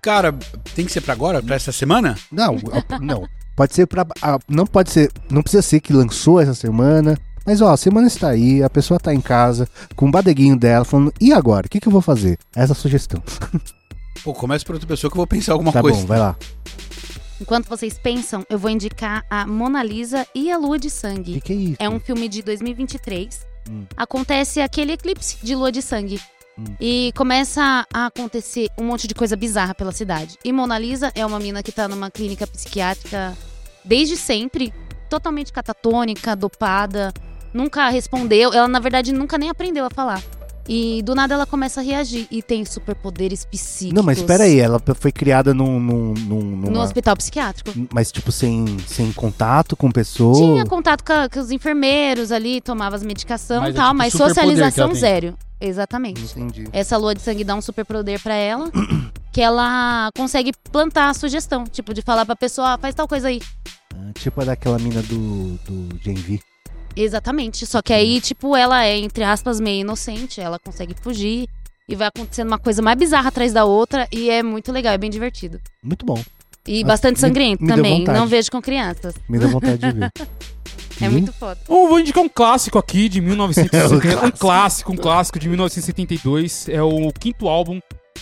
[SPEAKER 4] Cara, tem que ser pra agora? Pra essa semana?
[SPEAKER 1] Não, a- não. Pode ser pra. a- não pode ser. Não precisa ser que lançou essa semana. Mas ó, a semana está aí, a pessoa tá em casa, com o badeguinho dela, falando, e agora? O que, que eu vou fazer? Essa é a sugestão.
[SPEAKER 4] Pô, começa por outra pessoa que eu vou pensar alguma
[SPEAKER 1] tá
[SPEAKER 4] coisa.
[SPEAKER 1] bom, vai lá.
[SPEAKER 3] Enquanto vocês pensam, eu vou indicar a Mona Lisa e a Lua de
[SPEAKER 1] O que,
[SPEAKER 3] Sangue.
[SPEAKER 1] que é isso?
[SPEAKER 3] É um filme de 2023.
[SPEAKER 1] Hum.
[SPEAKER 3] Acontece aquele eclipse de Lua de Sangue.
[SPEAKER 1] Hum.
[SPEAKER 3] E começa a acontecer um monte de coisa bizarra pela cidade. E Mona Lisa é uma mina que tá numa clínica psiquiátrica desde sempre, totalmente catatônica, dopada, nunca respondeu. Ela, na verdade, nunca nem aprendeu a falar. E do nada ela começa a reagir e tem superpoderes psíquicos.
[SPEAKER 1] Não, mas espera aí, ela p- foi criada num... num, num
[SPEAKER 3] No
[SPEAKER 1] numa...
[SPEAKER 3] hospital psiquiátrico.
[SPEAKER 1] Mas, tipo, sem, sem contato com pessoa?
[SPEAKER 3] Tinha contato com, a- com os enfermeiros ali, tomava as medicações
[SPEAKER 4] Mas
[SPEAKER 3] e
[SPEAKER 4] é
[SPEAKER 3] tal,
[SPEAKER 4] tipo
[SPEAKER 3] mas
[SPEAKER 4] superpoder que
[SPEAKER 3] socialização
[SPEAKER 4] ela tem. Uhum.
[SPEAKER 3] zero. Exatamente.
[SPEAKER 1] Entendi.
[SPEAKER 3] Essa lua de sangue dá um superpoder pra ela, que ela consegue plantar a sugestão, tipo, de falar pra pessoa, "Ah, faz tal coisa aí.
[SPEAKER 1] Ah, Tipo a daquela mina do, do Gen V.
[SPEAKER 3] Exatamente. Só que aí, tipo, ela é, entre aspas, meio inocente, ela consegue fugir. E vai acontecendo uma coisa mais bizarra atrás da outra. E é muito legal, é bem divertido.
[SPEAKER 1] Muito bom.
[SPEAKER 3] E
[SPEAKER 1] Ah,
[SPEAKER 3] bastante
[SPEAKER 1] me-
[SPEAKER 3] sangrento
[SPEAKER 1] me deu
[SPEAKER 3] também.
[SPEAKER 1] vontade.
[SPEAKER 3] Não vejo com crianças.
[SPEAKER 1] Me deu vontade de ver.
[SPEAKER 3] É
[SPEAKER 1] Hum?
[SPEAKER 3] muito foda.
[SPEAKER 2] Ou vou indicar um clássico aqui de
[SPEAKER 1] É o
[SPEAKER 2] 1970.
[SPEAKER 1] clássico.
[SPEAKER 2] um clássico, um clássico de 1972. É o quinto álbum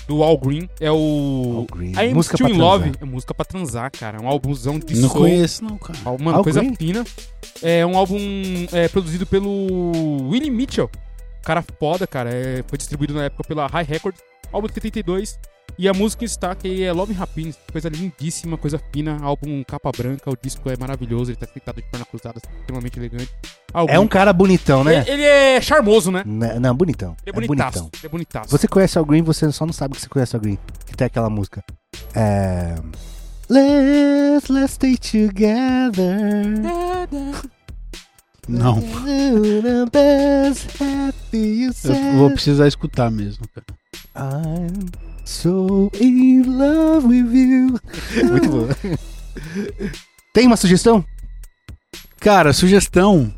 [SPEAKER 2] do Al Green. É o.
[SPEAKER 1] All Green.
[SPEAKER 2] I Am
[SPEAKER 1] Música
[SPEAKER 2] Still
[SPEAKER 1] pra
[SPEAKER 2] in Love.
[SPEAKER 1] transar.
[SPEAKER 2] É música pra transar, cara. É um álbumzão de
[SPEAKER 4] Não
[SPEAKER 2] soul.
[SPEAKER 4] conheço, não, cara.
[SPEAKER 2] Mano,
[SPEAKER 1] Al
[SPEAKER 2] coisa
[SPEAKER 1] Green?
[SPEAKER 2] fina. É um álbum é, produzido pelo Willie Mitchell. Cara foda, cara. É, foi distribuído na época pela High Records. Álbum de 72. E a música em destaque aí é Love and Happiness. Coisa lindíssima, coisa fina. Álbum capa branca. O disco é maravilhoso. Ele tá sentado de perna cruzada, extremamente elegante. Al
[SPEAKER 1] É um cara bonitão, né?
[SPEAKER 2] ele, ele é charmoso, né?
[SPEAKER 1] Né- Não, bonitão.
[SPEAKER 2] Ele é,
[SPEAKER 1] É
[SPEAKER 2] bonitaço.
[SPEAKER 1] bonitão.
[SPEAKER 2] Ele é bonitaço.
[SPEAKER 1] Você conhece o Green, você só não sabe que você conhece o Green. Que tem aquela música. É. Let's, let's stay together.
[SPEAKER 4] Não.
[SPEAKER 1] The best happy you
[SPEAKER 4] Eu vou precisar escutar mesmo, cara.
[SPEAKER 1] I'm so in love with you. Muito bom. Tem uma sugestão?
[SPEAKER 4] Cara, sugestão.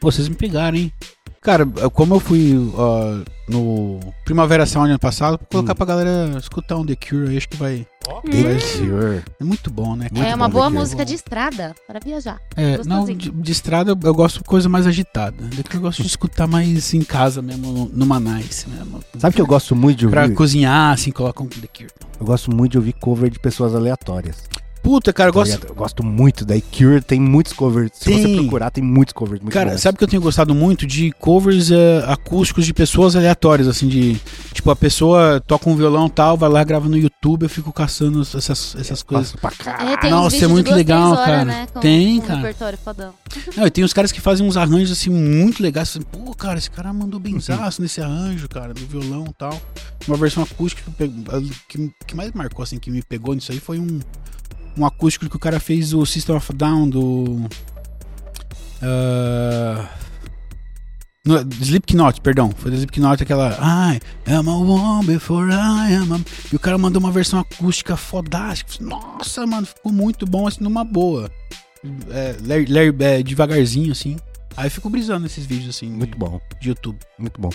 [SPEAKER 4] Pô, vocês me pegaram, hein? Cara, como eu fui ó, no Primavera Sound ano passado, vou colocar
[SPEAKER 1] Hum.
[SPEAKER 4] pra galera escutar um The Cure aí, acho que vai.
[SPEAKER 2] Ó.
[SPEAKER 4] Hum.
[SPEAKER 1] Senhor.
[SPEAKER 4] É muito bom, né? cara?
[SPEAKER 1] Muito
[SPEAKER 3] é uma
[SPEAKER 1] bom,
[SPEAKER 3] boa
[SPEAKER 1] Bequinho.
[SPEAKER 3] música de estrada para viajar.
[SPEAKER 4] É, não,
[SPEAKER 3] gostosinho.
[SPEAKER 4] de, de estrada eu, eu gosto de coisa mais agitada. The Cure eu gosto de escutar mais em casa mesmo, numa nice mesmo.
[SPEAKER 1] Sabe que eu gosto muito de
[SPEAKER 4] Pra
[SPEAKER 1] ouvir?
[SPEAKER 4] cozinhar, assim, coloca um The Cure.
[SPEAKER 1] Eu gosto muito de ouvir cover de pessoas aleatórias.
[SPEAKER 4] Puta, cara, eu
[SPEAKER 1] Tá
[SPEAKER 4] gosto.
[SPEAKER 1] ligado? Eu gosto muito. Daí Cure tem muitos covers. Se
[SPEAKER 4] Tem.
[SPEAKER 1] você procurar, tem muitos covers. Muito
[SPEAKER 4] Cara,
[SPEAKER 1] bons.
[SPEAKER 4] sabe que eu tenho gostado muito de covers eh, acústicos de pessoas aleatórias, assim, de. Tipo, a pessoa toca um violão e tal, vai lá, grava no YouTube, eu fico caçando essas, essas coisas.
[SPEAKER 1] Faço pra cá.
[SPEAKER 3] É, tem uns
[SPEAKER 4] nossa,
[SPEAKER 3] vídeos
[SPEAKER 4] é
[SPEAKER 3] de
[SPEAKER 4] muito
[SPEAKER 3] duas, três
[SPEAKER 4] legal,
[SPEAKER 3] horas,
[SPEAKER 4] cara.
[SPEAKER 3] Né, com,
[SPEAKER 4] Tem,
[SPEAKER 3] com
[SPEAKER 4] cara.
[SPEAKER 3] Um repertório fodão.
[SPEAKER 4] Não, e tem uns caras que fazem uns arranjos, assim, muito legais. Assim, Pô, cara, esse cara mandou benzaço nesse arranjo, cara, do violão e tal. Uma versão acústica que, eu pe- que, que mais marcou, assim, que me pegou nisso aí foi um, um acústico que o cara fez o System of a Down do. ah, No, Slipknot, perdão. Foi do Slipknot aquela. I am a woman before I am a... E o cara mandou uma versão acústica fodástica. Nossa, mano, ficou muito bom, assim, numa boa. É, ler- ler- é, devagarzinho, assim. Aí eu fico brisando nesses vídeos, assim,
[SPEAKER 1] Muito
[SPEAKER 4] de,
[SPEAKER 1] bom,
[SPEAKER 4] de YouTube.
[SPEAKER 1] muito bom.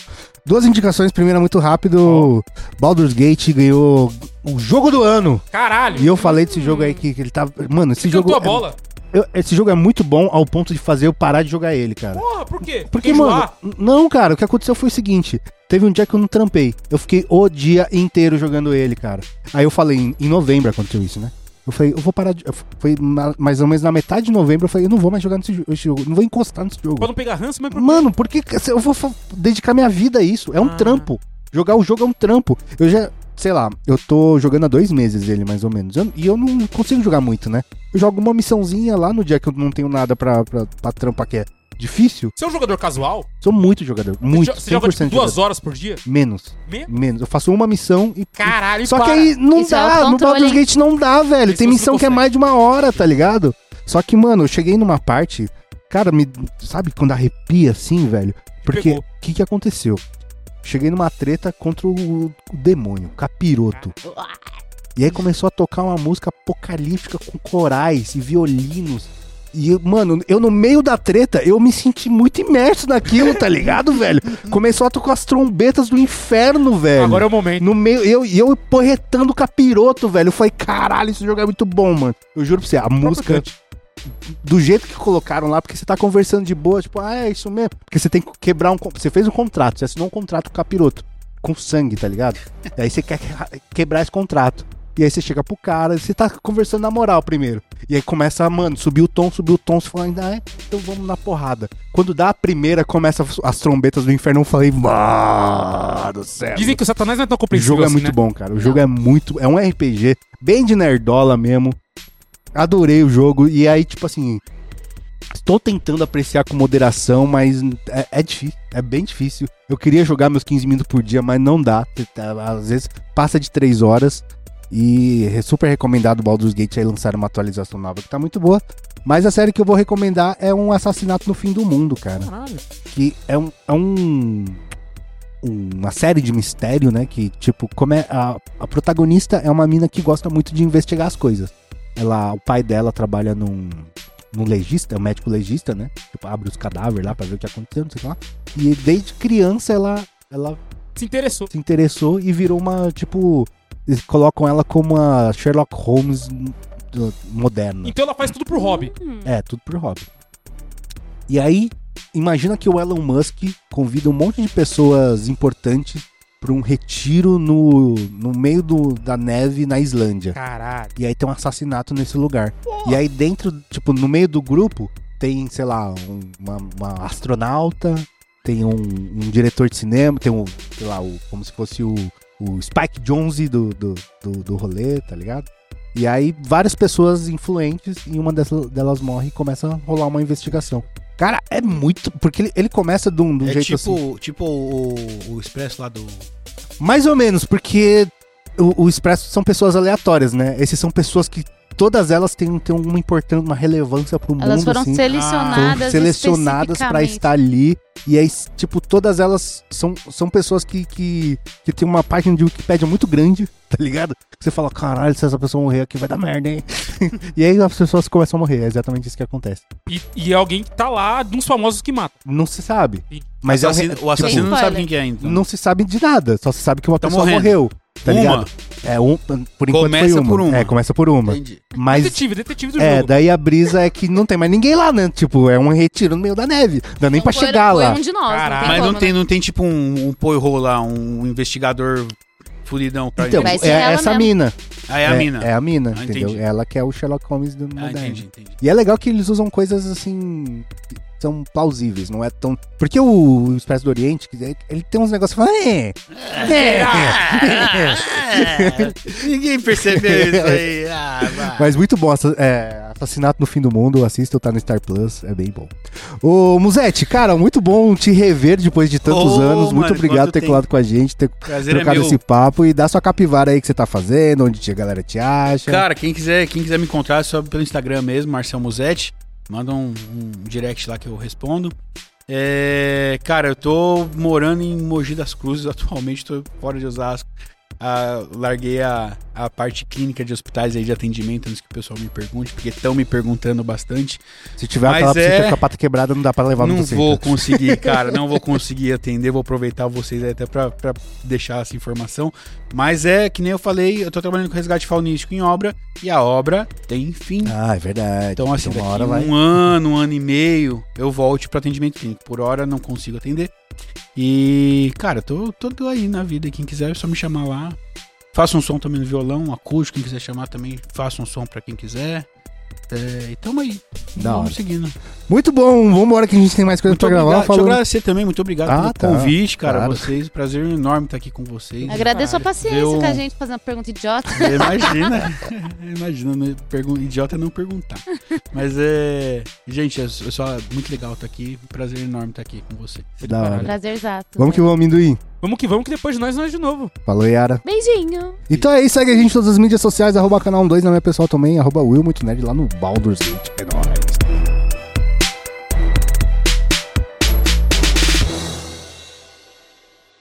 [SPEAKER 1] Duas indicações. Primeira, muito rápido. Baldur's Gate ganhou o jogo do ano.
[SPEAKER 2] Caralho!
[SPEAKER 1] E eu falei desse jogo aí que, que ele tá. Mano, esse jogo.
[SPEAKER 2] Cantou a
[SPEAKER 1] é-
[SPEAKER 2] bola.
[SPEAKER 1] eu- esse jogo é muito bom ao ponto de fazer eu parar de jogar ele, cara.
[SPEAKER 2] Porra, por quê?
[SPEAKER 1] Porque,
[SPEAKER 2] Enjoar?
[SPEAKER 1] mano, n- não, cara, o que aconteceu foi o seguinte: teve um dia que eu não trampei. Eu fiquei o dia inteiro jogando ele, cara. Aí eu falei, em, em novembro aconteceu isso, né? Eu falei, eu vou parar de. eu f- Foi na- mais ou menos na metade de novembro, eu falei, eu não vou mais jogar nesse jo- esse jogo, não vou encostar nesse
[SPEAKER 2] Pra
[SPEAKER 1] jogo.
[SPEAKER 2] não pegar ranço, mas por
[SPEAKER 1] Mano, por que que eu vou fa- dedicar minha vida a isso? É um
[SPEAKER 2] Ah.
[SPEAKER 1] trampo. Jogar o jogo é um trampo. Eu já, sei lá, eu tô jogando há dois meses ele, mais ou menos. Eu- e eu não consigo jogar muito, né? Eu jogo uma missãozinha lá no dia que eu não tenho nada pra, pra, pra trampar, que é difícil.
[SPEAKER 2] Você é um jogador casual?
[SPEAKER 1] Sou muito jogador, muito,
[SPEAKER 2] Você joga
[SPEAKER 1] 100%
[SPEAKER 2] tipo,
[SPEAKER 1] jogador.
[SPEAKER 2] duas horas por dia?
[SPEAKER 1] Menos,
[SPEAKER 2] Me-
[SPEAKER 1] menos. Eu faço uma missão e...
[SPEAKER 2] Caralho,
[SPEAKER 1] Só
[SPEAKER 2] para.
[SPEAKER 1] que aí não
[SPEAKER 3] Isso é
[SPEAKER 1] dá, no
[SPEAKER 3] autocontrole,
[SPEAKER 1] Baldur's
[SPEAKER 3] hein?
[SPEAKER 1] Gate não dá, velho.
[SPEAKER 2] Isso
[SPEAKER 1] Tem
[SPEAKER 2] você
[SPEAKER 1] missão que é
[SPEAKER 2] consegue.
[SPEAKER 1] mais de uma hora, tá ligado? Só que, mano, eu cheguei numa parte... Cara, me... Sabe quando arrepia assim, velho? Porque
[SPEAKER 2] pegou.
[SPEAKER 1] o que que aconteceu? Cheguei numa treta contra o, o demônio, capiroto. E aí começou a tocar uma música apocalíptica com corais e violinos. E, eu- mano, eu no meio da treta, eu me senti muito imerso naquilo, tá ligado, velho? Começou a tocar as trombetas do inferno, velho.
[SPEAKER 2] Agora é o momento.
[SPEAKER 1] No meio, eu, e eu porretando o capiroto, velho. Eu falei, caralho, esse jogo é muito bom, mano. Eu juro pra você, a música. do jeito que colocaram lá, porque você tá conversando de boa, tipo, ah, é isso mesmo. Porque você tem que quebrar um. con- Você fez um contrato, você assinou um contrato com o capiroto. Com sangue, tá ligado? E aí você quer que- quebrar esse contrato. E aí você chega pro cara, você tá conversando na moral primeiro. E aí começa, mano, subir o tom, subir o tom, você fala, ah, é, então vamos na porrada. Quando dá a primeira, começa as trombetas do inferno, eu falei, mano do céu.
[SPEAKER 2] Dizem que o Satanás não é tão
[SPEAKER 1] O
[SPEAKER 2] compreensível
[SPEAKER 1] jogo é
[SPEAKER 2] assim,
[SPEAKER 1] muito
[SPEAKER 2] né?
[SPEAKER 1] bom, cara. O jogo é muito. É um RPG bem de nerdola mesmo. Adorei o jogo. E aí, tipo assim. Estou tentando apreciar com moderação, mas é, é difícil. É bem difícil. Eu queria jogar meus 15 minutos por dia, mas não dá. T- t- Às vezes passa de 3 horas. E é super recomendado o Baldur's Gate aí lançar uma atualização nova que tá muito boa. Mas a série que eu vou recomendar é um assassinato no fim do mundo, cara
[SPEAKER 2] Caralho.
[SPEAKER 1] que é um, é um- uma série de mistério, né? Que tipo como é a, a protagonista é uma mina que gosta muito de investigar as coisas. Ela, o pai dela trabalha num, num legista, um médico legista, né? Tipo, abre os cadáveres lá pra ver o que aconteceu, não sei o que lá. E desde criança ela, ela
[SPEAKER 2] Se interessou.
[SPEAKER 1] se interessou e virou uma tipo eles colocam ela como a Sherlock Holmes do- moderna.
[SPEAKER 2] Então ela faz tudo pro hobby.
[SPEAKER 1] É, tudo por hobby. E aí, imagina que o Elon Musk convida um monte de pessoas importantes para um retiro no, no meio do- da neve na Islândia.
[SPEAKER 2] Caralho.
[SPEAKER 1] E aí tem um assassinato nesse lugar. E aí dentro, tipo, no meio do grupo, tem, sei lá, um- uma, uma astronauta, tem um, um diretor de cinema, tem um, sei lá, o, como se fosse o, o Spike Jonze do, do, do, do rolê, tá ligado? E aí várias pessoas influentes e uma dessas- delas morre e começa a rolar uma investigação. Cara, é muito. Porque ele, ele começa de um, de um
[SPEAKER 5] É
[SPEAKER 1] jeito
[SPEAKER 5] tipo,
[SPEAKER 1] assim.
[SPEAKER 5] tipo o, o Expresso lá do.
[SPEAKER 1] Mais ou menos, porque o, o Expresso são pessoas aleatórias, né? Esses são pessoas que todas elas têm, têm uma importância, uma relevância pro mundo.
[SPEAKER 3] Elas foram
[SPEAKER 1] assim.
[SPEAKER 3] selecionadas.
[SPEAKER 1] foram selecionadas pra
[SPEAKER 3] especificamente.
[SPEAKER 1] estar ali. E aí, tipo, todas elas são, são pessoas que, que, que tem uma página de Wikipédia muito grande, tá ligado? Você fala, caralho, se essa pessoa morrer aqui vai dar merda, hein? e aí as pessoas começam a morrer, é exatamente isso que acontece.
[SPEAKER 2] E, e alguém que tá lá, de uns famosos que mata.
[SPEAKER 1] Não se sabe.
[SPEAKER 2] E-
[SPEAKER 1] Mas é um re-
[SPEAKER 4] Assassino- o assassino
[SPEAKER 1] tipo,
[SPEAKER 4] não sabe
[SPEAKER 3] Spoiler.
[SPEAKER 4] quem que é, então.
[SPEAKER 1] não se sabe de nada, só se sabe que uma
[SPEAKER 4] Tá
[SPEAKER 1] pessoa
[SPEAKER 4] morrendo.
[SPEAKER 1] morreu. Tá
[SPEAKER 4] Uma.
[SPEAKER 1] ligado? É um, por enquanto
[SPEAKER 4] Começa
[SPEAKER 1] foi uma.
[SPEAKER 4] por uma.
[SPEAKER 1] É, começa por uma.
[SPEAKER 5] Entendi.
[SPEAKER 1] Mas
[SPEAKER 4] tipo
[SPEAKER 2] Detetive, detetive do
[SPEAKER 1] é,
[SPEAKER 2] jogo.
[SPEAKER 1] daí a brisa é que não tem mais ninguém lá, né? Tipo, é um retiro no meio da neve. Não dá nem pra
[SPEAKER 3] Então foi-
[SPEAKER 1] chegar
[SPEAKER 3] foi
[SPEAKER 1] lá.
[SPEAKER 3] um de nós,
[SPEAKER 2] Caralho.
[SPEAKER 3] não né? tem
[SPEAKER 4] Mas
[SPEAKER 3] como,
[SPEAKER 4] não tem, não tem tipo um, um poirô lá, um investigador fudidão pra
[SPEAKER 1] Então,
[SPEAKER 3] Vai
[SPEAKER 1] é
[SPEAKER 3] ser ela
[SPEAKER 1] essa
[SPEAKER 3] mesmo.
[SPEAKER 1] mina.
[SPEAKER 4] Ah, é a mina.
[SPEAKER 1] É a mina,
[SPEAKER 4] Ah,
[SPEAKER 1] entendeu?
[SPEAKER 4] entendi.
[SPEAKER 1] Ela que é o Sherlock Holmes do
[SPEAKER 4] Ah,
[SPEAKER 1] moderno.
[SPEAKER 4] entendi, entendi.
[SPEAKER 1] E é legal que eles usam coisas assim. que São plausíveis, não é tão. Porque o Expresso do Oriente, que ele- ele tem uns negócios que fala. É, é,
[SPEAKER 5] É. Ninguém percebeu isso aí. Ah, vai.
[SPEAKER 1] Mas muito bom. assa- é, Assassinato no Fim do Mundo, assista, tá no Star Plus, é bem bom. Ô, Musete, cara, muito bom te rever depois de tantos
[SPEAKER 4] Ô,
[SPEAKER 1] anos. Muito
[SPEAKER 4] mano,
[SPEAKER 1] obrigado por
[SPEAKER 4] quanto
[SPEAKER 1] ter
[SPEAKER 4] tempo.
[SPEAKER 1] colado com a gente, ter
[SPEAKER 4] Prazer é
[SPEAKER 1] trocado
[SPEAKER 4] meu.
[SPEAKER 1] esse papo e dar sua capivara aí que você tá fazendo, onde a galera te acha.
[SPEAKER 4] Cara, quem quiser, quem quiser me encontrar, é só pelo Instagram mesmo, Marcel Musetti. Manda um, um direct lá que eu respondo. É, cara, eu tô morando em Mogi das Cruzes atualmente, tô fora de Osasco. Ah, larguei a, a parte clínica de hospitais aí de atendimento, antes que o pessoal me pergunte, porque estão me perguntando bastante.
[SPEAKER 1] Se tiver
[SPEAKER 4] Mas
[SPEAKER 1] aquela psíquica
[SPEAKER 4] é-
[SPEAKER 1] com a pata quebrada, não dá pra levar
[SPEAKER 4] não
[SPEAKER 1] muito assim,
[SPEAKER 4] vou conseguir, cara, não vou conseguir atender, vou aproveitar vocês aí até pra, pra deixar essa informação. Mas é que nem eu falei, eu tô trabalhando com resgate faunístico em obra, e a obra tem fim.
[SPEAKER 1] Ah, é verdade.
[SPEAKER 4] Então, assim,
[SPEAKER 1] uma
[SPEAKER 4] daqui
[SPEAKER 1] hora vai.
[SPEAKER 4] um ano, um ano e meio, eu volte para atendimento clínico. Por hora, não consigo atender. E, cara, tô, tô- tô aí na vida. Quem quiser, é só me chamar lá. Faça um som também no violão, um acústico. Quem quiser chamar também, faça um som para quem quiser. É, e tamo aí.
[SPEAKER 1] Da
[SPEAKER 4] Vamos
[SPEAKER 1] hora.
[SPEAKER 4] seguindo.
[SPEAKER 1] Muito bom, vambora que a gente tem mais coisa
[SPEAKER 4] Muito
[SPEAKER 1] pra gravar.
[SPEAKER 4] obrigado. Deixa eu
[SPEAKER 1] Falou.
[SPEAKER 4] agradecer também. Muito obrigado
[SPEAKER 1] Ah,
[SPEAKER 4] pelo
[SPEAKER 1] tá.
[SPEAKER 4] convite, cara.
[SPEAKER 1] Claro.
[SPEAKER 4] Vocês, prazer enorme estar aqui com vocês.
[SPEAKER 3] Agradeço a paciência
[SPEAKER 4] Deu-
[SPEAKER 1] um
[SPEAKER 3] com a gente fazendo pergunta idiota.
[SPEAKER 4] Imagina, imagina, né? Pergun- idiota é não perguntar. Mas é. Gente, é só é só muito legal estar aqui. Prazer enorme estar aqui com você.
[SPEAKER 1] Da hora.
[SPEAKER 3] Prazer exato.
[SPEAKER 1] Vamos que vamos, amendoim.
[SPEAKER 2] Vamos que vamos, que depois de nós, nós de novo.
[SPEAKER 1] Falou, Yara.
[SPEAKER 3] Beijinho.
[SPEAKER 1] Então um é isso, segue a gente em todas as mídias sociais, arroba canal 2, na minha pessoal também, arroba Will, muito nerd lá no Baldur's Gate. É nóis.